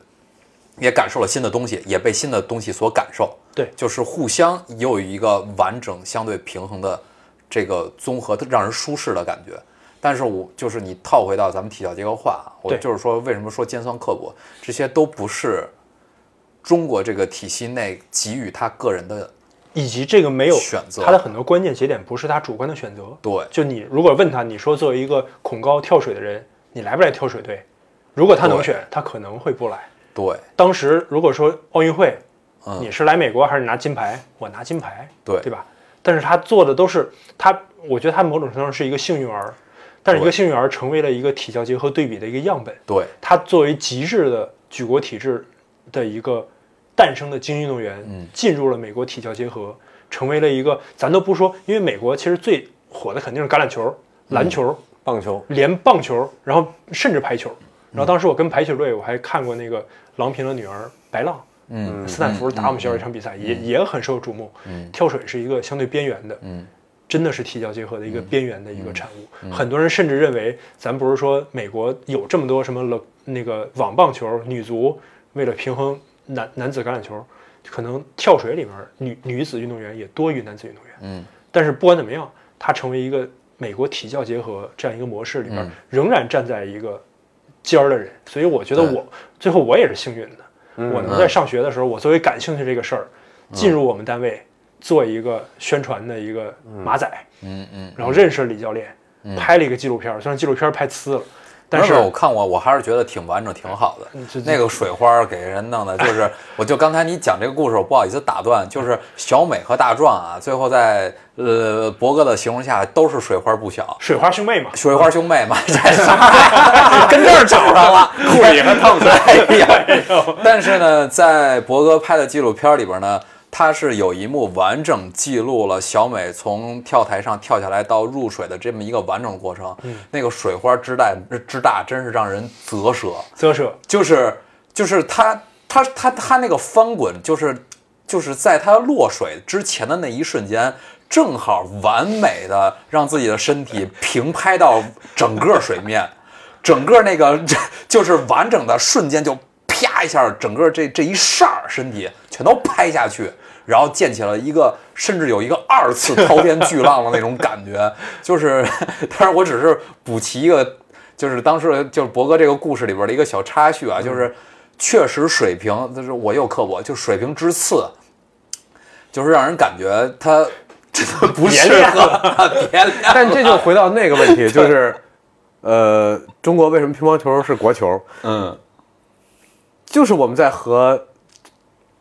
Speaker 3: 也感受了新的东西，也被新的东西所感受。
Speaker 2: 对
Speaker 3: 就是互相也有一个完整、相对平衡的这个综合，让人舒适的感觉。但是我就是你套回到咱们体教结构化啊，我
Speaker 2: 对
Speaker 3: 就是说，为什么说尖酸刻薄，这些都不是中国这个体系内给予他个人的
Speaker 2: 以及这个没有
Speaker 3: 选择
Speaker 2: 他的很多关键节点不是他主观的选择。
Speaker 3: 对
Speaker 2: 就你如果问他，你说作为一个恐高跳水的人，你来不来跳水队？如果他能
Speaker 3: 对
Speaker 2: 选，他可能会不来。
Speaker 3: 对
Speaker 2: 当时如果说奥运会，
Speaker 3: 嗯
Speaker 2: 你是来美国还是拿金牌？我拿金牌，
Speaker 3: 对
Speaker 2: 对吧？但是他做的都是他，我觉得他某种程度上是一个幸运儿，但是一个
Speaker 3: 对
Speaker 2: 幸运儿成为了一个体教结合对比的一个样本。
Speaker 3: 对
Speaker 2: 他作为极致的举国体制的一个诞生的精英运动员，进入了美国体教结合，成为了一个咱都不说，因为美国其实最火的肯定是橄榄球、篮球、
Speaker 4: 棒球，
Speaker 2: 连棒球，然后甚至排球。
Speaker 3: 嗯
Speaker 2: 然后当时我跟排球队，我还看过那个郎平的女儿白浪，
Speaker 3: 嗯，
Speaker 2: 斯坦福打我们学校一场比赛，也也很受瞩目。跳水是一个相对边缘的，
Speaker 3: 嗯
Speaker 2: 真的是体教结合的一个边缘的一个产物。很多人甚至认为，咱不是说美国有这么多什么了那个网棒球、女足，为了平衡男男子橄榄球，可能跳水里面女女子运动员也多于男子运动员。
Speaker 3: 嗯，
Speaker 2: 但是不管怎么样，它成为一个美国体教结合这样一个模式里边，
Speaker 3: 嗯
Speaker 2: 仍然站在一个尖儿的人。所以我觉得
Speaker 3: 对嗯
Speaker 2: 我最后我也是幸运的，我能在上学的时候，我作为感兴趣这个事儿，进入我们单位做一个宣传的一个马仔，
Speaker 3: 嗯嗯。
Speaker 2: 然后认识了李教练，拍了一个纪录片儿，虽然纪录片儿拍呲了，但是嗯
Speaker 3: 没有我看过，我还是觉得挺完整、挺好的
Speaker 2: 这。
Speaker 3: 那个水花给人弄的， 就是，我就刚才你讲这个故事，我不好意思打断，就是小美和大壮啊，最后在呃博哥的形容下都是水花不小，
Speaker 2: 水花兄妹嘛，
Speaker 3: 水花兄妹嘛，这是跟这儿找上了，库里和汤普森。 哎呀，但是呢，在博哥拍的纪录片里边呢，他是有一幕完整记录了小美从跳台上跳下来到入水的这么一个完整的过程。那个水花之大之大，真是让人啧舌。
Speaker 2: 啧 舌，
Speaker 3: 就是就是他他他他那个翻滚，就是就是在他落水之前的那一瞬间，正好完美的让自己的身体平拍到整个水面，整个那个就是完整的瞬间就啪一下，整个这这一扇儿身体全都拍下去。然后溅起了一个，甚至有一个二 次滔天巨浪的那种感觉，就是，当然我只是补齐一个就是当时就是博哥这个故事里边的一个小插叙啊，就是确实水平，就是我又刻薄，就水平之次，就是让人感觉他真的不适合，别练了。
Speaker 5: 但这就回到那个问题，就是，呃，中国为什么乒乓球是国球？
Speaker 3: 嗯，
Speaker 5: 就是我们在和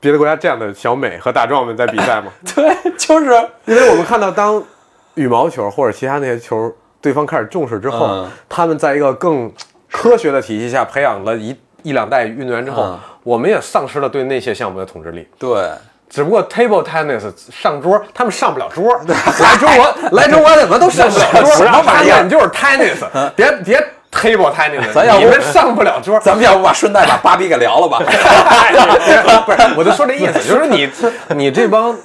Speaker 5: 别的国家这样的小美和大壮们在比赛嘛。
Speaker 3: 对，就是
Speaker 5: 因为我们看到，当羽毛球或者其他那些球，对方开始重视之后，
Speaker 3: 嗯
Speaker 5: 他们在一个更
Speaker 1: 科学的体系下培养了一一两代运动员之后，
Speaker 3: 嗯
Speaker 1: 我们也丧失了对那些项目的统治力。
Speaker 3: 对，
Speaker 1: 只不过 table tennis 上桌，他们上不了桌。来中国，来中国怎么都上不了桌？
Speaker 3: 什么玩意儿
Speaker 1: 你就是 tennis，别别 table tennis，
Speaker 3: 嗯咱要不
Speaker 1: 你们上不了桌。
Speaker 3: 咱们要不把顺带把芭比给聊了吧？
Speaker 1: 不是，我就说这意思，就是 你你这帮。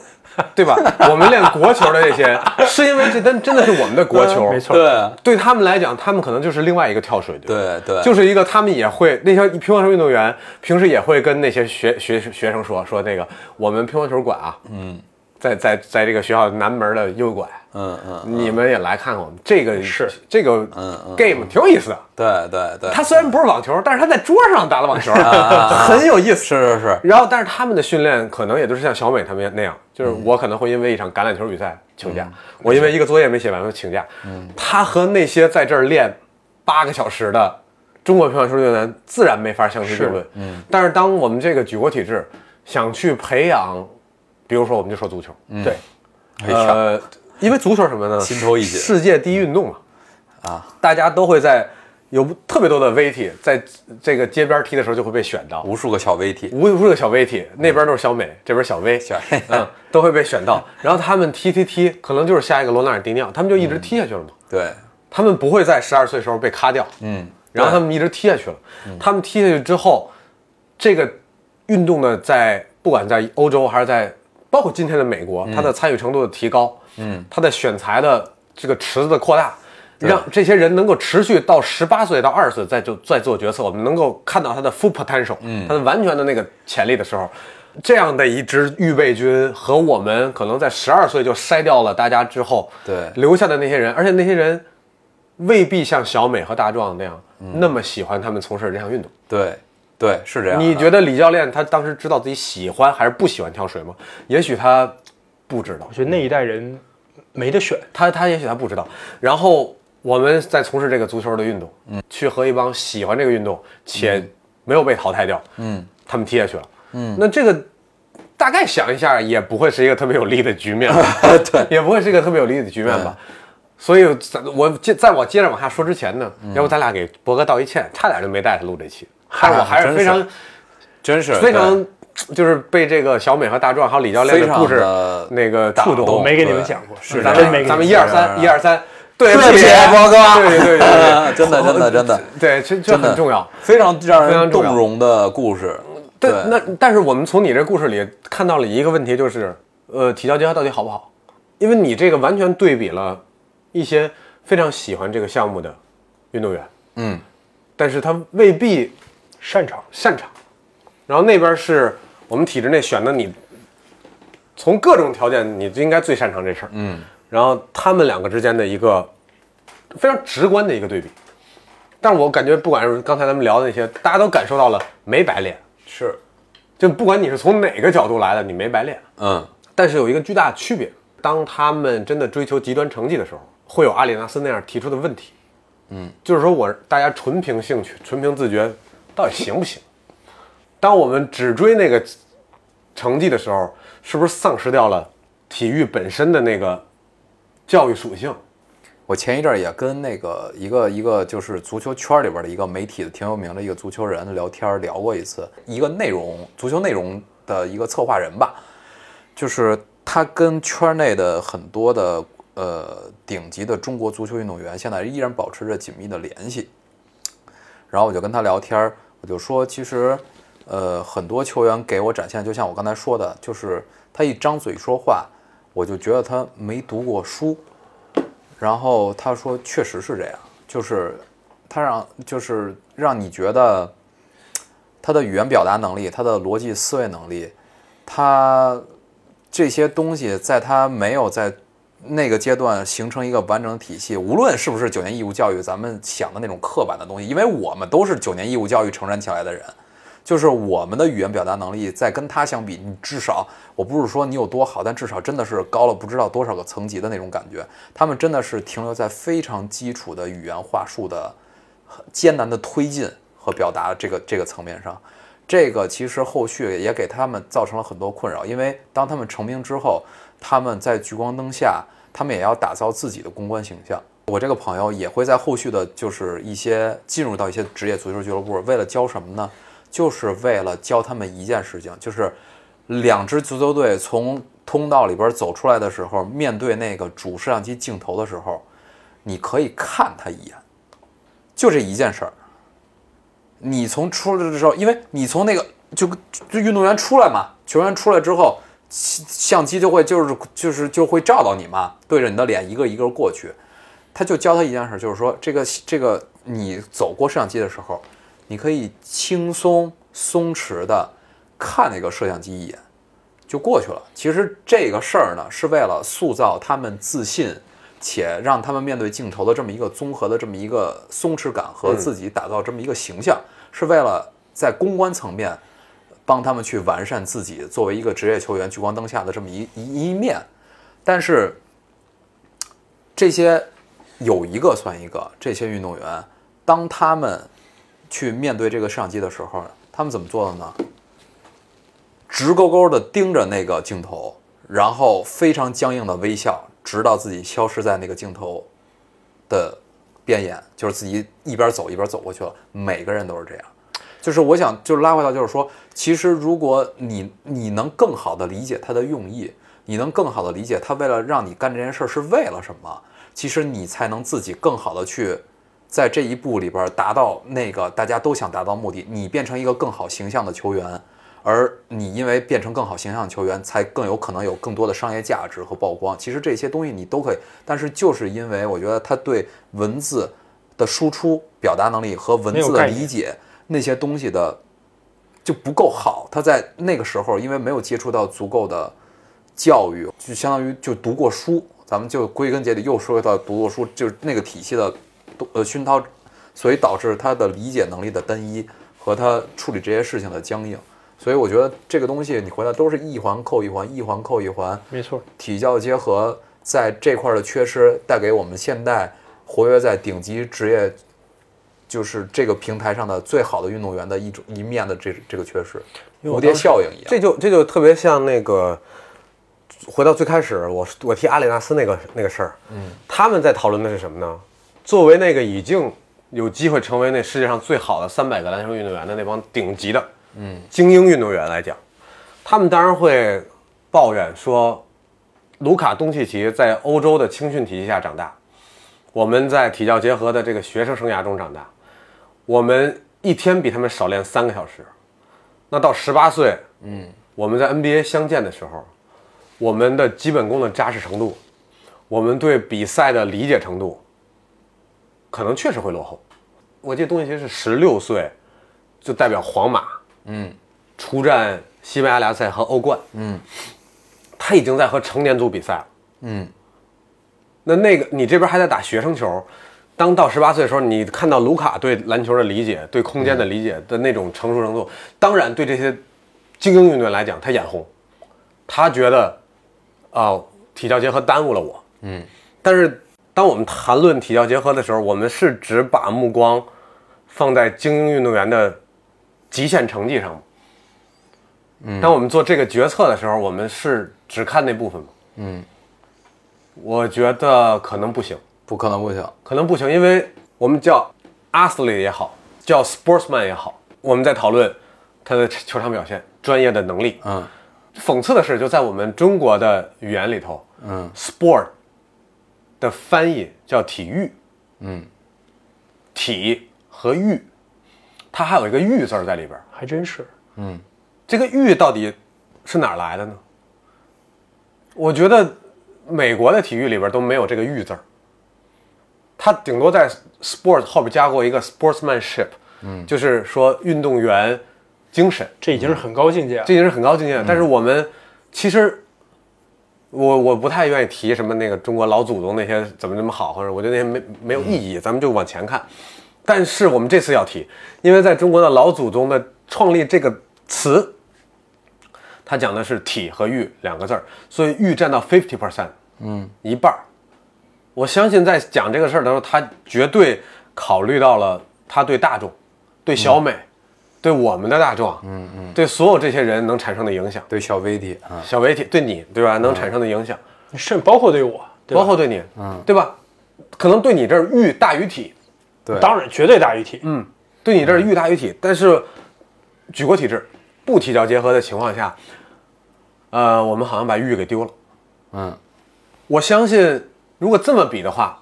Speaker 1: 对吧？我们练国球的这些，是因为这真真的是我们的国球，
Speaker 2: 嗯没错
Speaker 3: 对
Speaker 1: 对他们来讲，他们可能就是另外一个跳水队，
Speaker 3: 对对，
Speaker 1: 就是一个他们也会那些乒乓球运动员平时也会跟那些学学学生说说那个我们乒乓球馆啊，嗯，在在在这个学校南门的右拐，
Speaker 3: 嗯嗯，
Speaker 1: 你们也来看看我们这个
Speaker 2: 是
Speaker 1: 这个
Speaker 3: 嗯
Speaker 1: game 挺有意思的。
Speaker 3: 对对对，啊
Speaker 1: 他虽然不是网球，但是他在桌上打了网球， 很有意思。
Speaker 3: 是是是，
Speaker 1: 然后，但是他们的训练可能也就是像小美他们那样，就是
Speaker 3: 嗯
Speaker 1: 我可能会因为一场橄榄球比赛请假，我因为一个作业没写完会请假。他和那些在这儿练八个小时的中国乒乓球运动员自然没法相提并论。嗯，但是当我们这个举国体制想去培养，比如说我们就说足球，
Speaker 2: 对，
Speaker 3: 哎呀
Speaker 1: 呃，因为足球什么呢？
Speaker 3: 心头一紧
Speaker 1: 世界第一运动嘛，
Speaker 3: 啊，
Speaker 1: 大家都会在有特别多的 V T 在这个街边踢的时候就会被选到。
Speaker 3: 无数个小 VT，
Speaker 1: 无数个小 V T，那边都是小美，这边小 V，
Speaker 3: 小
Speaker 1: 嗯，都会被选到。然后他们踢踢踢，可能就是下一个罗纳尔迪尼奥，他们就一直踢下去了嘛。
Speaker 3: 对，
Speaker 1: 他们不会在十二岁时候被咔掉，
Speaker 3: 嗯，
Speaker 1: 然后他们一直踢下去了。他们踢下去之后，这个运动呢，在不管在欧洲还是在包括今天的美国，它的参与程度的提高，嗯，它的选材的这个池子的扩大。让这些人能够持续到十八岁到二十岁再就再做决策，我们能够看到他的 full potential，嗯，他的完全的那个潜力的时候，这样的一支预备军和我们可能在十二岁就筛掉了大家之后，
Speaker 3: 对
Speaker 1: 留下的那些人，而且那些人未必像小美和大壮那样、
Speaker 3: 嗯
Speaker 1: 那么喜欢他们从事这项运动。
Speaker 3: 对对啊是这样的。
Speaker 1: 你觉得李教练他当时知道自己喜欢还是不喜欢跳水吗？也许他不知道
Speaker 2: 我，觉得那一代人没得选，
Speaker 1: 他他也许他不知道。然后我们在从事这个足球的运动，嗯，去和一帮喜欢这个运动且没有被淘汰掉，嗯，他们踢下去了，嗯，那这个。大概想一下，也不会是一个特别有利的局面吧，对，也不会是一个特别有利的局面吧。所以咱，我接在我接着往下说之前呢，要不咱俩给博哥道一歉，差点就没带他录这期。但是我还是非常
Speaker 3: 真是
Speaker 1: 非常，就是被这个小美和大壮还有李教练
Speaker 3: 非常
Speaker 1: 故事
Speaker 3: 的
Speaker 1: 那个
Speaker 3: 打
Speaker 1: 触
Speaker 3: 动
Speaker 2: 我
Speaker 1: 动。
Speaker 2: 没给你们
Speaker 3: 对
Speaker 2: 讲过，
Speaker 3: 是
Speaker 1: 咱
Speaker 2: 真没
Speaker 1: 们
Speaker 2: 给
Speaker 1: 咱们一
Speaker 2: 讲
Speaker 1: 二三一二三，对
Speaker 3: 对不起啊
Speaker 1: 博哥，啊对对对 对
Speaker 3: 对真的真的真的
Speaker 1: 对，这这
Speaker 3: 真的
Speaker 1: 很重要。
Speaker 3: 非常让
Speaker 1: 非
Speaker 3: 人
Speaker 1: 常重要
Speaker 3: 动容的故事。
Speaker 1: 对，那但是我们从你这故事里看到了一个问题，就是呃，体教结合到底好不好？因为你这个完全对比了一些非常喜欢这个项目的运动员，
Speaker 3: 嗯，
Speaker 1: 但是他未必
Speaker 2: 擅长，
Speaker 1: 擅长。然后那边是我们体制内选的你，从各种条件你就应该最擅长这事儿。嗯。然后他们两个之间的一个非常直观的一个对比，但是我感觉不管是刚才咱们聊的那些，大家都感受到了没白练，
Speaker 3: 是
Speaker 1: 就不管你是从哪个角度来的，你没白练。
Speaker 3: 嗯
Speaker 1: 但是有一个巨大的区别，当他们真的追求极端成绩的时候，会有阿里纳斯那样提出的问题。嗯，就是说我大家纯凭兴趣、纯凭自觉，到底行不行？当我们只追那个成绩的时候，是不是丧失掉了体育本身的那个教育属性？
Speaker 3: 我前一阵儿也跟那个一个一个就是足球圈里边的一个媒体的挺有名的一个足球人聊天儿聊过一次，一个内容足球内容的一个策划人吧，就是他跟圈内的很多的呃顶级的中国足球运动员现在依然保持着紧密的联系。然后我就跟他聊天儿，我就说，其实，呃，很多球员给我展现，就像我刚才说的，就是他一张嘴说话，我就觉得他没读过书。然后他说，确实是这样，就是他让就是让你觉得他的语言表达能力、他的逻辑思维能力，他这些东西在他没有在那个阶段形成一个完整的体系，无论是不是九年义务教育，咱们想的那种刻板的东西，因为我们都是九年义务教育成长起来的人，就是我们的语言表达能力在跟他相比，你至少我不是说你有多好，但至少真的是高了不知道多少个层级的那种感觉。他们真的是停留在非常基础的语言话术的很艰难的推进和表达这个这个层面上。这个其实后续也给他们造成了很多困扰，因为当他们成名之后，他们在聚光灯下，他们也要打造自己的公关形象。我这个朋友也会在后续的，就是一些进入到一些职业足球俱乐部，为了教什么呢？就是为了教他们一件事情，就是两支足球队从通道里边走出来的时候，面对那个主摄像机镜头的时候，你可以看他一眼，就这一件事儿。你从出来的时候，因为你从那个就就运动员出来嘛，球员出来之后，相相机就会就是就是就会照到你嘛，对着你的脸一个一个过去。他就教他一件事，就是说这个这个你走过摄像机的时候，你可以轻松松弛的看那个摄像机一眼，就过去了。其实这个事儿呢，是为了塑造他们自信，且让他们面对镜头的这么一个综合的这么一个松弛感和自己打造这么一个形象，是为了在公关层面帮他们去完善自己作为一个职业球员聚光灯下的这么一一一面。但是这些有一个算一个，这些运动员当他们去面对这个摄像机的时候，他们怎么做的呢？直勾勾的盯着那个镜头，然后非常僵硬的微笑，直到自己消失在那个镜头的边沿，就是自己一边走一边走过去了。每个人都是这样，就是我想就拉回到就是说，其实如果你你能更好的理解他的用意，你能更好的理解他为了让你干这件事儿是为了什么，其实你才能自己更好的去。在这一步里边达到那个大家都想达到目的，你变成一个更好形象的球员，而你因为变成更好形象的球员，才更有可能有更多的商业价值和曝光。其实这些东西你都可以，但是就是因为我觉得他对文字的输出、表达能力和文字
Speaker 2: 没有概
Speaker 3: 的
Speaker 2: 念
Speaker 3: 理解那些东西的就不够好。他在那个时候因为没有接触到足够的教育，就相当于就读过书。咱们就归根结底又说到读过书，就是那个体系的呃熏陶，所以导致他的理解能力的单一和他处理这些事情的僵硬。所以我觉得这个东西你回来都是一环扣一环，一环扣一环，
Speaker 2: 没错，
Speaker 3: 体教结合在这块儿的缺失，带给我们现代活跃在顶级职业，就是这个平台上的最好的运动员的一种一面的这这个缺失，
Speaker 2: 我
Speaker 3: 蝴蝶
Speaker 2: 当时
Speaker 3: 效应一样。
Speaker 6: 这就这就特别像那个，回到最开始，我我提阿里纳斯那个那个事儿，嗯，他们在讨论的是什么呢？
Speaker 1: 作为那个已经有机会成为那世界上最好的三百个篮球运动员的那帮顶级的，嗯，精英运动员来讲，他们当然会抱怨说，卢卡东契奇在欧洲的青训体系下长大，我们在体教结合的这个学生生涯中长大，我们一天比他们少练三个小时，那到十八岁，嗯，我们在 NBA 相见的时候，我们的基本功的扎实程度，我们对比赛的理解程度。可能确实会落后。我记得东契奇是十六岁就代表皇马，嗯，出战西班牙联赛和欧冠，嗯，他已经在和成年组比赛了，嗯，那那个你这边还在打学生球，当到十八岁的时候，你看到卢卡对篮球的理解、对空间的理解的那种成熟程度，当然对这些精英运动员来讲，他眼红，他觉得啊、体教结合耽误了我，但是当我们谈论体教结合的时候，我们是只把目光放在精英运动员的极限成绩上吗？嗯，当我们做这个决策的时候，我们是只看那部分吗？嗯，我觉得可能不行，
Speaker 3: 不可能不行，
Speaker 1: 可能不行，因为我们叫 athlete 也好，叫 sportsman 也好，我们在讨论他的球场表现、专业的能力。
Speaker 3: 嗯，
Speaker 1: 讽刺的是，就在我们中国的语言里头，嗯，sport 的翻译叫体育，嗯，体和育，它还有一个育字儿在里边儿。
Speaker 2: 还真是。
Speaker 1: 这个育到底是哪儿来的呢？我觉得美国的体育里边都没有这个育字儿，它顶多在 sport 后边加过一个 sportsmanship，嗯，就是说运动员精神。
Speaker 2: 这已经是很高境界了。
Speaker 1: 啊这已经是很高境界了。但是我们其实我我不太愿意提什么那个中国老祖宗那些怎么怎么好，或者我觉得那些没没有意义，咱们就往前看。但是我们这次要提，因为在中国的老祖宗的创立这个词，它讲的是体和欲两个字儿，所以欲占到 fifty percent，嗯，一半儿。我相信在讲这个事儿的时候，他绝对考虑到了他对大众、对小美、对我们的大众，嗯嗯，对所有这些人能产生的影响，
Speaker 3: 对小威迪啊，
Speaker 1: 小维体对你对吧能产生的影响。
Speaker 2: 甚至包括对我，对吧
Speaker 1: 包括对你，嗯，对吧？可能对你这儿欲大于体，
Speaker 3: 对
Speaker 2: 当然绝对大于体，嗯，
Speaker 1: 对你这儿欲大于体，但是举国体制不体教结合的情况下，呃，我们好像把欲给丢了。
Speaker 3: 嗯，
Speaker 1: 我相信，如果这么比的话，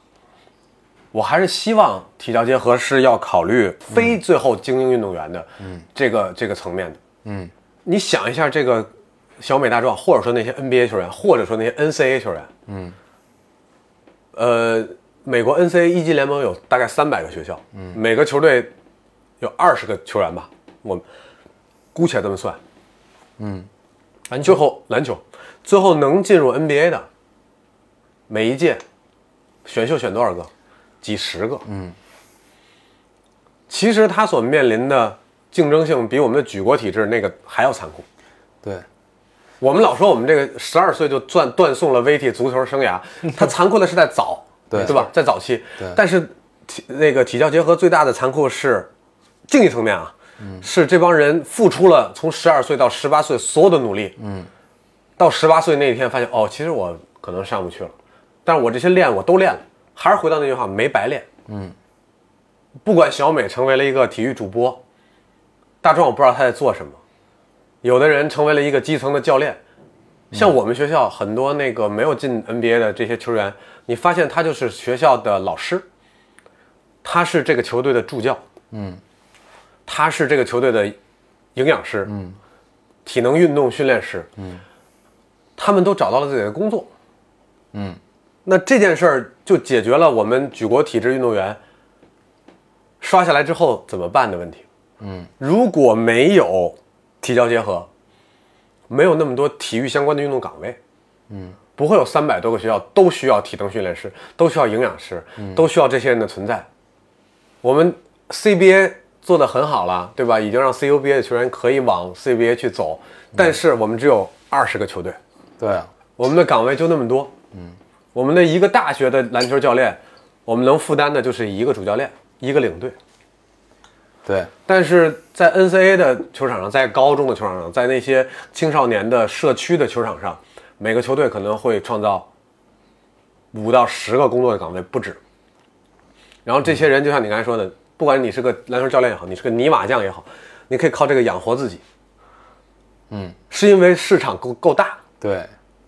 Speaker 1: 我还是希望体教结合是要考虑非最后精英运动员的，嗯，这个这个层面的，
Speaker 3: 嗯，
Speaker 1: 你想一下这个小美大壮，或者说那些 NBA 球员，或者说那些 NCAA 球员，嗯，呃，美国 NCAA 一级联盟有大概三百个学校，嗯，每个球队有二十个球员吧，我们姑且这么算，嗯
Speaker 3: 篮
Speaker 1: 最后篮球，最后能进入 NBA 的，每一届选秀选多少个？几十个。嗯，其实他所面临的竞争性比我们的举国体制那个还要残酷。
Speaker 3: 对，
Speaker 1: 我们老说我们这个十二岁就断断送了 VT 足球生涯，它残酷的是在早，
Speaker 3: 对
Speaker 1: 对吧？在早期，
Speaker 3: 对
Speaker 1: 但是体那个体教结合最大的残酷是竞技层面啊，是这帮人付出了从十二岁到十八岁所有的努力，嗯，到十八岁那一天发现哦，其实我可能上不去了，但是我这些练我都练了，还是回到那句话，没白练，嗯，不管小美成为了一个体育主播，大壮我不知道他在做什么。有的人成为了一个基层的教练，像我们学校很多那个没有进 NBA 的这些球员，你发现他就是学校的老师，他是这个球队的助教，嗯，他是这个球队的营养师，嗯，体能运动训练师，嗯，他们都找到了自己的工作，嗯，那这件事儿就解决了我们举国体制运动员刷下来之后怎么办的问题，嗯，如果没有体教结合，没有那么多体育相关的运动岗位，嗯，不会有三百多个学校都需要体能训练师，都需要营养师，都需要这些人的存在。我们 CBA 做得很好了，对吧？已经让 CUBA 的球员可以往 CBA 去走，但是我们只有二十个球队，
Speaker 3: 对啊，
Speaker 1: 我们的岗位就那么多，嗯，我们的一个大学的篮球教练，我们能负担的就是一个主教练，一个领队，
Speaker 3: 对，
Speaker 1: 但是在 NCAA 的球场上，在高中的球场上，在那些青少年的社区的球场上，每个球队可能会创造五到十个工作的岗位不止。然后这些人就像你刚才说的，不管你是个篮球教练也好，你是个泥瓦匠也好，你可以靠这个养活自己。嗯，是因为市场够够大，
Speaker 3: 对，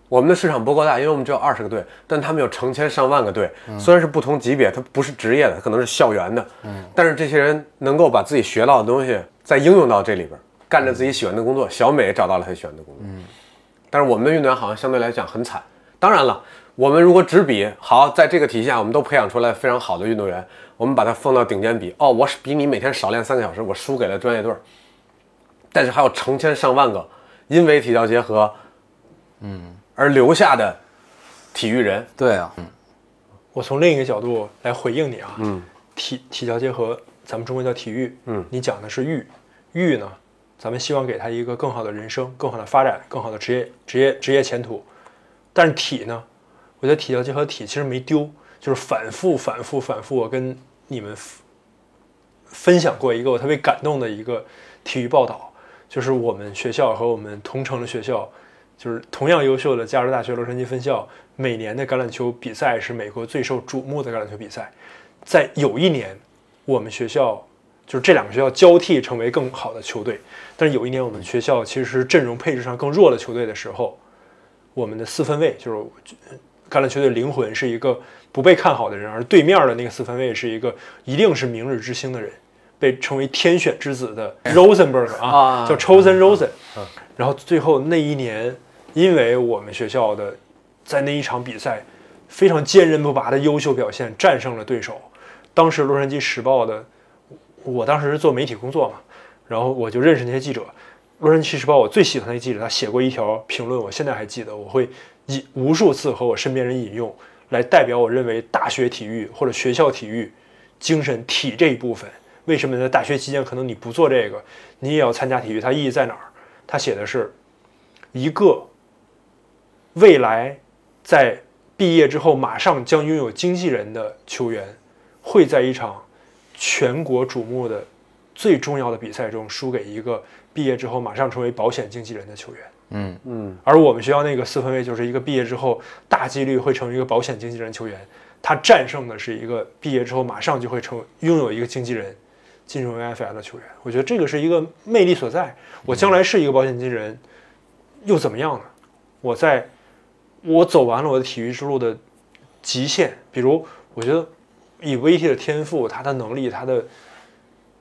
Speaker 1: 我们的市场不够大，因为我们只有二十个队，但他们有成千上万个队，虽然是不同级别，它不是职业的，它可能是校园的，但是这些人能够把自己学到的东西再应用到这里边，干着自己喜欢的工作。小美也找到了她喜欢的工作，但是我们的运动员好像相对来讲很惨。当然了，我们如果只比好，在这个体系下，我们都培养出来非常好的运动员，我们把他放到顶尖比，哦，我是比你每天少练三个小时，我输给了专业队儿，但是还有成千上万个因为体教结合。而留下的体育人，
Speaker 3: 对啊，
Speaker 2: 我从另一个角度来回应你啊，嗯，体体教结合，咱们中国叫体育，嗯，你讲的是育，育呢，咱们希望给他一个更好的人生、更好的发展、更好的职业、职业、职业前途，但是体呢，我觉得体教结合体其实没丢，就是反复、反复、反复，我跟你们 f- 分享过一个我特别感动的一个体育报道，就是我们学校和我们同城的学校，就是同样优秀的加州大学洛杉矶分校，每年的橄榄球比赛是美国最受瞩目的橄榄球比赛。在有一年，我们学校就是这两个学校交替成为更好的球队，但是有一年我们学校其实是阵容配置上更弱的球队的时候，我们的四分卫就是橄榄球队灵魂是一个不被看好的人，而对面的那个四分卫是一个一定是明日之星的人，被称为天选之子的 Rosenberg 啊，叫 Chosen Rosen。然后最后那一年，因为我们学校的在那一场比赛非常坚韧不拔的优秀表现，战胜了对手。当时《洛杉矶时报》的，我当时是做媒体工作嘛，然后我就认识那些记者，洛杉矶时报我最喜欢的一个记者，他写过一条评论，我现在还记得，我会引无数次和我身边人引用，来代表我认为大学体育或者学校体育精神体这一部分，为什么在大学期间可能你不做这个，你也要参加体育，它意义在哪儿？他写的是一个未来在毕业之后马上将拥有经纪人的球员，会在一场全国瞩目的最重要的比赛中输给一个毕业之后马上成为保险经纪人的球员。
Speaker 3: 嗯
Speaker 2: 嗯，而我们学校那个四分卫就是一个毕业之后大几率会成为一个保险经纪人球员，他战胜的是一个毕业之后马上就会成拥有一个经纪人进入 NFL 的球员。我觉得这个是一个魅力所在。我将来是一个保险经纪人，又怎么样呢？我在我走完了我的体育之路的极限，比如我觉得以 VT 的天赋、他的能力、他的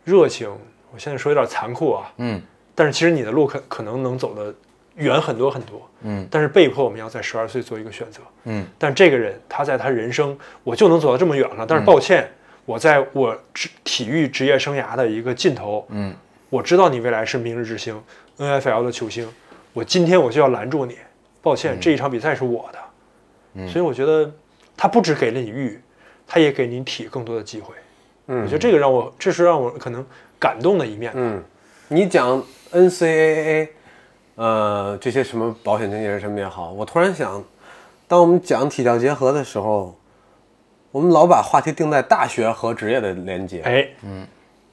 Speaker 2: 热情，我现在说有点残酷啊，
Speaker 3: 嗯
Speaker 2: 但是其实你的路可可能能走得远很多很多，
Speaker 3: 嗯
Speaker 2: 但是被迫我们要在十二岁做一个选择。
Speaker 3: 嗯
Speaker 2: 但这个人他在他人生，我就能走到这么远了，但是抱歉，
Speaker 3: 嗯
Speaker 2: 我在我职体育职业生涯的一个尽头，
Speaker 3: 嗯
Speaker 2: 我知道你未来是明日之星，NFL 的球星，我今天我就要拦住你。抱
Speaker 3: 嗯
Speaker 2: 歉，这一场比赛是我的，所以我觉得他不只给了你玉，他也给你体更多的机会。
Speaker 1: 嗯
Speaker 2: 我觉得这个让我，这是让我可能感动的一面吧。
Speaker 1: 嗯，你讲 NCAA，呃，这些什么保险经纪人什么也好，我突然想，当我们讲体教结合的时候，我们老把话题定在大学和职业的连接，
Speaker 2: 哎，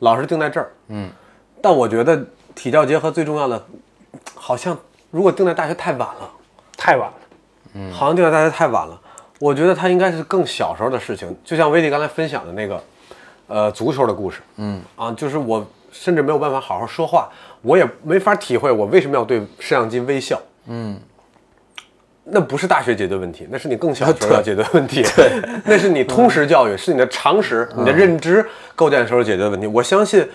Speaker 1: 老是定在这儿。
Speaker 3: 嗯，
Speaker 1: 但我觉得体教结合最重要的，好像如果定在大学太晚了，
Speaker 2: 太晚了。
Speaker 1: 好像定在大学太晚了。我觉得它应该是更小时候的事情，就像威利刚才分享的那个，呃，足球的故事。嗯，啊，就是我甚至没有办法好好说话，我也没法体会我为什么要对摄像机微笑。嗯，那不是大学解决问题，那是你更小时候要解决问题。对， 嗯那是你通识教育，是你的常识、你的认知构建的时候解决的问题。我相信，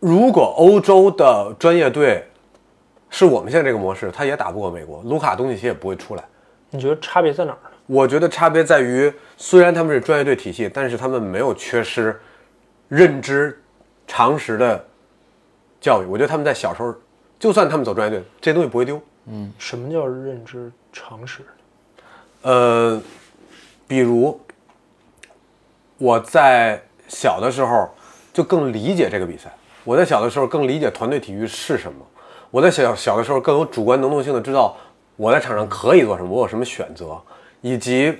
Speaker 1: 如果欧洲的专业队是我们现在这个模式，他也打不过美国，卢卡东契奇也不会出来。
Speaker 2: 你觉得差别在哪儿呢？
Speaker 1: 我觉得差别在于，虽然他们是专业队体系，但是他们没有缺失认知、常识的教育。我觉得他们在小时候，就算他们走专业队，这些东西不会丢。
Speaker 2: 什么叫认知常识？
Speaker 1: 呃，比如我在小的时候就更理解这个比赛，我在小的时候更理解团队体育是什么，我在小小的时候更有主观能动性的知道我在场上可以做什么，我有什么选择，以及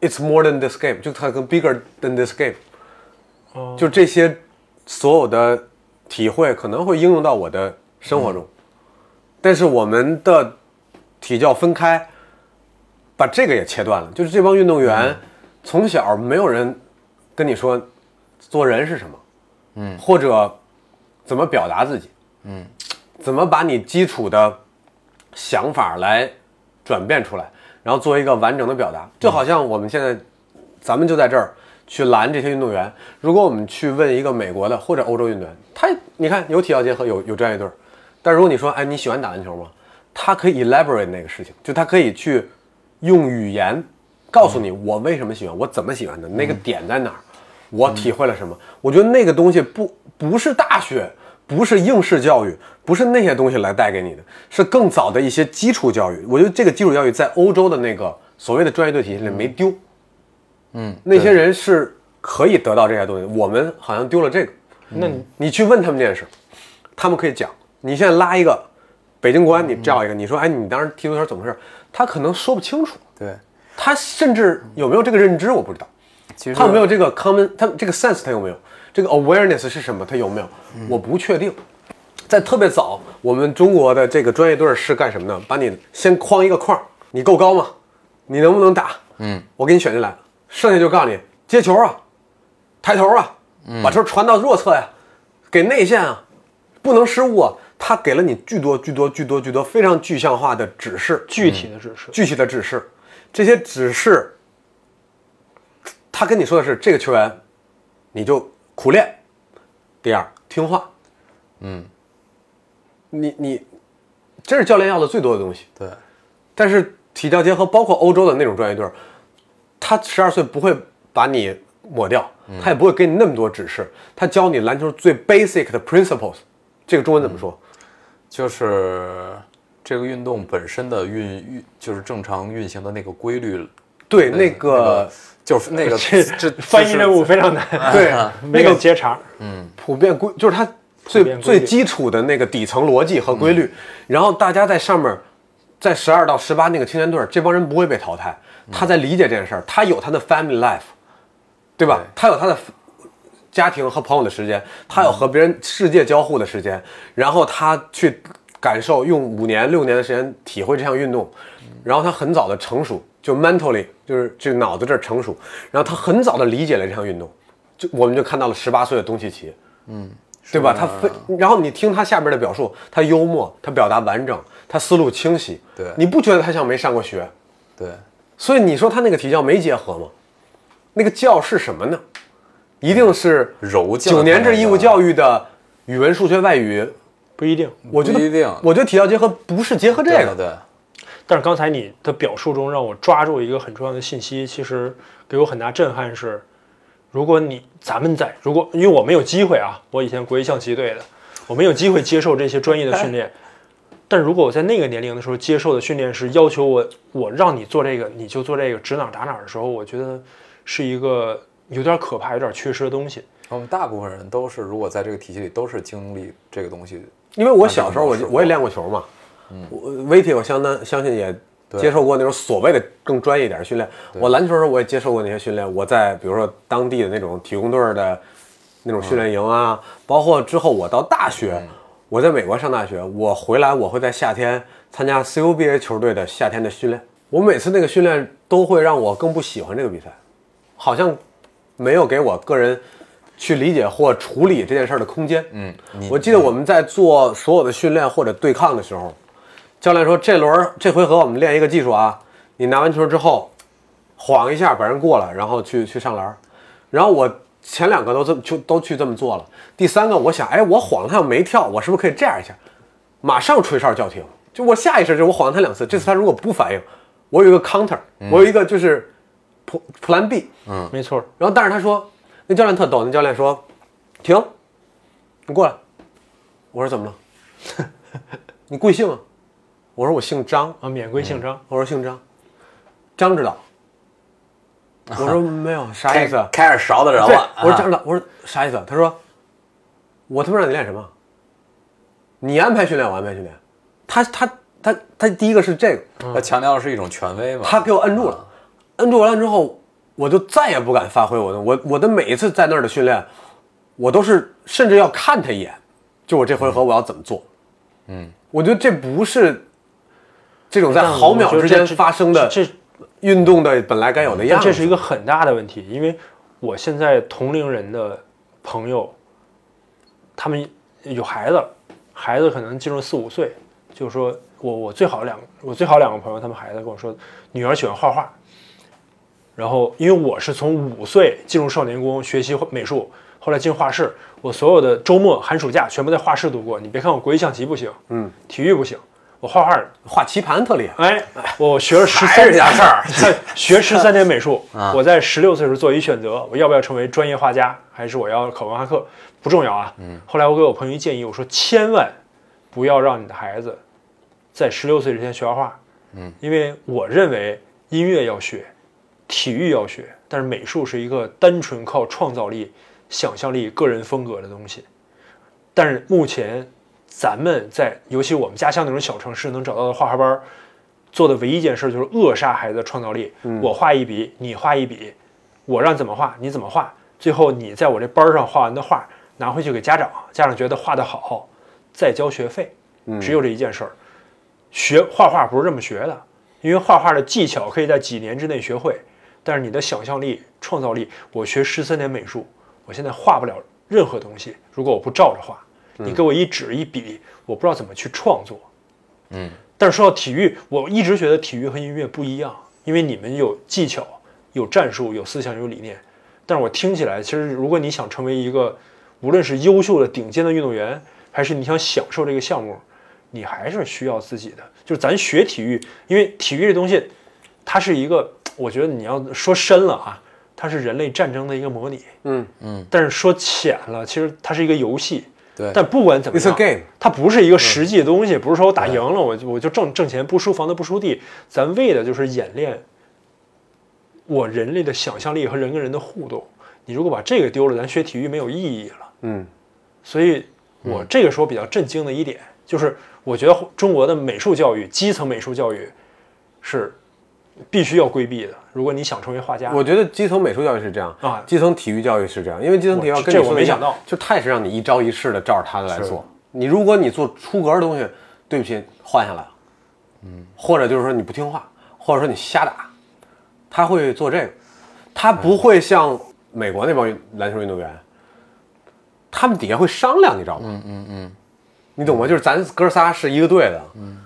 Speaker 1: it's more than this game，就它跟 bigger than this game，
Speaker 2: 哦
Speaker 1: 就这些所有的体会可能会应用到我的生活中，但是我们的体教分开，把这个也切断了。就是这帮运动员从小没有人跟你说做人是什么，嗯，或者怎么表达自己，嗯，怎么把你基础的想法来转变出来，然后做一个完整的表达。就好像我们现在，咱们就在这儿去拦这些运动员。如果我们去问一个美国的或者欧洲运动员，他你看有体校结合，有有专业队儿，但如果你说，哎，你喜欢打篮球吗？他可以 elaborate 那个事情，就他可以去用语言告诉你我为什么喜欢，我怎么喜欢的，那个点在哪儿，我体会了什么。我觉得那个东西不不是大学，不是应试教育，不是那些东西来带给你的，是更早的一些基础教育。我觉得这个基础教育在欧洲的那个所谓的专业队体系里没丢，
Speaker 3: 嗯，
Speaker 1: 那些人是可以得到这些东西，我们好像丢了这个。
Speaker 2: 那你
Speaker 1: 你去问他们这件事，他们可以讲。你现在拉一个北京国安，你叫一个，你说，哎，你当时踢足球怎么回事？他可能说不清楚，
Speaker 3: 对，
Speaker 1: 他甚至有没有这个认知，我不知道。
Speaker 3: 其实
Speaker 1: 他有没有这个 common，他这个 sense 他有没有？这个 awareness 是什么？他有没有？
Speaker 3: 嗯
Speaker 1: 我不确定。在特别早，我们中国的这个专业队是干什么呢？把你先框一个框，你够高吗？你能不能打？
Speaker 3: 嗯，
Speaker 1: 我给你选进来，剩下就告诉你接球啊，抬头啊，
Speaker 3: 嗯
Speaker 1: 把球传到弱侧呀、给内线啊，不能失误啊。他给了你巨多巨多巨多巨多非常具象化的指示，
Speaker 2: 具体的指示，
Speaker 1: 具体的指示，这些指示，他跟你说的是这个球员，你就苦练。第二，听话。嗯，你你，这是教练要的最多的东西。
Speaker 3: 对，
Speaker 1: 但是体教结合，包括欧洲的那种专业队儿，他十二岁不会把你抹掉，
Speaker 3: 嗯
Speaker 1: 他也不会给你那么多指示，他教你篮球最 basic 的 principles。这个中文怎么说？
Speaker 3: 就是这个运动本身的运运，就是正常运行的那个规律，
Speaker 1: 对，那
Speaker 3: 嗯那
Speaker 1: 个
Speaker 3: 个就是 那个
Speaker 2: 这
Speaker 3: 这
Speaker 2: 翻译任务非常难，
Speaker 1: 对
Speaker 3: 啊
Speaker 2: 没有接茬儿。
Speaker 1: 普遍规就是它最
Speaker 2: 遍规律嗯
Speaker 1: 最基础的那个底层逻辑和规律，然后大家在上面，在十二到十八那个青年队儿，这帮人不会被淘汰，他在理解这件事儿，他有他的 family life，对吧？他有他的 f- 家庭和朋友的时间，他有和别人世界交互的时间，然后他去感受用五年六年的时间体会这项运动，然后他很早的成熟，就 mentally 就是就脑子这儿成熟，然后他很早的理解了这项运动，就我们就看到了十八岁的东契奇，嗯对吧？他非，然后你听他下边的表述，他幽默，他表达完整，他思路清晰，
Speaker 3: 对
Speaker 1: 你不觉得他像没上过学？
Speaker 3: 对，
Speaker 1: 所以你说他那个体教没结合吗？那个教是什么呢？一定是
Speaker 3: 柔教
Speaker 1: 九年制义务教
Speaker 3: 育
Speaker 1: 育的语文、数学、外语。
Speaker 2: 不一定，
Speaker 1: 我觉得
Speaker 3: 不一定
Speaker 1: 我觉得体教结合不是结合这
Speaker 3: 对
Speaker 1: 个
Speaker 3: 对，对，
Speaker 2: 但是刚才你的表述中让我抓住一个很重要的信息，其实给我很大震撼是，如果你咱们在如果因为我没有机会啊，我以前国际象棋队的，我没有机会接受这些专业的训练。
Speaker 1: 哎
Speaker 2: 但如果我在那个年龄的时候接受的训练是要求我，我让你做这个你就做这个，指哪儿打哪儿的时候，我觉得是一个有点可怕、有点缺失的东西。
Speaker 3: 我们大部分人都是如果在这个体系里都是经历这个东西，
Speaker 1: 因为我小时候我
Speaker 3: 那
Speaker 1: 就
Speaker 3: 就没有试过
Speaker 1: 我也练过球嘛，我 VT 我相当相信也接受过那种所谓的更专业一点的训练。我篮球的时候我也接受过那些训练，我在比如说当地的那种体工队的那
Speaker 3: 嗯
Speaker 1: 种训练营啊，包括之后我到大学，我在美国上大学，我回来我会在夏天参加 CUBA 球队的夏天的训练。我每次那个训练都会让我更不喜欢这个比赛，好像没有给我个人去理解或处理这件事儿的空间。
Speaker 3: 嗯，你
Speaker 1: 我记得我们在做所有的训练或者对抗的时候，教练说这轮儿这回合我们练一个技术啊，你拿完球之后晃一下把人过来，然后去去上篮儿。然后我前两个都这么就都去这么做了，第三个我想，哎，我晃他要没跳，我是不是可以这样一下？马上吹哨叫停，就我下意识就我晃了他两次，这次他如果不反应，我有一个 counter，我有一个就是 pl- plan B，
Speaker 2: 没错，
Speaker 1: 然后但是他说，那教练特逗，那教练说，停，你过来。我说怎么了？ 你贵姓啊？我说我姓张。
Speaker 2: 啊，免规姓张。
Speaker 1: 我说姓张，张指导。我说没有，啥意思？啊
Speaker 3: 开始勺的人
Speaker 1: 对
Speaker 3: 了，，
Speaker 1: 我说张
Speaker 3: 啊
Speaker 1: 指导，我说啥意思？他说，我他妈让你练什么？你安排训练，我安排训练。他他他他第一个是这个，
Speaker 3: 他啊强调的是一种权威嘛，
Speaker 1: 他给我摁
Speaker 2: 啊
Speaker 1: 住了，摁住完了之后，我就再也不敢发挥我的我我的每一次在那儿的训练，我都是甚至要看他一眼，就我这回合我要怎么做，嗯，我觉得这不是这种在
Speaker 2: 但
Speaker 1: 毫秒
Speaker 2: 我觉得
Speaker 1: 之
Speaker 2: 这
Speaker 1: 间发生的
Speaker 2: 这这
Speaker 1: 运动的本来该有的样
Speaker 2: 但
Speaker 1: 子，
Speaker 2: 这是一个很大的问题，因为我现在同龄人的朋友，他们有孩子了，孩子可能进入四五岁，就是说我我最好两个我最好两个朋友，他们孩子跟我说，女儿喜欢画画，然后因为我是从五岁进入少年宫学习美术，后来进画室，我所有的周末寒暑假全部在画室度过。你别看我国际象棋不行，嗯，体育不行，我画画
Speaker 1: 画棋盘特厉害，
Speaker 2: 哎，我学了十
Speaker 3: 还
Speaker 2: 三
Speaker 3: 是这家事儿
Speaker 2: 学十三年美术。我在十六岁时做一选择，我要不要成为专业画家，还是我要考文化课？不重要啊。后来我给我朋友一建议，我说千万不要让你的孩子在十六岁之前学画画。嗯，因为我认为音乐要学，体育要学，但是美术是一个单纯靠创造力、想象力、个人风格的东西。但是目前咱们在尤其我们家乡那种小城市能找到的画画班儿，做的唯一一件事就是扼杀孩子的创造力。我画一笔，你画一笔，我让怎么画你怎么画，最后你在我这班儿上画完的画拿回去给家长，家长觉得画得好，再交学费，只有这一件事儿。学画画不是这么学的，因为画画的技巧可以在几年之内学会，但是你的想象力、创造力，我学十三年美术，我现在画不了任何东西。如果我不照着画，你给我一纸一笔，我不知道怎么去创作。但是说到体育，我一直觉得体育和音乐不一样，因为你们有技巧、有战术、有思想、有理念。但是我听起来，其实如果你想成为一个，无论是优秀的、顶尖的运动员，还是你想享受这个项目，你还是需要自己的。就是咱学体育，因为体育这东西，它是一个，我觉得你要说深了啊，它是人类战争的一个模拟。
Speaker 1: 嗯
Speaker 2: 嗯。但是说浅了，其实它是一个游戏。
Speaker 3: 对
Speaker 2: 但不管怎么
Speaker 1: It's a
Speaker 2: 样
Speaker 1: game
Speaker 2: 它不是一个实际的东西，不是说我打赢
Speaker 1: 嗯
Speaker 2: 了，我就我就挣挣钱，不输房子不输地，咱为的就是演练我人类的想象力和人跟人的互动。你如果把这个丢了，咱学体育没有意义了。
Speaker 1: 嗯，
Speaker 2: 所以我这个时候比较震惊的一点、就是，我觉得中国的美术教育，基层美术教育是必须要规避的。如果你想成为画家，
Speaker 1: 我觉得基层美术教育是这样
Speaker 2: 啊
Speaker 1: 基层体育教育是这样，因为基层体育
Speaker 2: 我
Speaker 1: 要跟你
Speaker 2: 这我
Speaker 1: 说的
Speaker 2: 没
Speaker 1: 一样
Speaker 2: 想到
Speaker 1: 就太是让你一招一式的照着他的来做。你如果你做出格的东西，对不起，换下来了，嗯，或者就是说你不听话，或者说你瞎打，他会做这个，他不会像美国那帮篮球运动员，他们底下会商量，你知道吗？嗯嗯嗯，你懂吗？就是咱哥仨是一个队的，
Speaker 2: 嗯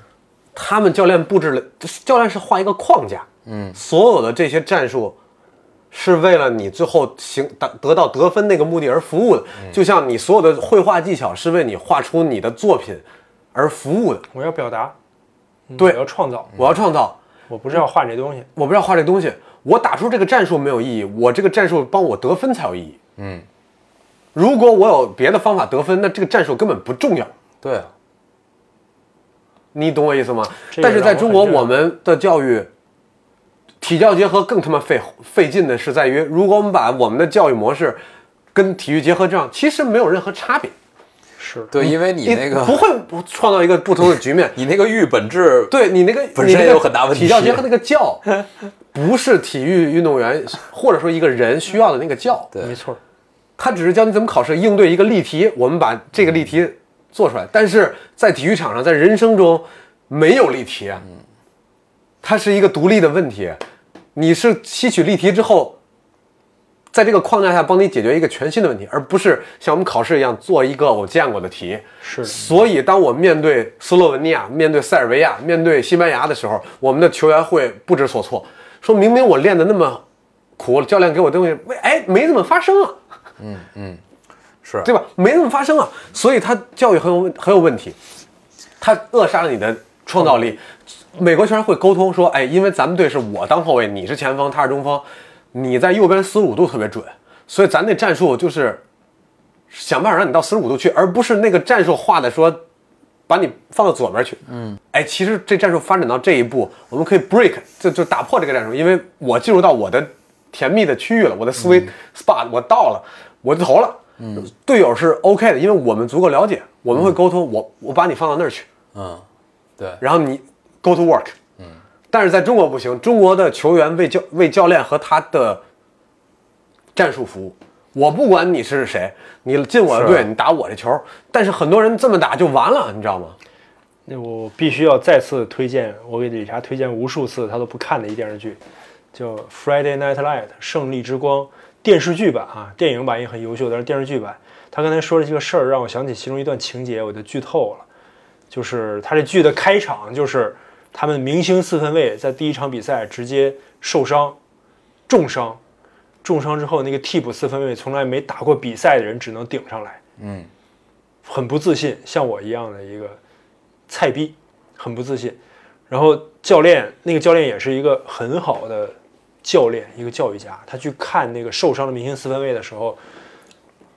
Speaker 1: 他们教练布置了，教练是画一个框架，嗯，所有的这些战术是为了你最后行得得到得分那个目的而服务的，
Speaker 2: 嗯
Speaker 1: 就像你所有的绘画技巧是为你画出你的作品而服务的。
Speaker 2: 我要表达，嗯
Speaker 1: 对
Speaker 2: 我要创造，
Speaker 1: 我要创造，
Speaker 2: 我不是要画这东西。
Speaker 1: 我不要画这东西，我打出这个战术没有意义，我这个战术帮我得分才有意义。嗯，如果我有别的方法得分，那这个战术根本不重要。
Speaker 3: 对，啊
Speaker 1: 你懂我意思吗？
Speaker 2: 这个
Speaker 1: 但是在中国，
Speaker 2: 让我
Speaker 1: 我
Speaker 2: 很
Speaker 1: 们的教育体教结合更他妈费费劲的是在于，如果我们把我们的教育模式跟体育结合，这样其实没有任何差别。
Speaker 2: 是，
Speaker 3: 对，因为你那
Speaker 1: 不
Speaker 3: 个。
Speaker 1: 会创造一个不同的局面
Speaker 3: 你那个玉本质，
Speaker 1: 对你那个
Speaker 3: 本身
Speaker 1: 你那个
Speaker 3: 有很大问题
Speaker 1: 体教结合那个 教，不是体育运动员或者说一个人需要的那个教，
Speaker 3: 对
Speaker 2: 没错儿。
Speaker 1: 他只是教你怎么考试应对一个例题，我们把这个例题做出来。但是在体育场上，在人生中没有例题啊，它是一个独立的问题。啊你是吸取例题之后，在这个框架下帮你解决一个全新的问题，而不是像我们考试一样做一个我见过的题。
Speaker 2: 是
Speaker 1: 所以，当我面对斯洛文尼亚、面对塞尔维亚、面对西班牙的时候，我们的球员会不知所措，说明明我练的那么苦，教练给我东西，喂哎，没怎么发生啊，
Speaker 3: 是
Speaker 1: 对吧？没怎么发生啊，所以他教育很有问很有问题，他扼杀了你的创造力。美国球员会沟通说，哎，因为咱们队是我当后卫，你是前锋，他是中锋，你在右边四十五度特别准，所以咱那战术就是想办法让你到四十五度去，而不是那个战术画的说把你放到左边去。嗯，哎，其实这战术发展到这一步，我们可以 break 就就打破这个战术，因为我进入到我的甜蜜的区域了，我的思维 spot 我到了，我就投了。嗯，队友是 OK 的，因为我们足够了解，我们会沟通，我我把你放到那儿去，
Speaker 3: 嗯，对，
Speaker 1: 然后你 go to work。嗯，但是在中国不行，中国的球员为教为教练和他的战术服务。我不管你是谁，你进我的队，你打我这球。但是很多人这么打就完了，你知道吗？
Speaker 2: 那我必须要再次推荐，我给理查推荐无数次他都不看的一电视剧，叫《Friday Night Light》胜利之光电视剧版啊，电影版也很优秀，但是电视剧版，他刚才说的这个事儿让我想起其中一段情节，我就剧透了，就是他这剧的开场就是他们明星四分卫在第一场比赛直接受伤，重伤，重伤之后那个替补四分卫从来没打过比赛的人只能顶上来，嗯，很不自信，像我一样的一个。菜逼，很不自信。然后教练那个教练也是一个很好的教练，一个教育家。他去看那个受伤的明星四分卫的时候，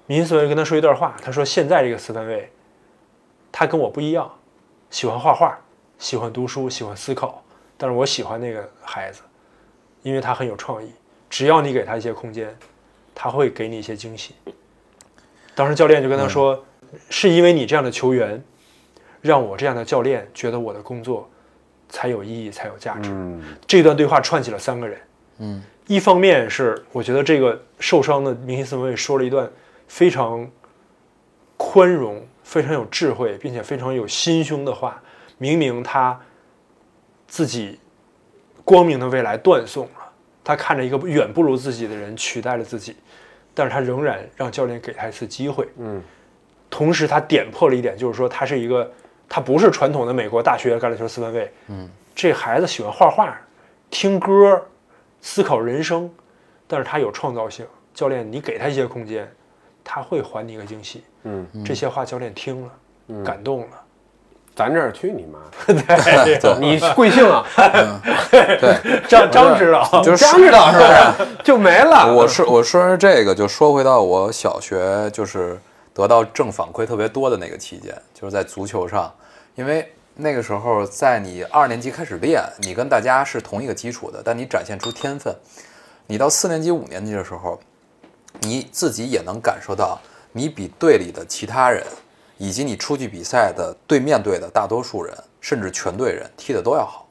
Speaker 2: 明星四分卫跟他说一段话，他说：“现在这个四分卫，他跟我不一样，喜欢画画，喜欢读书，喜欢思考，但是我喜欢那个孩子，因为他很有创意。只要你给他一些空间，他会给你一些惊喜。”当时教练就跟他说：“是因为你这样的球员，让我这样的教练觉得我的工作才有意义，才有价值。这段对话串起了三个人。嗯，一方面是我觉得这个受伤的明星四分卫说了一段非常宽容、非常有智慧，并且非常有心胸的话。明明他自己光明的未来断送了，他看着一个远不如自己的人取代了自己，但是他仍然让教练给他一次机会。同时他点破了一点，就是说他是一个，他不是传统的美国大学橄榄球四分卫。嗯，这孩子喜欢画画、听歌、思考人生，但是他有创造性。教练，你给他一些空间，他会还你一个惊喜。
Speaker 1: 嗯，
Speaker 3: 嗯
Speaker 2: 这些话教练听了，感动了，
Speaker 4: 咱这儿去你妈！
Speaker 2: 对，
Speaker 4: 你贵姓啊？
Speaker 2: 张张指导，
Speaker 3: 就是啊
Speaker 4: 张指导是不是？就没 了。
Speaker 3: 我是我说是这个，就说回到我小学就是得到正反馈特别多的那个期间，就是在足球上，因为那个时候在你二年级开始练，你跟大家是同一个基础的，但你展现出天分，你到四年级、五年级的时候，你自己也能感受到，你比队里的其他人，以及你出去比赛的对面队的大多数人，甚至全队人踢得都要好。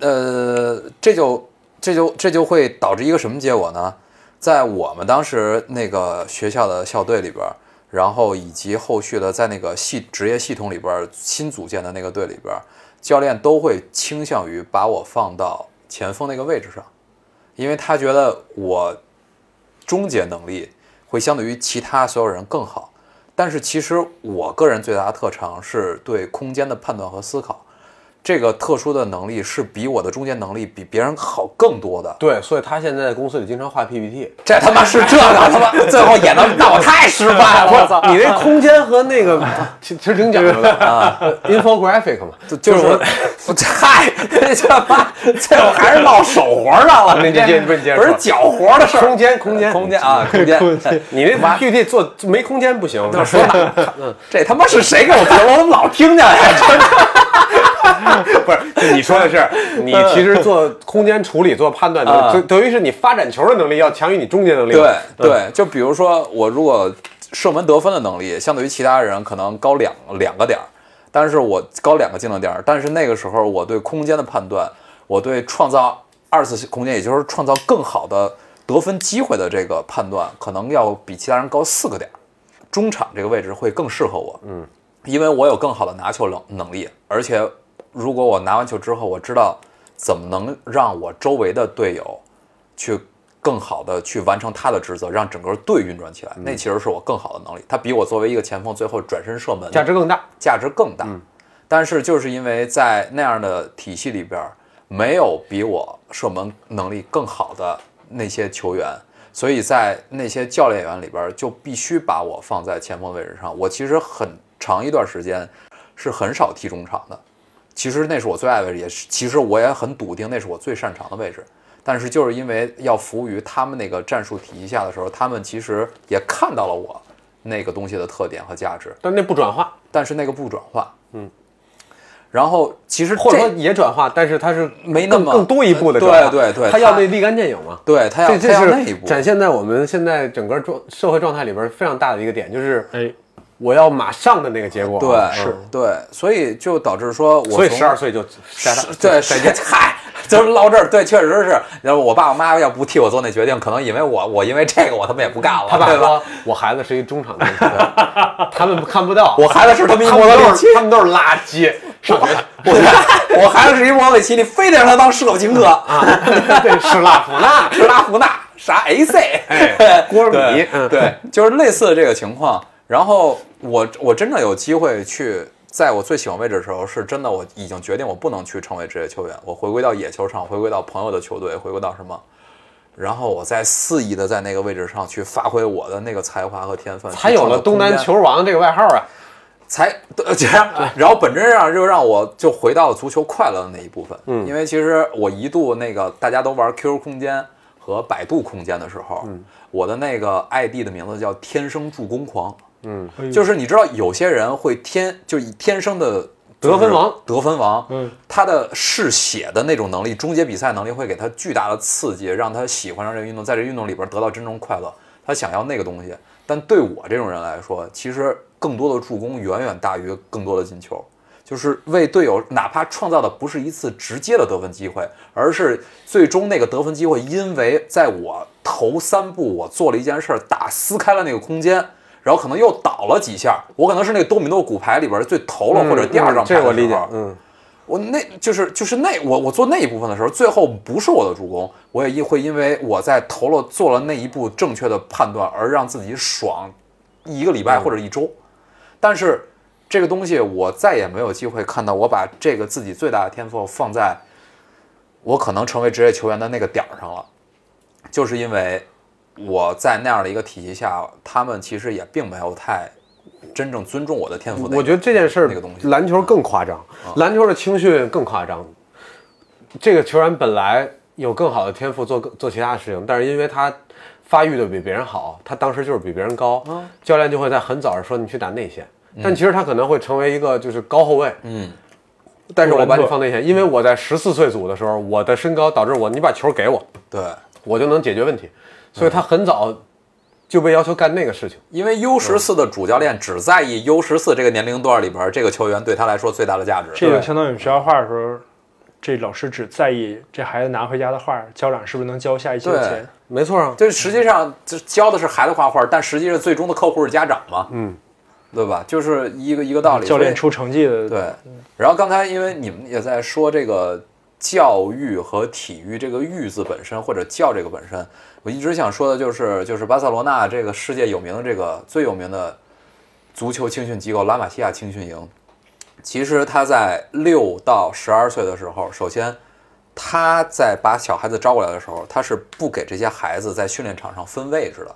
Speaker 3: 呃，这就这就这就会导致一个什么结果呢？在我们当时那个学校的校队里边儿，然后以及后续的在那个系职业系统里边儿新组建的那个队里边儿，教练都会倾向于把我放到前锋那个位置上，因为他觉得我终结能力会相对于其他所有人更好。但是其实我个人最大的特长是对空间的判断和思考，这个特殊的能力是比我的中间能力比别人好更多的。
Speaker 4: 对，所以他现在在公司里经常画 PPT。
Speaker 3: 这他妈是这个，他妈最后演的，那我太失败 了，我 操！
Speaker 4: 你那空间和那 个其其实挺讲究的啊，infographic 嘛，
Speaker 3: 就就是我，我嗨，这妈，这我还是落手活儿上了，
Speaker 4: 你接你不是你接着
Speaker 3: 不
Speaker 4: 说
Speaker 3: 是脚活儿的事儿，
Speaker 4: 空间空间
Speaker 3: 空间啊，空间，
Speaker 4: 你那 PPT 做没空间不行。
Speaker 3: 我说哪？ 这他妈是谁给我评论？我怎么老听见呀？
Speaker 4: 不是，就你说的是，你其实做空间处理、做判断能力，就等于是你发展球的能力要强于你中间能力。
Speaker 3: 啊
Speaker 4: 嗯
Speaker 3: 对，对，就比如说我如果射门得分的能力相对于其他人可能高两两个点儿，但是我高两个进了点儿，但是那个时候我对空间的判断，我对创造二次空间，也就是创造更好的得分机会的这个判断，可能要比其他人高四个点儿。中场这个位置会更适合我，嗯，因为我有更好的拿球能能力，而且如果我拿完球之后，我知道怎么能让我周围的队友去更好的去完成他的职责，让整个队运转起
Speaker 4: 嗯
Speaker 3: 来，那其实是我更好的能力。他比我作为一个前锋最后转身射门
Speaker 4: 价值更大。
Speaker 3: 价值更大。但是就是因为在那样的体系里边儿，没有比我射门能力更好的那些球员，所以在那些教练员里边儿就必须把我放在前锋的位置上。我其实很长一段时间是很少踢中场的，其实那是我最爱的位置，也是其实我也很笃定那是我最擅长的位置。但是就是因为要服务于他们那个战术体系下的时候，他们其实也看到了我那个东西的特点和价值，
Speaker 4: 但那不转化，
Speaker 3: 但是那个不转化，嗯。然后其实
Speaker 4: 或者说
Speaker 3: 这
Speaker 4: 也转化，但是它是
Speaker 3: 没那么
Speaker 4: 更更多一步的
Speaker 3: 对
Speaker 4: 转化。
Speaker 3: 对对
Speaker 4: 他要
Speaker 3: 它
Speaker 4: 那立竿见影嘛。
Speaker 3: 对他要
Speaker 4: 这
Speaker 3: 他要那
Speaker 4: 这
Speaker 3: 一
Speaker 4: 是
Speaker 3: 步，
Speaker 4: 展现在我们现在整个状社会状态里边非常大的一个点，就是
Speaker 2: 哎，
Speaker 4: 我要马上的那个结果。
Speaker 3: 对
Speaker 4: 嗯，
Speaker 3: 对，所以就导致说我
Speaker 4: 所以
Speaker 3: 从
Speaker 4: 十二岁就晒大
Speaker 3: 是对，水晶嗨， 就是唠这儿，对，确实是。然后我爸我妈要不替我做那决定，可能因为我我因为这个我他妈也不干了，
Speaker 4: 他爸
Speaker 3: 对吧？
Speaker 4: 说：“我孩子是一中场球员，他们看不到，
Speaker 3: 我孩子是
Speaker 4: 他
Speaker 3: 他妈
Speaker 4: 们
Speaker 3: 一磨
Speaker 4: 都
Speaker 3: 豆机
Speaker 4: 是，他们都是垃圾。上学
Speaker 3: 我我孩子是一莫里奇，你非得让他当舍甫琴 科啊，
Speaker 4: 对吃辣腐烂，
Speaker 3: 吃拉夫纳啥 AC，哎，
Speaker 4: 锅米
Speaker 3: 对
Speaker 4: 嗯
Speaker 3: 对，就是类似的这个情况。然后我我真的有机会去，在我最喜欢位置的时候，是真的我已经决定我不能去成为职业球员，我回归到野球场，回归到朋友的球队，回归到什么？然后我再肆意的在那个位置上去发挥我的那个才华和天分，
Speaker 4: 才有了东南
Speaker 3: 去
Speaker 4: 球
Speaker 3: 创造空间
Speaker 4: 王这个外号啊。
Speaker 3: 才对，这样，然后本质上就让我就回到足球快乐的那一部分，嗯，因为其实我一度那个大家都玩 QQ 空间和百度空间的时候，嗯，我的那个 ID 的名字叫天生助攻狂，
Speaker 2: 哎
Speaker 3: 就是你知道有些人会天就以天生的
Speaker 4: 得分王，
Speaker 3: 得分王，
Speaker 2: 嗯，
Speaker 3: 他的嗜血的那种能力，终结比赛能力会给他巨大的刺激，让他喜欢上这个运动，在这个运动里边得到真正快乐，他想要那个东西。但对我这种人来说，其实更多的助攻远远大于更多的进球，就是为队友哪怕创造的不是一次直接的得分机会，而是最终那个得分机会，因为在我头三步我做了一件事儿，打撕开了那个空间。然后可能又倒了几下，我可能是那个多米诺骨牌里边最头了或者第二张牌的
Speaker 4: 嗯这
Speaker 3: 时候，
Speaker 4: 我理解。嗯，
Speaker 3: 我那就是就是那我我做那一部分的时候，最后不是我的助攻，我也因会因为我在投了做了那一步正确的判断而让自己爽一个礼
Speaker 4: 嗯
Speaker 3: 拜或者一周。但是这个东西我再也没有机会看到我把这个自己最大的天赋放在我可能成为职业球员的那个点儿上了，就是因为我在那样的一个体系下，他们其实也并没有太真正尊重我的天赋那个。
Speaker 4: 我觉得这件事
Speaker 3: 那个东西
Speaker 4: 儿，篮球更夸张，篮球的青训更夸张。这个球员本来有更好的天赋做做其他事情，但是因为他发育的比别人好，他当时就是比别人高，教练就会在很早上说你去打内线，但其实他可能会成为一个就是高后卫，
Speaker 3: 嗯，
Speaker 4: 但是我把你
Speaker 2: 突然
Speaker 4: 放内线，因为我在十四岁组的时候，我的身高导致我你把球给我，
Speaker 3: 对，
Speaker 4: 我就能解决问题，所以他很早就被要求干那个事情。
Speaker 3: 因为 U 十四的主教练只在意 U 十四这个年龄段里边这个球员对他来说最大的价值。
Speaker 2: 这个相当于学校画的时候，这老师只在意这孩子拿回家的画，家长是不是能交下一些
Speaker 3: 对
Speaker 2: 钱。
Speaker 4: 没错啊，
Speaker 3: 这实际上这教的是孩子画画，但实际上最终的客户是家长嘛，嗯，对吧？就是一个一个道理。
Speaker 2: 教练
Speaker 3: 所以
Speaker 2: 出成绩的，
Speaker 3: 对，然后刚才因为你们也在说这个教育和体育这个“育”字本身，或者“教”这个本身，我一直想说的就是，就是巴塞罗那这个世界有名的这个最有名的足球青训机构——拉玛西亚青训营，其实他在六到十二岁的时候，首先。他在把小孩子招过来的时候，他是不给这些孩子在训练场上分位置的。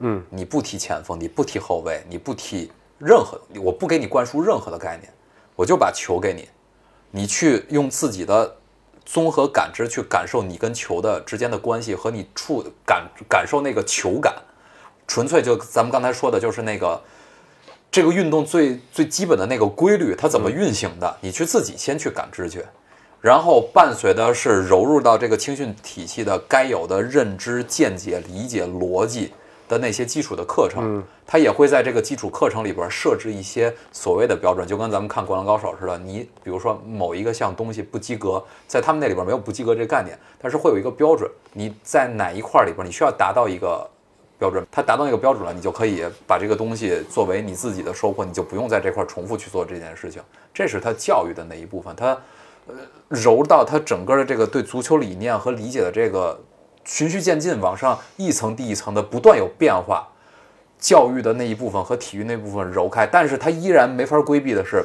Speaker 4: 嗯，
Speaker 3: 你不踢前锋，你不踢后卫，你不踢任何，我不给你灌输任何的概念，我就把球给你，你去用自己的综合感知去感受你跟球的之间的关系和你触感感受那个球感，纯粹就咱们刚才说的就是那个这个运动最最基本的那个规律，它怎么运行的，你去自己先去感知去。然后伴随的是融入到这个青训体系的该有的认知、见解、理解、逻辑的那些基础的课程，它也会在这个基础课程里边设置一些所谓的标准，就跟咱们看《灌篮高手》似的，你比如说某一个项东西不及格，在他们那里边没有不及格这个概念，但是会有一个标准，你在哪一块里边你需要达到一个标准，它达到那个标准了，你就可以把这个东西作为你自己的收获，你就不用在这块儿重复去做这件事情。这是它教育的那一部分，它呃揉到它整个的这个对足球理念和理解的这个循序渐进往上一层递一层的不断有变化，教育的那一部分和体育那部分揉开，但是它依然没法规避的是，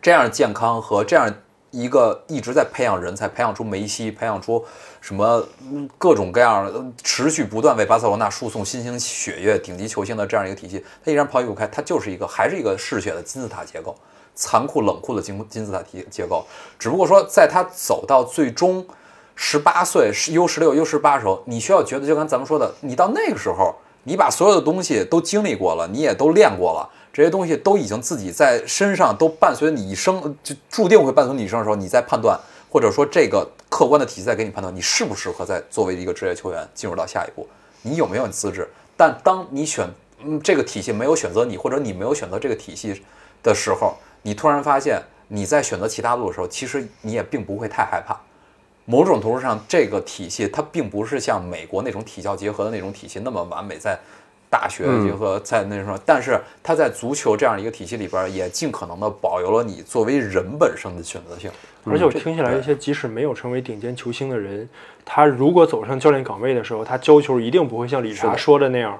Speaker 3: 这样健康和这样一个一直在培养人才，培养出梅西，培养出什么嗯各种各样呃持续不断为巴塞罗那输送新兴血液、顶级球星的这样一个体系，它依然抛弃不开，它就是一个还是一个嗜血的金字塔结构，残酷冷酷的金金字塔结结构，只不过说在它走到最终。十八岁、U 十六、U 十八时候，你需要觉得，就跟咱们说的，你到那个时候，你把所有的东西都经历过了，你也都练过了，这些东西都已经自己在身上都伴随你一生，就注定会伴随你一生的时候，你再判断，或者说这个客观的体系在给你判断，你适不适合再作为一个职业球员进入到下一步，你有没有资质？但当你选嗯这个体系没有选择你，或者你没有选择这个体系的时候，你突然发现你在选择其他路的时候，其实你也并不会太害怕。某种程度上，这个体系它并不是像美国那种体教结合的那种体系那么完美，在大学结合在那什么，但是它在足球这样一个体系里边，也尽可能的保留了你作为人本身的选择性。
Speaker 2: 而且我听起来，一些即使没有成为顶尖球星的人，他如果走上教练岗位的时候，他教球一定不会像理查说的那样，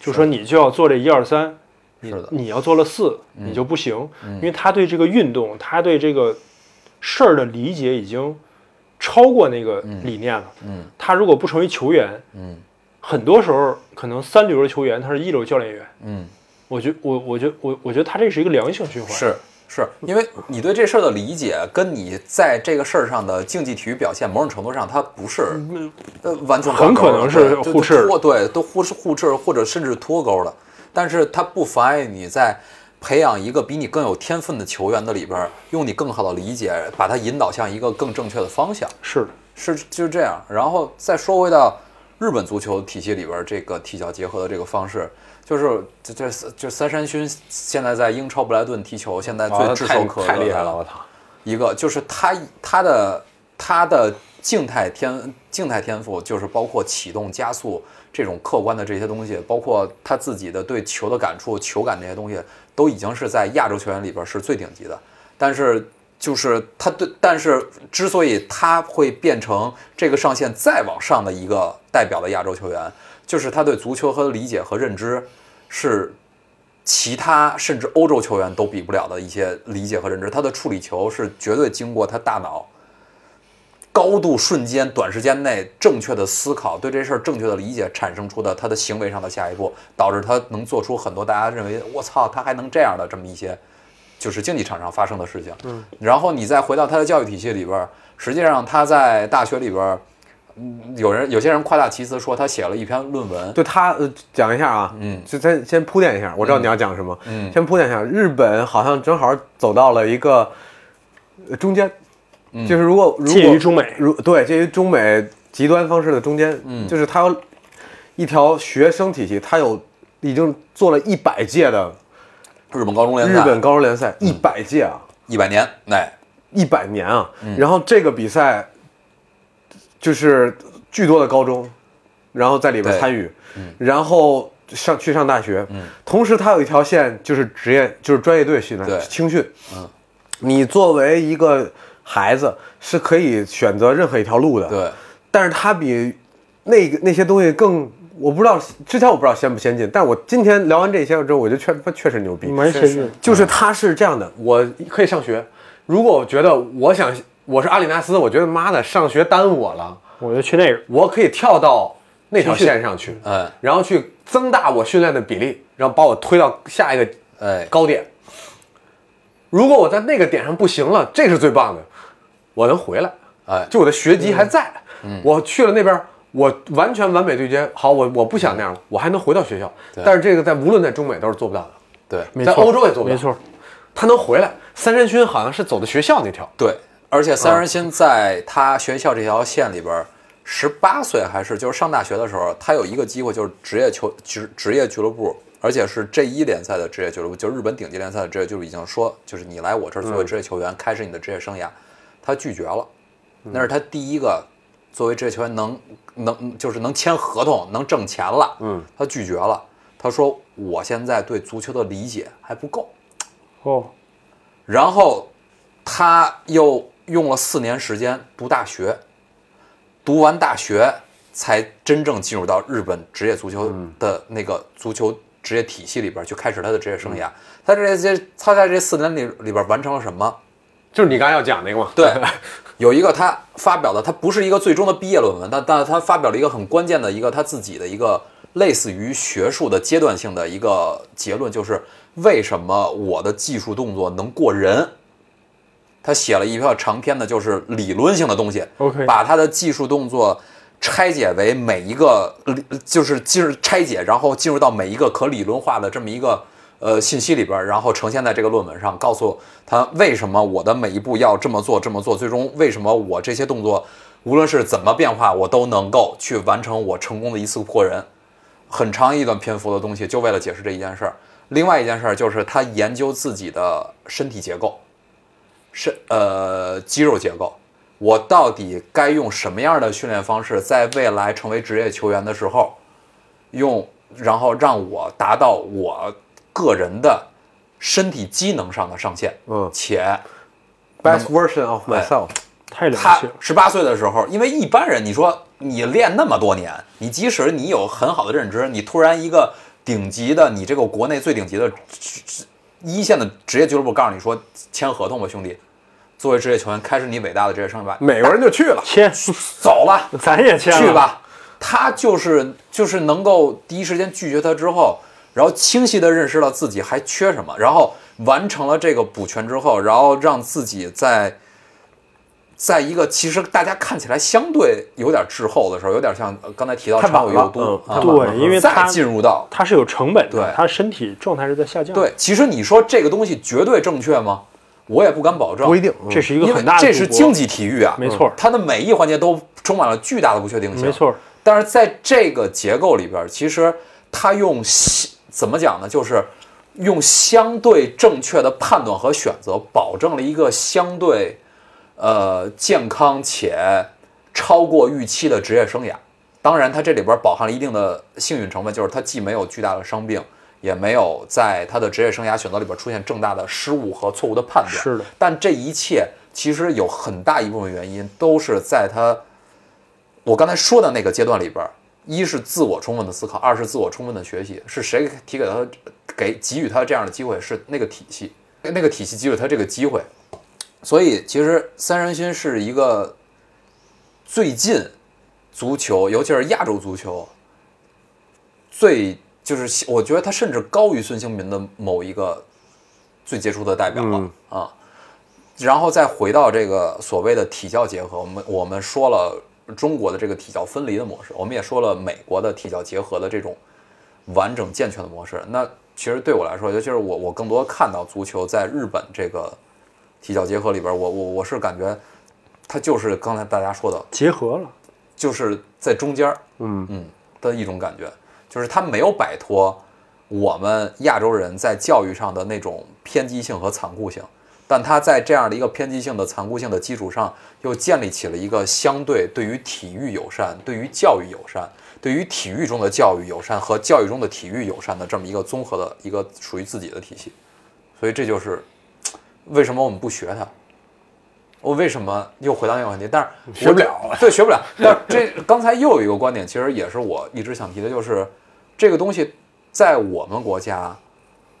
Speaker 2: 就说你就要做这一二三，
Speaker 3: 是的，嗯
Speaker 2: 你要做了四，你就不行，因为他对这个运动，他对这个事儿的理解已经超过那个理念了。
Speaker 3: 嗯
Speaker 2: 他如果不成为球员，
Speaker 3: 嗯
Speaker 2: 很多时候可能三流的球员他是一流教练员。
Speaker 3: 嗯，
Speaker 2: 我觉我我觉我我觉得他这是一个良性循环。
Speaker 3: 是是，因为你对这事儿的理解，跟你在这个事儿上的竞技体育表现，某种程度上它不是呃完全
Speaker 2: 嗯很
Speaker 3: 挂钩
Speaker 2: 可能
Speaker 3: 的
Speaker 2: 是
Speaker 3: 对就
Speaker 2: 互
Speaker 3: 就
Speaker 2: 斥的
Speaker 3: 脱对，都互互斥或者甚至脱钩的，但是它不妨碍你在培养一个比你更有天分的球员的里边儿，用你更好的理解把他引导向一个更正确的方向。
Speaker 2: 是的，
Speaker 3: 是就是这样。然后再说回到日本足球体系里边儿这个体教结合的这个方式，就是这这就三山勋现在在英超布莱顿踢球，现在
Speaker 4: 啊
Speaker 3: 最炙手
Speaker 4: 太
Speaker 3: 可热
Speaker 4: 太厉
Speaker 3: 的
Speaker 4: 害了，我操！
Speaker 3: 一个就是他他的他的静态天静态天赋，就是包括启动、加速这种客观的这些东西，包括他自己的对球的感触、球感这些东西，都已经是在亚洲球员里边是最顶级的。但是就是他对，但是之所以他会变成这个上限再往上的一个代表的亚洲球员，就是他对足球和理解和认知是其他甚至欧洲球员都比不了的一些理解和认知。他的处理球是绝对经过他大脑高度瞬间、短时间内正确的思考，对这事儿正确的理解产生出的他的行为上的下一步，导致他能做出很多大家认为我操他还能这样的这么一些，就是竞技场上发生的事情。嗯，然后你再回到他的教育体系里边儿，实际上他在大学里边儿，嗯，有人有些人夸大其词说他写了一篇论文，
Speaker 1: 对他呃讲一下啊，
Speaker 3: 嗯
Speaker 1: 就先先铺垫一下，我知道你要讲什么，嗯，先铺垫一下。日本好像正好走到了一个呃中间，就是如果如果
Speaker 2: 介于中美
Speaker 1: 如对介于中美极端方式的中间，嗯，就是它有一条学生体系，它有已经做了一百届的
Speaker 3: 日本高中联
Speaker 1: 日本
Speaker 3: 赛
Speaker 1: 高中联赛，一百届啊，
Speaker 3: 一百年，哎，
Speaker 1: 一百年啊，
Speaker 3: 嗯
Speaker 1: 然后这个比赛就是巨多的高中，然后在里边
Speaker 3: 对嗯
Speaker 1: 参与，然后上去上大学，同时它有一条线就是职业就是专业队训
Speaker 3: 对嗯
Speaker 1: 练青训，你作为一个孩子是可以选择任何一条路的，
Speaker 3: 对，
Speaker 1: 但是它比那个那些东西更。我不知道之前我不知道先不先进，但是我今天聊完这些之后，我就确确实牛逼，
Speaker 2: 蛮先进的。
Speaker 1: 就是它是这样的，
Speaker 4: 我可以上学。如果我觉得我想我是阿里纳斯，我觉得妈的上学耽误我了，
Speaker 2: 我就去那个，
Speaker 4: 我可以跳到那条线上去，呃
Speaker 3: 哎
Speaker 4: 然后去增大我训练的比例，然后把我推到下一个
Speaker 3: 哎，
Speaker 4: 高点。如果我在那个点上不行了，这是最棒的，我能回来，
Speaker 3: 哎
Speaker 4: 就我的学籍还在。我去了那边，我完全完美对接。好，我我不想那样了，我还能回到学校。但是这个在无论在中美都是做不到的，
Speaker 3: 对，
Speaker 2: 没
Speaker 4: 在
Speaker 2: 错，
Speaker 4: 欧洲也做不到。
Speaker 2: 没错，
Speaker 4: 他能回来。三山勋好像是走的学校那条，
Speaker 3: 对，而且三人新在他学校这条线里边，十八岁还是就是上大学的时候，他有一个机会就是职业球职职业俱乐部，而且是 J 一联赛的职业俱乐部，就是日本顶级联赛的职业俱乐部已经说，就是你来我这儿作为职业球员、开始你的职业生涯，他拒绝了，那是他第一个作为职业球员能能就是能签合同能挣钱了，嗯，他拒绝了，他说我现在对足球的理解还不够，
Speaker 2: 哦，
Speaker 3: 然后他又用了四年时间读大学，读完大学才真正进入到日本职业足球的那个足球职业体系里边去开始他的职业生涯。他这些他在这四年里里边完成了什么？
Speaker 4: 就是你刚才要讲那个嘛。
Speaker 3: 对，有一个他发表的，他不是一个最终的毕业论文，但但他发表了一个很关键的一个他自己的一个类似于学术的阶段性的一个结论，就是为什么我的技术动作能过人。他写了一篇长篇的，就是理论性的东西
Speaker 2: OK
Speaker 3: 把他的技术动作拆解为每一个理，就是进入拆解，然后进入到每一个可理论化的这么一个呃信息里边儿，然后呈现在这个论文上，告诉他为什么我的每一步要这么做，这么做，最终为什么我这些动作无论是怎么变化，我都能够去完成我成功的一次过人。很长一段篇幅的东西，就为了解释这一件事儿。另外一件事儿就是他研究自己的身体结构，是呃肌肉结构，我到底该用什么样的训练方式，在未来成为职业球员的时候，用然后让我达到我个人的身体机能上的上限，
Speaker 1: 嗯
Speaker 3: 且
Speaker 1: best version of myself，、
Speaker 4: 哎
Speaker 2: 太了
Speaker 3: 他
Speaker 2: 解了。
Speaker 3: 十八岁的时候，因为一般人，你说你练那么多年，你即使你有很好的认知，你突然一个顶级的，你这个国内最顶级的一线的职业俱乐部告诉你说签合同吧，兄弟，作为职业球员，开始你伟大的职业生涯，
Speaker 4: 美国人就去了，
Speaker 2: 签，
Speaker 3: 走吧，
Speaker 2: 咱也签了
Speaker 3: 去。吧。他就是就是能够第一时间拒绝他之后，然后清晰的认识到自己还缺什么，然后完成了这个补全之后，然后让自己在在一个其实大家看起来相对有点滞后的时候，有点像呃刚才提到
Speaker 1: 太晚
Speaker 3: 长有右
Speaker 1: 了
Speaker 3: 都
Speaker 1: 嗯
Speaker 3: 啊，
Speaker 2: 太晚了对因为
Speaker 3: 再
Speaker 2: 他
Speaker 3: 进入到
Speaker 2: 它是有成本的，
Speaker 3: 对
Speaker 2: 它身体状态是在下降。，
Speaker 3: 对，其实你说这个东西绝对正确吗？我也不敢保证，
Speaker 1: 不一定，嗯
Speaker 2: 这是一个
Speaker 3: 因为
Speaker 2: 很大的
Speaker 3: 这是
Speaker 2: 赌博
Speaker 3: 竞，技体育啊，
Speaker 2: 没错
Speaker 3: 它的每一环节都充满了巨大的不确定性，
Speaker 2: 没错。
Speaker 3: 但是在这个结构里边儿，其实他用西怎么讲呢？就是用相对正确的判断和选择，保证了一个相对呃健康且超过预期的职业生涯。当然，它这里边儿饱含了一定的幸运成分，就是他既没有巨大的伤病，也没有在他的职业生涯选择里边儿出现重大的失误和错误的判断。
Speaker 2: 是的
Speaker 3: 但这一切其实有很大一部分原因都是在他我刚才说的那个阶段里边儿，一是自我充分的思考，二是自我充分的学习，是谁提给他给给予他这样的机会？是那个体系，那个体系给予他这个机会。所以其实三人勋是一个最近足球，尤其是亚洲足球，最就是我觉得他甚至高于孙兴民的某一个最杰出的代表了、啊。然后再回到这个所谓的体教结合，我们我们说了中国的这个体教分离的模式，我们也说了美国的体教结合的这种完整健全的模式。那其实对我来说，尤其是我我更多看到足球在日本这个体教结合里边，我我我是感觉它就是刚才大家说的，
Speaker 2: 结合了，
Speaker 3: 就是在中间儿
Speaker 1: 嗯
Speaker 3: 嗯的一种感觉，就是它没有摆脱我们亚洲人在教育上的那种偏激性和残酷性，但它在这样的一个偏激性的残酷性的基础上，又建立起了一个相对对于体育友善、对于教育友善、对于体育中的教育友善和教育中的体育友善的这么一个综合的一个属于自己的体系，所以这就是为什么我们不学它。我为什么又回到那个问题？但是
Speaker 4: 学不了
Speaker 3: 对，学不了。啊但这刚才又有一个观点，其实也是我一直想提的，就是这个东西在我们国家，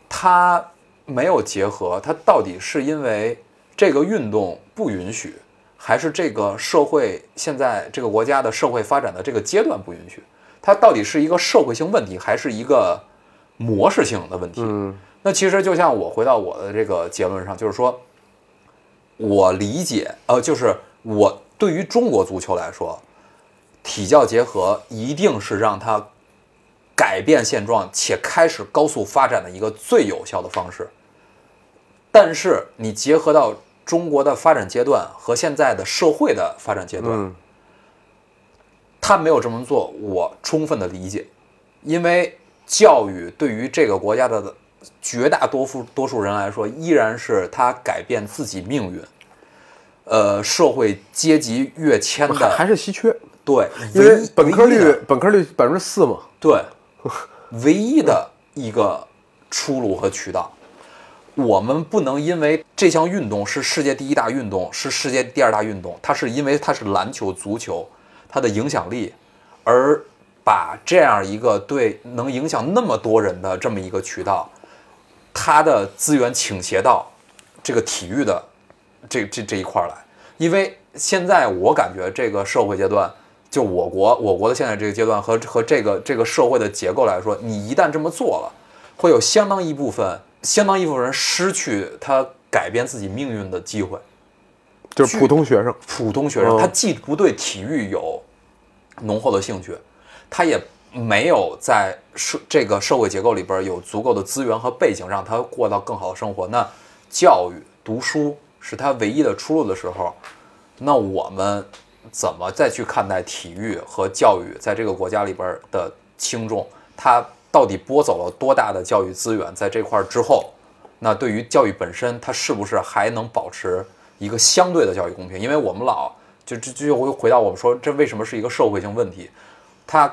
Speaker 3: 它没有结合，它到底是因为这个运动不允许，还是这个社会现在这个国家的社会发展的这个阶段不允许？它到底是一个社会性问题，还是一个模式性的问题？
Speaker 1: 嗯
Speaker 3: 那其实就像我回到我的这个结论上，就是说，我理解，呃，就是我对于中国足球来说，体教结合一定是让它改变现状且开始高速发展的一个最有效的方式。但是你结合到中国的发展阶段和现在的社会的发展阶段，
Speaker 1: 嗯
Speaker 3: 他没有这么做，我充分的理解，因为教育对于这个国家的绝大多数多数人来说，依然是他改变自己命运，呃，社会阶级跃迁
Speaker 1: 还还
Speaker 3: 的
Speaker 1: 是稀缺，
Speaker 3: 对，
Speaker 1: 因为
Speaker 3: 唯一
Speaker 1: 本科
Speaker 3: 唯一
Speaker 1: 率
Speaker 3: 的
Speaker 1: 本科率百分之四嘛，
Speaker 3: 对，唯一的一个出路和渠道。我们不能因为这项运动是世界第一大运动，是世界第二大运动，它是因为它是篮球、足球，它的影响力，而把这样一个对能影响那么多人的这么一个渠道，它的资源倾斜到这个体育的这这这一块儿来，因为现在我感觉这个社会阶段，就我国我国的现在这个阶段和和这个这个社会的结构来说，你一旦这么做了，会有相当一部分相当一部分人失去他改变自己命运的机会。
Speaker 1: 就是普通学生，
Speaker 3: 普通学生，
Speaker 1: 嗯
Speaker 3: 他既不对体育有浓厚的兴趣，他也没有在社这个社会结构里边有足够的资源和背景让他过到更好的生活。那教育、读书是他唯一的出路的时候，那我们怎么再去看待体育和教育在这个国家里边的轻重？它到底拨走了多大的教育资源在这块儿之后？那对于教育本身，它是不是还能保持一个相对的教育公平？因为我们老就就就会回到我们说，这为什么是一个社会性问题？它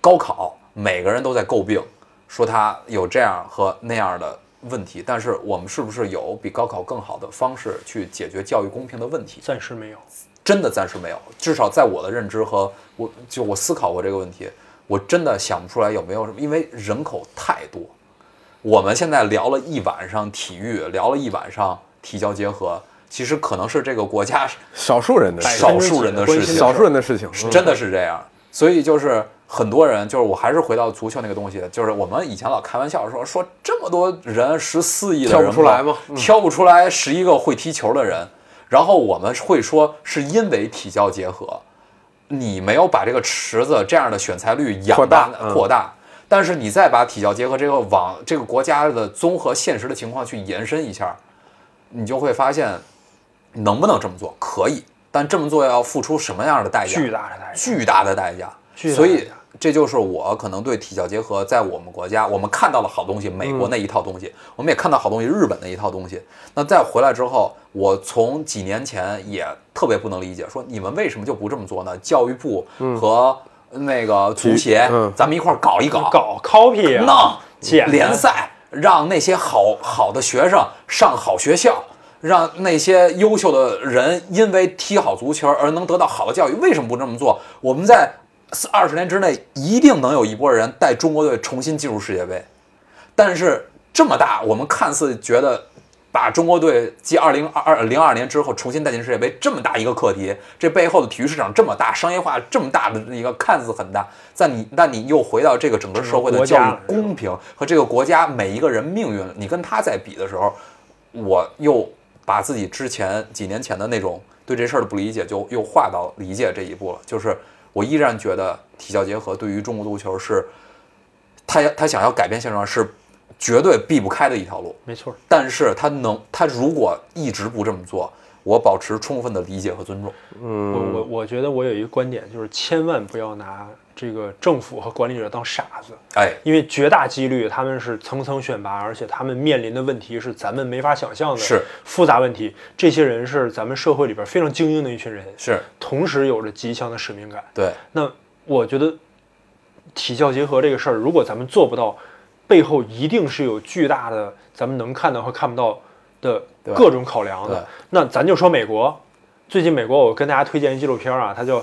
Speaker 3: 高考每个人都在诟病，说它有这样和那样的问题，但是我们是不是有比高考更好的方式去解决教育公平的问题？
Speaker 2: 暂时没有。
Speaker 3: 真的暂时没有，至少在我的认知和我就我思考过这个问题，我真的想不出来有没有什么，因为人口太多。我们现在聊了一晚上体育，聊了一晚上体教结合，其实可能是这个国家
Speaker 1: 少数人的事
Speaker 3: 少数人的事情，
Speaker 1: 少数人的事情，嗯
Speaker 3: 真的是这样。所以就是很多人，就是我还是回到足球那个东西，就是我们以前老开玩笑说说这么多人，十四亿的人
Speaker 4: 挑不出来吗嗯
Speaker 3: 挑不出来十一个会踢球的人，然后我们会说是因为体教结合，你没有把这个池子这样的选材率养
Speaker 1: 扩大
Speaker 3: 大
Speaker 1: 嗯
Speaker 3: 扩大，但是你再把体教结合这个往这个国家的综合现实的情况去延伸一下，你就会发现能不能这么做可以，但这么做要付出什么样的代价？
Speaker 2: 巨大的代价
Speaker 3: 巨大的代价。
Speaker 2: 巨大的代价
Speaker 3: 所以这就是我可能对体教结合，在我们国家，我们看到了好东西，美国那一套东西，我们也看到好东西，日本那一套东西。那再回来之后，我从几年前也特别不能理解，说你们为什么就不这么做呢？教育部和那个足协，
Speaker 1: 嗯
Speaker 3: 咱们一块儿搞一搞，
Speaker 2: 搞 copy 啊
Speaker 3: 弄
Speaker 2: 剪
Speaker 3: 联赛，让那些好好的学生上好学校，让那些优秀的人因为踢好足球而能得到好的教育。为什么不这么做？我们在二十年之内一定能有一波人带中国队重新进入世界杯。但是这么大，我们看似觉得把把中国队继二零二零二年之后重新带进世界杯，这么大一个课题，这背后的体育市场这么大，商业化这么大的一个看似很大，但你但你又回到这个整个社会的
Speaker 2: 国
Speaker 3: 教
Speaker 2: 家
Speaker 3: 育公平和这个国家每一个人命运，你跟他在比的时候，我又把自己之前几年前的那种对这事儿的不理解，就又化到理解这一步了。就是我依然觉得体校结合对于中国足球是，他要他想要改变现状是绝对避不开的一条路。
Speaker 2: 没错，
Speaker 3: 但是他能，他如果一直不这么做，我保持充分的理解和尊重。
Speaker 2: 我我我觉得我有一个观点，就是千万不要拿这个政府和管理者当傻子，
Speaker 3: 哎，
Speaker 2: 因为绝大几率他们是层层选拔，而且他们面临的问题是咱们没法想象的，
Speaker 3: 是
Speaker 2: 复杂问题。这些人是咱们社会里边非常精英的一群人，
Speaker 3: 是
Speaker 2: 同时有着极强的使命感。
Speaker 3: 对，
Speaker 2: 那我觉得体教结合这个事儿，如果咱们做不到，背后一定是有巨大的咱们能看到和看不到的
Speaker 3: 对
Speaker 2: 各种考量
Speaker 3: 对
Speaker 2: 的。那咱就说美国，最近美国我跟大家推荐一纪录片啊，它叫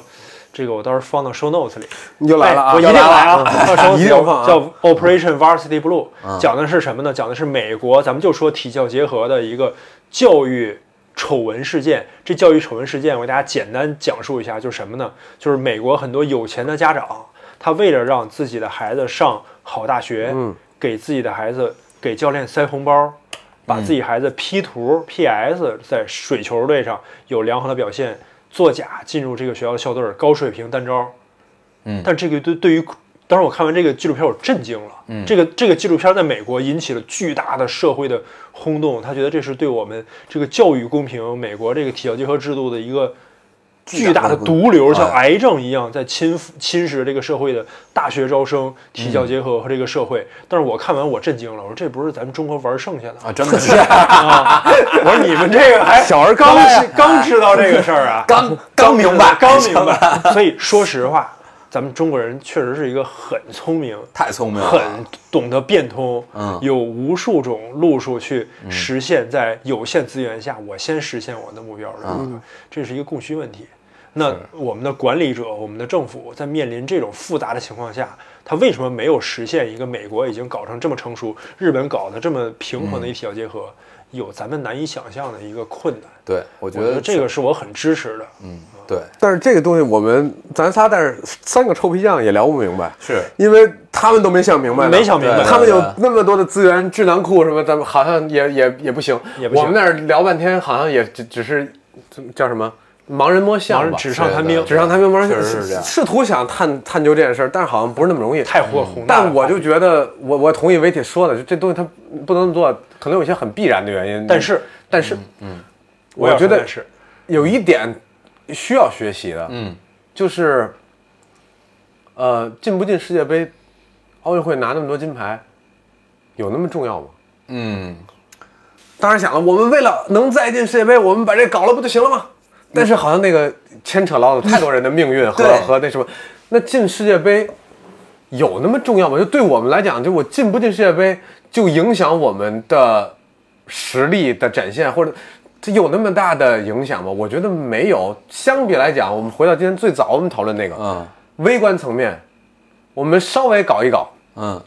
Speaker 2: 这个我到时候放到 show notes 里。
Speaker 7: 你就来了啊！
Speaker 2: 哎我一定
Speaker 7: 要
Speaker 2: 来
Speaker 7: 了
Speaker 2: 啊！ 到时候
Speaker 7: 一定放啊嗯
Speaker 2: 叫 Operation Varsity Blue，讲的是什么呢？讲的是美国，咱们就说体教结合的一个教育丑闻事件。这教育丑闻事件，我给大家简单讲述一下，就是什么呢？就是美国很多有钱的家长，他为了让自己的孩子上好大学，
Speaker 7: 嗯
Speaker 2: 给自己的孩子给教练塞红包。把自己
Speaker 7: 嗯
Speaker 2: 孩子 P 图、PS 在水球队上有良好的表现，作假进入这个学校的校队儿，高水平单招，但这个对对于，当时我看完这个纪录片，我震惊了。嗯，这个这个纪录片在美国引起了巨大的社会的轰动，他觉得这是对我们这个教育公平、美国这个体校结合制度的一个巨大的啊毒瘤，像癌症一样在侵蚀侵蚀这个社会的大学招生、体校结合和这个社会。但是我看完我震惊了，我说这不是咱们中国玩剩下的
Speaker 3: 啊， 真的是
Speaker 2: 啊！我说你们这个
Speaker 1: 哎
Speaker 2: 还
Speaker 7: 小儿
Speaker 2: 刚
Speaker 7: 刚
Speaker 2: 啊
Speaker 7: 呀
Speaker 2: 知刚知道这个事儿啊，
Speaker 3: 刚刚明白，
Speaker 2: 刚明白。 所以说实话，咱们中国人确实是一个很聪明、
Speaker 3: 太聪明
Speaker 2: 很
Speaker 3: 了，
Speaker 2: 懂得变通，
Speaker 3: 嗯
Speaker 2: 有无数种路数去实现在有限资源下，我先实现我的目标的。
Speaker 3: 嗯
Speaker 2: 这是一个供需问题。那我们的管理者、我们的政府在面临这种复杂的情况下，他为什么没有实现一个美国已经搞成这么成熟、日本搞得这么平
Speaker 3: 嗯
Speaker 2: 衡的一体小结合，有咱们难以想象的一个困难？
Speaker 3: 对，我觉
Speaker 2: 我觉
Speaker 3: 得
Speaker 2: 得这个是我很支持的。嗯，
Speaker 3: 对
Speaker 7: 但是这个东西，我们咱仨，但是三个臭皮匠也聊不明白，
Speaker 3: 是
Speaker 7: 因为他们都没想明白呢，
Speaker 2: 没想明白
Speaker 3: 对
Speaker 7: 他们有
Speaker 3: 对
Speaker 7: 那么多的资源，
Speaker 1: 智囊库什么，咱们好像也也也不行。
Speaker 2: 也不行
Speaker 1: 我们那儿聊半天，好像也只只是怎么叫什么盲人摸
Speaker 2: 盲
Speaker 1: 象
Speaker 2: 人
Speaker 1: 吧，
Speaker 2: 纸上谈
Speaker 3: 是
Speaker 2: 兵
Speaker 3: 的，
Speaker 1: 纸上谈兵，盲人
Speaker 3: 确实是这样
Speaker 1: 试图想探探究这件事儿，但是好像不是那么容易。
Speaker 2: 太火宏大了。
Speaker 1: 嗯但我就觉得，我我同意维铁说的，就这东西它不能这么做，可能有一些很必然的原因。嗯
Speaker 2: 但是，嗯
Speaker 1: 但是
Speaker 2: 我要
Speaker 1: 我觉得
Speaker 2: 说的是，
Speaker 1: 有一点需要学习的，嗯，就是，呃，进不进世界杯、奥运会拿那么多金牌，有那么重要吗？
Speaker 3: 嗯，
Speaker 1: 当然想了，我们为了能再进世界杯，我们把这搞了不就行了吗？但是好像那个牵扯到了太多人的命运和
Speaker 3: 对
Speaker 1: 和那什么，那进世界杯有那么重要吗？就对我们来讲，就我进不进世界杯，就影响我们的实力的展现，或者这有那么大的影响吗？我觉得没有。相比来讲，我们回到今天最早我们讨论那个、
Speaker 3: 嗯
Speaker 1: 微观层面，我们稍微搞一搞，
Speaker 3: 嗯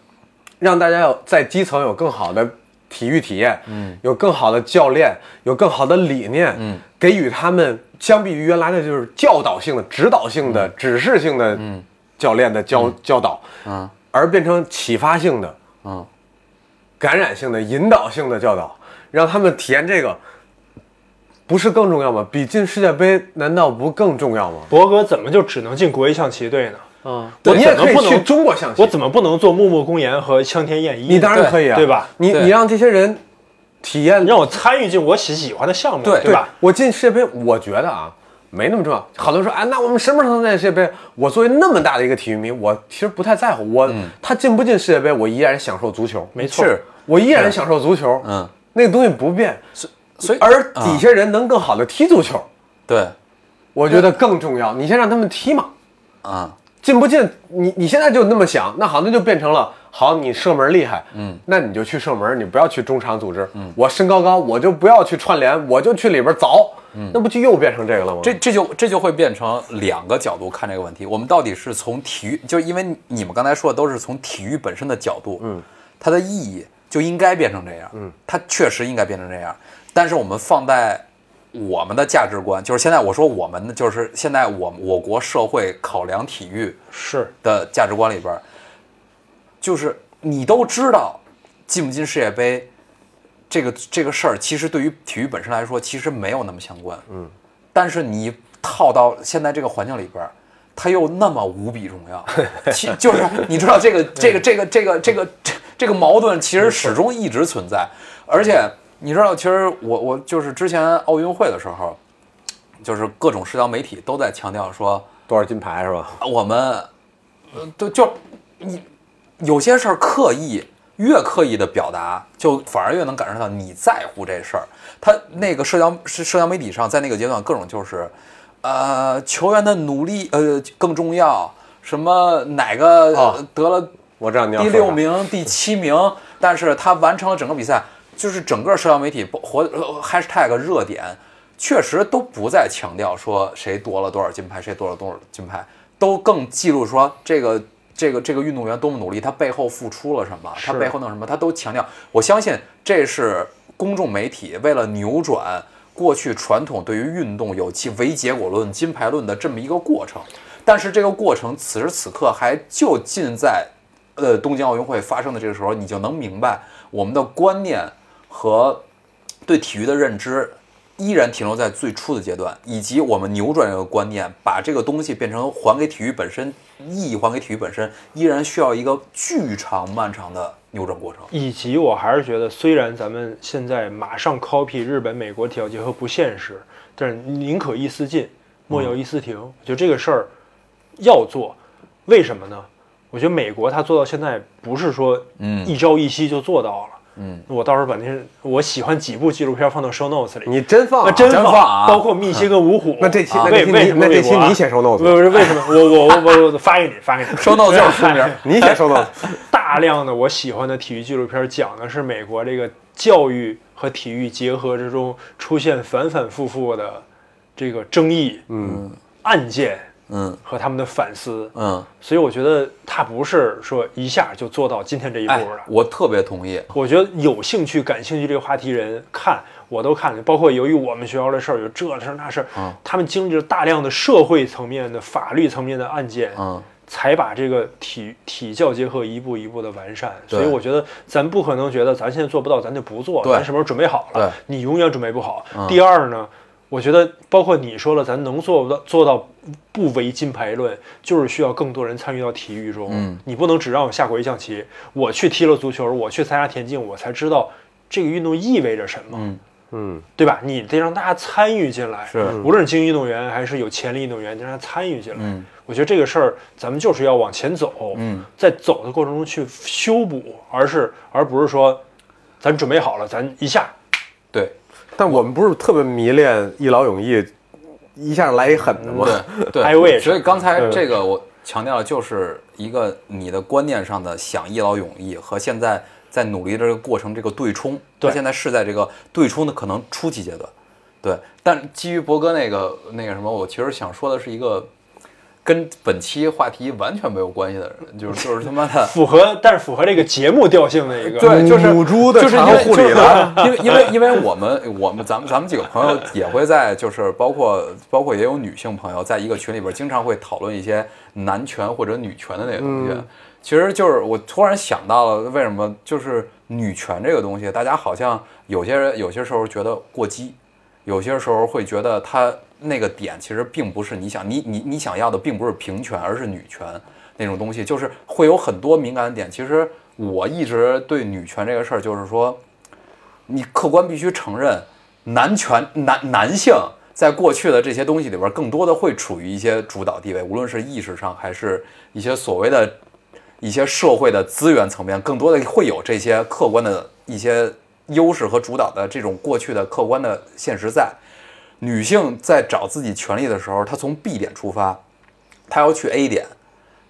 Speaker 1: 让大家有在基层有更好的体育体验，嗯，有更好的教练，有更好的理念，嗯，给予他们相比于原来的就是教导性的、
Speaker 2: 嗯
Speaker 1: 指导性的、指示性的，教练的教、教导，
Speaker 3: 嗯，
Speaker 1: 而变成启发性的、
Speaker 3: 嗯，
Speaker 1: 感染性的、引导性的教导，让他们体验这个，不是更重要吗？比进世界杯难道不更重要吗？
Speaker 2: 博哥怎么就只能进国际象棋队呢？
Speaker 1: 嗯，
Speaker 2: 我
Speaker 1: 你也
Speaker 2: 怎么
Speaker 1: 可以
Speaker 2: 不能
Speaker 1: 去中国象棋
Speaker 2: 我，怎么不能做木木公园和香天燕一？
Speaker 1: 你当然可以啊，
Speaker 2: 对吧？
Speaker 1: 你
Speaker 3: 对
Speaker 1: 你让这些人体验
Speaker 2: 你让我参与进我喜喜欢的项目，
Speaker 3: 对
Speaker 2: 对吧？
Speaker 1: 我进世界杯，我觉得啊，没那么重要。好多人说，哎，那我们什么时候能进世界杯？我作为那么大的一个体育迷，我其实不太在乎。我、
Speaker 3: 嗯
Speaker 1: 他进不进世界杯，我依然享受足球，
Speaker 2: 没错，
Speaker 3: 是
Speaker 1: 我依然享受足球。
Speaker 3: 嗯，
Speaker 1: 那个东西不变，
Speaker 3: 所以嗯
Speaker 1: 而底下人能更好的踢足球，
Speaker 3: 对
Speaker 1: 我觉得更重要。你先让他们踢嘛，
Speaker 3: 啊
Speaker 1: 进不进，你你现在就那么想，那好，那就变成了好，你射门厉害，嗯，那你就去射门，你不要去中场组织，嗯，我身高高，我就不要去串联，我就去里边凿，嗯，那不就又变成这个了吗？
Speaker 3: 这这就这就会变成两个角度看这个问题。我们到底是从体育，就因为你们刚才说的都是从体育本身的角度，嗯，它的意义就应该变成这样，嗯，它确实应该变成这样。但是我们放在我们的价值观，就是现在我说我们的，就是现在我我国社会考量体育
Speaker 2: 是
Speaker 3: 的价值观里边儿，就是你都知道进不进世界杯这个这个事儿，其实对于体育本身来说，其实没有那么相关，嗯，但是你套到现在这个环境里边儿。它又那么无比重要，其就是你知道这个这个这个这个这个这这个矛盾其实始终一直存在，而且你知道，其实我我就是之前奥运会的时候，就是各种社交媒体都在强调说，
Speaker 4: 多少金牌是吧？
Speaker 3: 啊我们，呃，对，就你有些事儿刻意越刻意的表达，就反而越能感受到你在乎这事儿。他那个社交社社交媒体上，在那个阶段，各种就是，呃，球员的努力呃更重要，什么哪个呃得了
Speaker 4: 我知道你要
Speaker 3: 第
Speaker 4: 说
Speaker 3: 六
Speaker 4: 啥，
Speaker 3: 名、第七名，但是他完成了整个比赛，就是整个社交媒体不活呃 hashtag 热点，确实都不再强调说谁夺了多少金牌，谁夺了多少金牌，都更记录说这个这个这个运动员多么努力，他背后付出了什么，他
Speaker 2: 是
Speaker 3: 背后弄什么，他都强调。我相信这是公众媒体为了扭转。过去传统对于运动有其唯结果论、金牌论的这么一个过程，但是这个过程此时此刻还就近在呃东京奥运会发生的这个时候，你就能明白我们的观念和对体育的认知依然停留在最初的阶段，以及我们扭转这个观念，把这个东西变成还给体育本身意义，还给体育本身，依然需要一个巨长漫长的扭转过程。
Speaker 2: 以及我还是觉得，虽然咱们现在马上 copy 日本、美国体育结合不现实，但是宁可一丝进，
Speaker 3: 嗯
Speaker 2: 莫要一丝停。我觉得这个事儿要做，为什么呢？我觉得美国他做到现在，不是说
Speaker 3: 嗯
Speaker 2: 一朝一夕就做到了。
Speaker 3: 嗯，
Speaker 2: 我到时候把那些我喜欢几部纪录片放到 show notes 里。
Speaker 4: 你真放啊
Speaker 2: 那真
Speaker 3: 真
Speaker 2: 放
Speaker 3: 放啊
Speaker 2: 包括密歇根五虎。
Speaker 1: 那这期
Speaker 2: 啊
Speaker 1: 那这期
Speaker 2: 为为
Speaker 1: 你
Speaker 2: 什么
Speaker 1: 那这
Speaker 2: 美
Speaker 1: 期
Speaker 2: 国啊
Speaker 1: 你写 show notes
Speaker 2: 不是为什么？我我我我我发给你，发给 你。
Speaker 3: 收到就是出名，
Speaker 1: 啊你写 show notes，
Speaker 2: 大量的我喜欢的体育纪录片讲的是美国这个教育和体育结合之中出现反反复复的这个争议、
Speaker 1: 嗯，
Speaker 2: 案件
Speaker 3: 嗯
Speaker 2: 和他们的反思。
Speaker 3: 嗯，
Speaker 2: 所以我觉得他不是说一下就做到今天这一步
Speaker 3: 哎
Speaker 2: 的。，
Speaker 3: 我特别同意，
Speaker 2: 我觉得有兴趣、感兴趣这个话题人看我都看了，包括由于我们学校的事儿有这事儿那事儿，
Speaker 3: 嗯
Speaker 2: 他们经历了大量的社会层面的、法律层面的案件，
Speaker 3: 嗯
Speaker 2: 才把这个体体教结合一步一步的完善。
Speaker 3: 对
Speaker 2: 所以我觉得咱不可能觉得咱现在做不到，咱就不做，
Speaker 3: 对
Speaker 2: 咱什么时候准备好了
Speaker 3: 对，嗯
Speaker 2: 你永远准备不好。第二呢，我觉得包括你说了，咱能做到做到不唯金牌论，就是需要更多人参与到体育中。
Speaker 3: 嗯
Speaker 2: 你不能只让我下过一象棋，我去踢了足球，我去参加田径，我才知道这个运动意味着什么。
Speaker 3: 嗯
Speaker 1: 嗯，
Speaker 2: 对吧？你得让大家参与进来，
Speaker 3: 是
Speaker 2: 无论是精英运动员还是有潜力运动员，得让他参与进来。
Speaker 3: 嗯
Speaker 2: 我觉得这个事儿，咱们就是要往前走，
Speaker 3: 嗯，
Speaker 2: 在走的过程中去修补，而是而不是说，咱准备好了，咱一下
Speaker 3: 对
Speaker 1: 但我们不是特别迷恋一劳永逸，一下来一狠的吗？
Speaker 3: 对对
Speaker 2: I wish
Speaker 3: 所以刚才这个我强调的就是一个你的观念上的想一劳永逸和现在在努力的这个过程这个对冲，
Speaker 2: 对。
Speaker 3: 它现在是在这个对冲的可能初级阶段，对。但基于博哥那个那个什么，我其实想说的是一个跟本期话题完全没有关系的人，就是就是他妈的
Speaker 2: 符合，但是符合这个节目调性的一个。
Speaker 3: 对，就是
Speaker 1: 母猪的
Speaker 3: 就是因
Speaker 1: 产后
Speaker 3: 为
Speaker 1: 护理了，
Speaker 3: 就是因为因为因为我们我们咱们咱们几个朋友也会在就是包括包括也有女性朋友在一个群里边经常会讨论一些男权或者女权的那个东西。其实就是我突然想到了，为什么就是女权这个东西，大家好像有些人有些时候觉得过激，有些时候会觉得它那个点其实并不是你想你你你想要的，并不是平权，而是女权那种东西，就是会有很多敏感的点。其实我一直对女权这个事儿，就是说，你客观必须承认，男权男男性在过去的这些东西里边，更多的会处于一些主导地位，无论是意识上还是一些所谓的一些社会的资源层面，更多的会有这些客观的一些优势和主导的这种过去的客观的现实在。女性在找自己权利的时候，她从 B 点出发，她要去 A 点，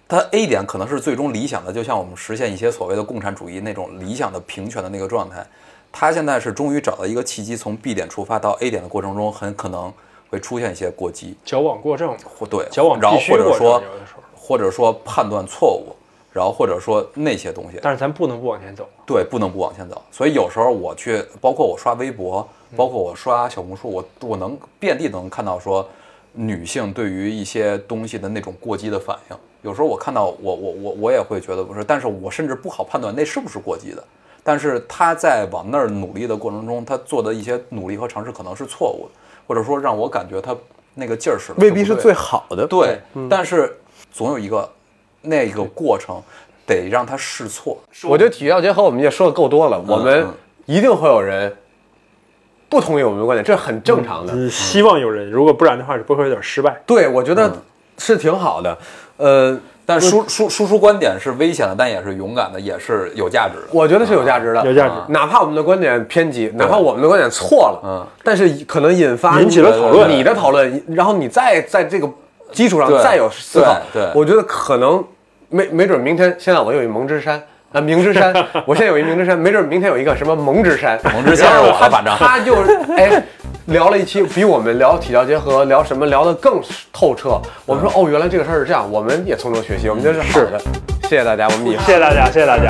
Speaker 3: 它 A 点可能是最终理想的，就像我们实现一些所谓的共产主义那种理想的平权的那个状态。他现在是终于找到一个契机，从 B 点出发到 A 点的过程中，很可能会出现一些过激，
Speaker 2: 矫枉过正，
Speaker 3: 或对，
Speaker 2: 矫枉
Speaker 3: 然后
Speaker 2: 必须
Speaker 3: 或者
Speaker 2: 过正，
Speaker 3: 说
Speaker 2: 有的时候
Speaker 3: 或者说判断错误。然后或者说那些东西，
Speaker 2: 但是咱不能不往前走。
Speaker 3: 对，不能不往前走。所以有时候我去，包括我刷微博，包括我刷小红书，我我能遍地能看到说女性对于一些东西的那种过激的反应。有时候我看到我我我我也会觉得不是，但是我甚至不好判断那是不是过激的。但是她在往那儿努力的过程中，她做的一些努力和尝试可能是错误的，或者说让我感觉她那个劲儿使的
Speaker 8: 未必是
Speaker 3: 不对
Speaker 8: 最好的。嗯
Speaker 3: 对，但是总有一个那个过程得让他试错。
Speaker 1: 我觉得体育要结合我们也说的够多了，我们一定会有人不同意我们的观点，这是很正常的。
Speaker 2: 嗯，希望有人，如果不然的话，只不过有点失败。
Speaker 1: 对，我觉得是挺好的。呃，
Speaker 3: 但输输输出观点是危险的，但也是勇敢的，也是有价值的。
Speaker 1: 我觉得是有价值
Speaker 3: 啊
Speaker 1: 的，啊
Speaker 2: 有价值
Speaker 1: 哪怕我们的观点偏激，哪怕我们的观点错了，
Speaker 3: 嗯，
Speaker 1: 但是可能引发
Speaker 2: 引起了讨论
Speaker 1: 你的讨论，然后你再在这个基础上
Speaker 3: 对
Speaker 1: 再有思考，
Speaker 3: 对对
Speaker 1: 我觉得可能没没准明天现在我有一蒙之山。啊，明之山，我现在有一明之山，没准明天有一个什么蒙之山，
Speaker 3: 蒙之山是我的
Speaker 1: 然后他
Speaker 3: 反正
Speaker 1: 他就是哎，聊了一期，比我们聊体教结合，聊什么聊得更透彻。我
Speaker 3: 嗯
Speaker 1: 们说哦，原来这个事儿是这样，我们也从中学习，我们觉得是好的。谢谢大家，我们以后。
Speaker 2: 谢谢大家，谢谢大家。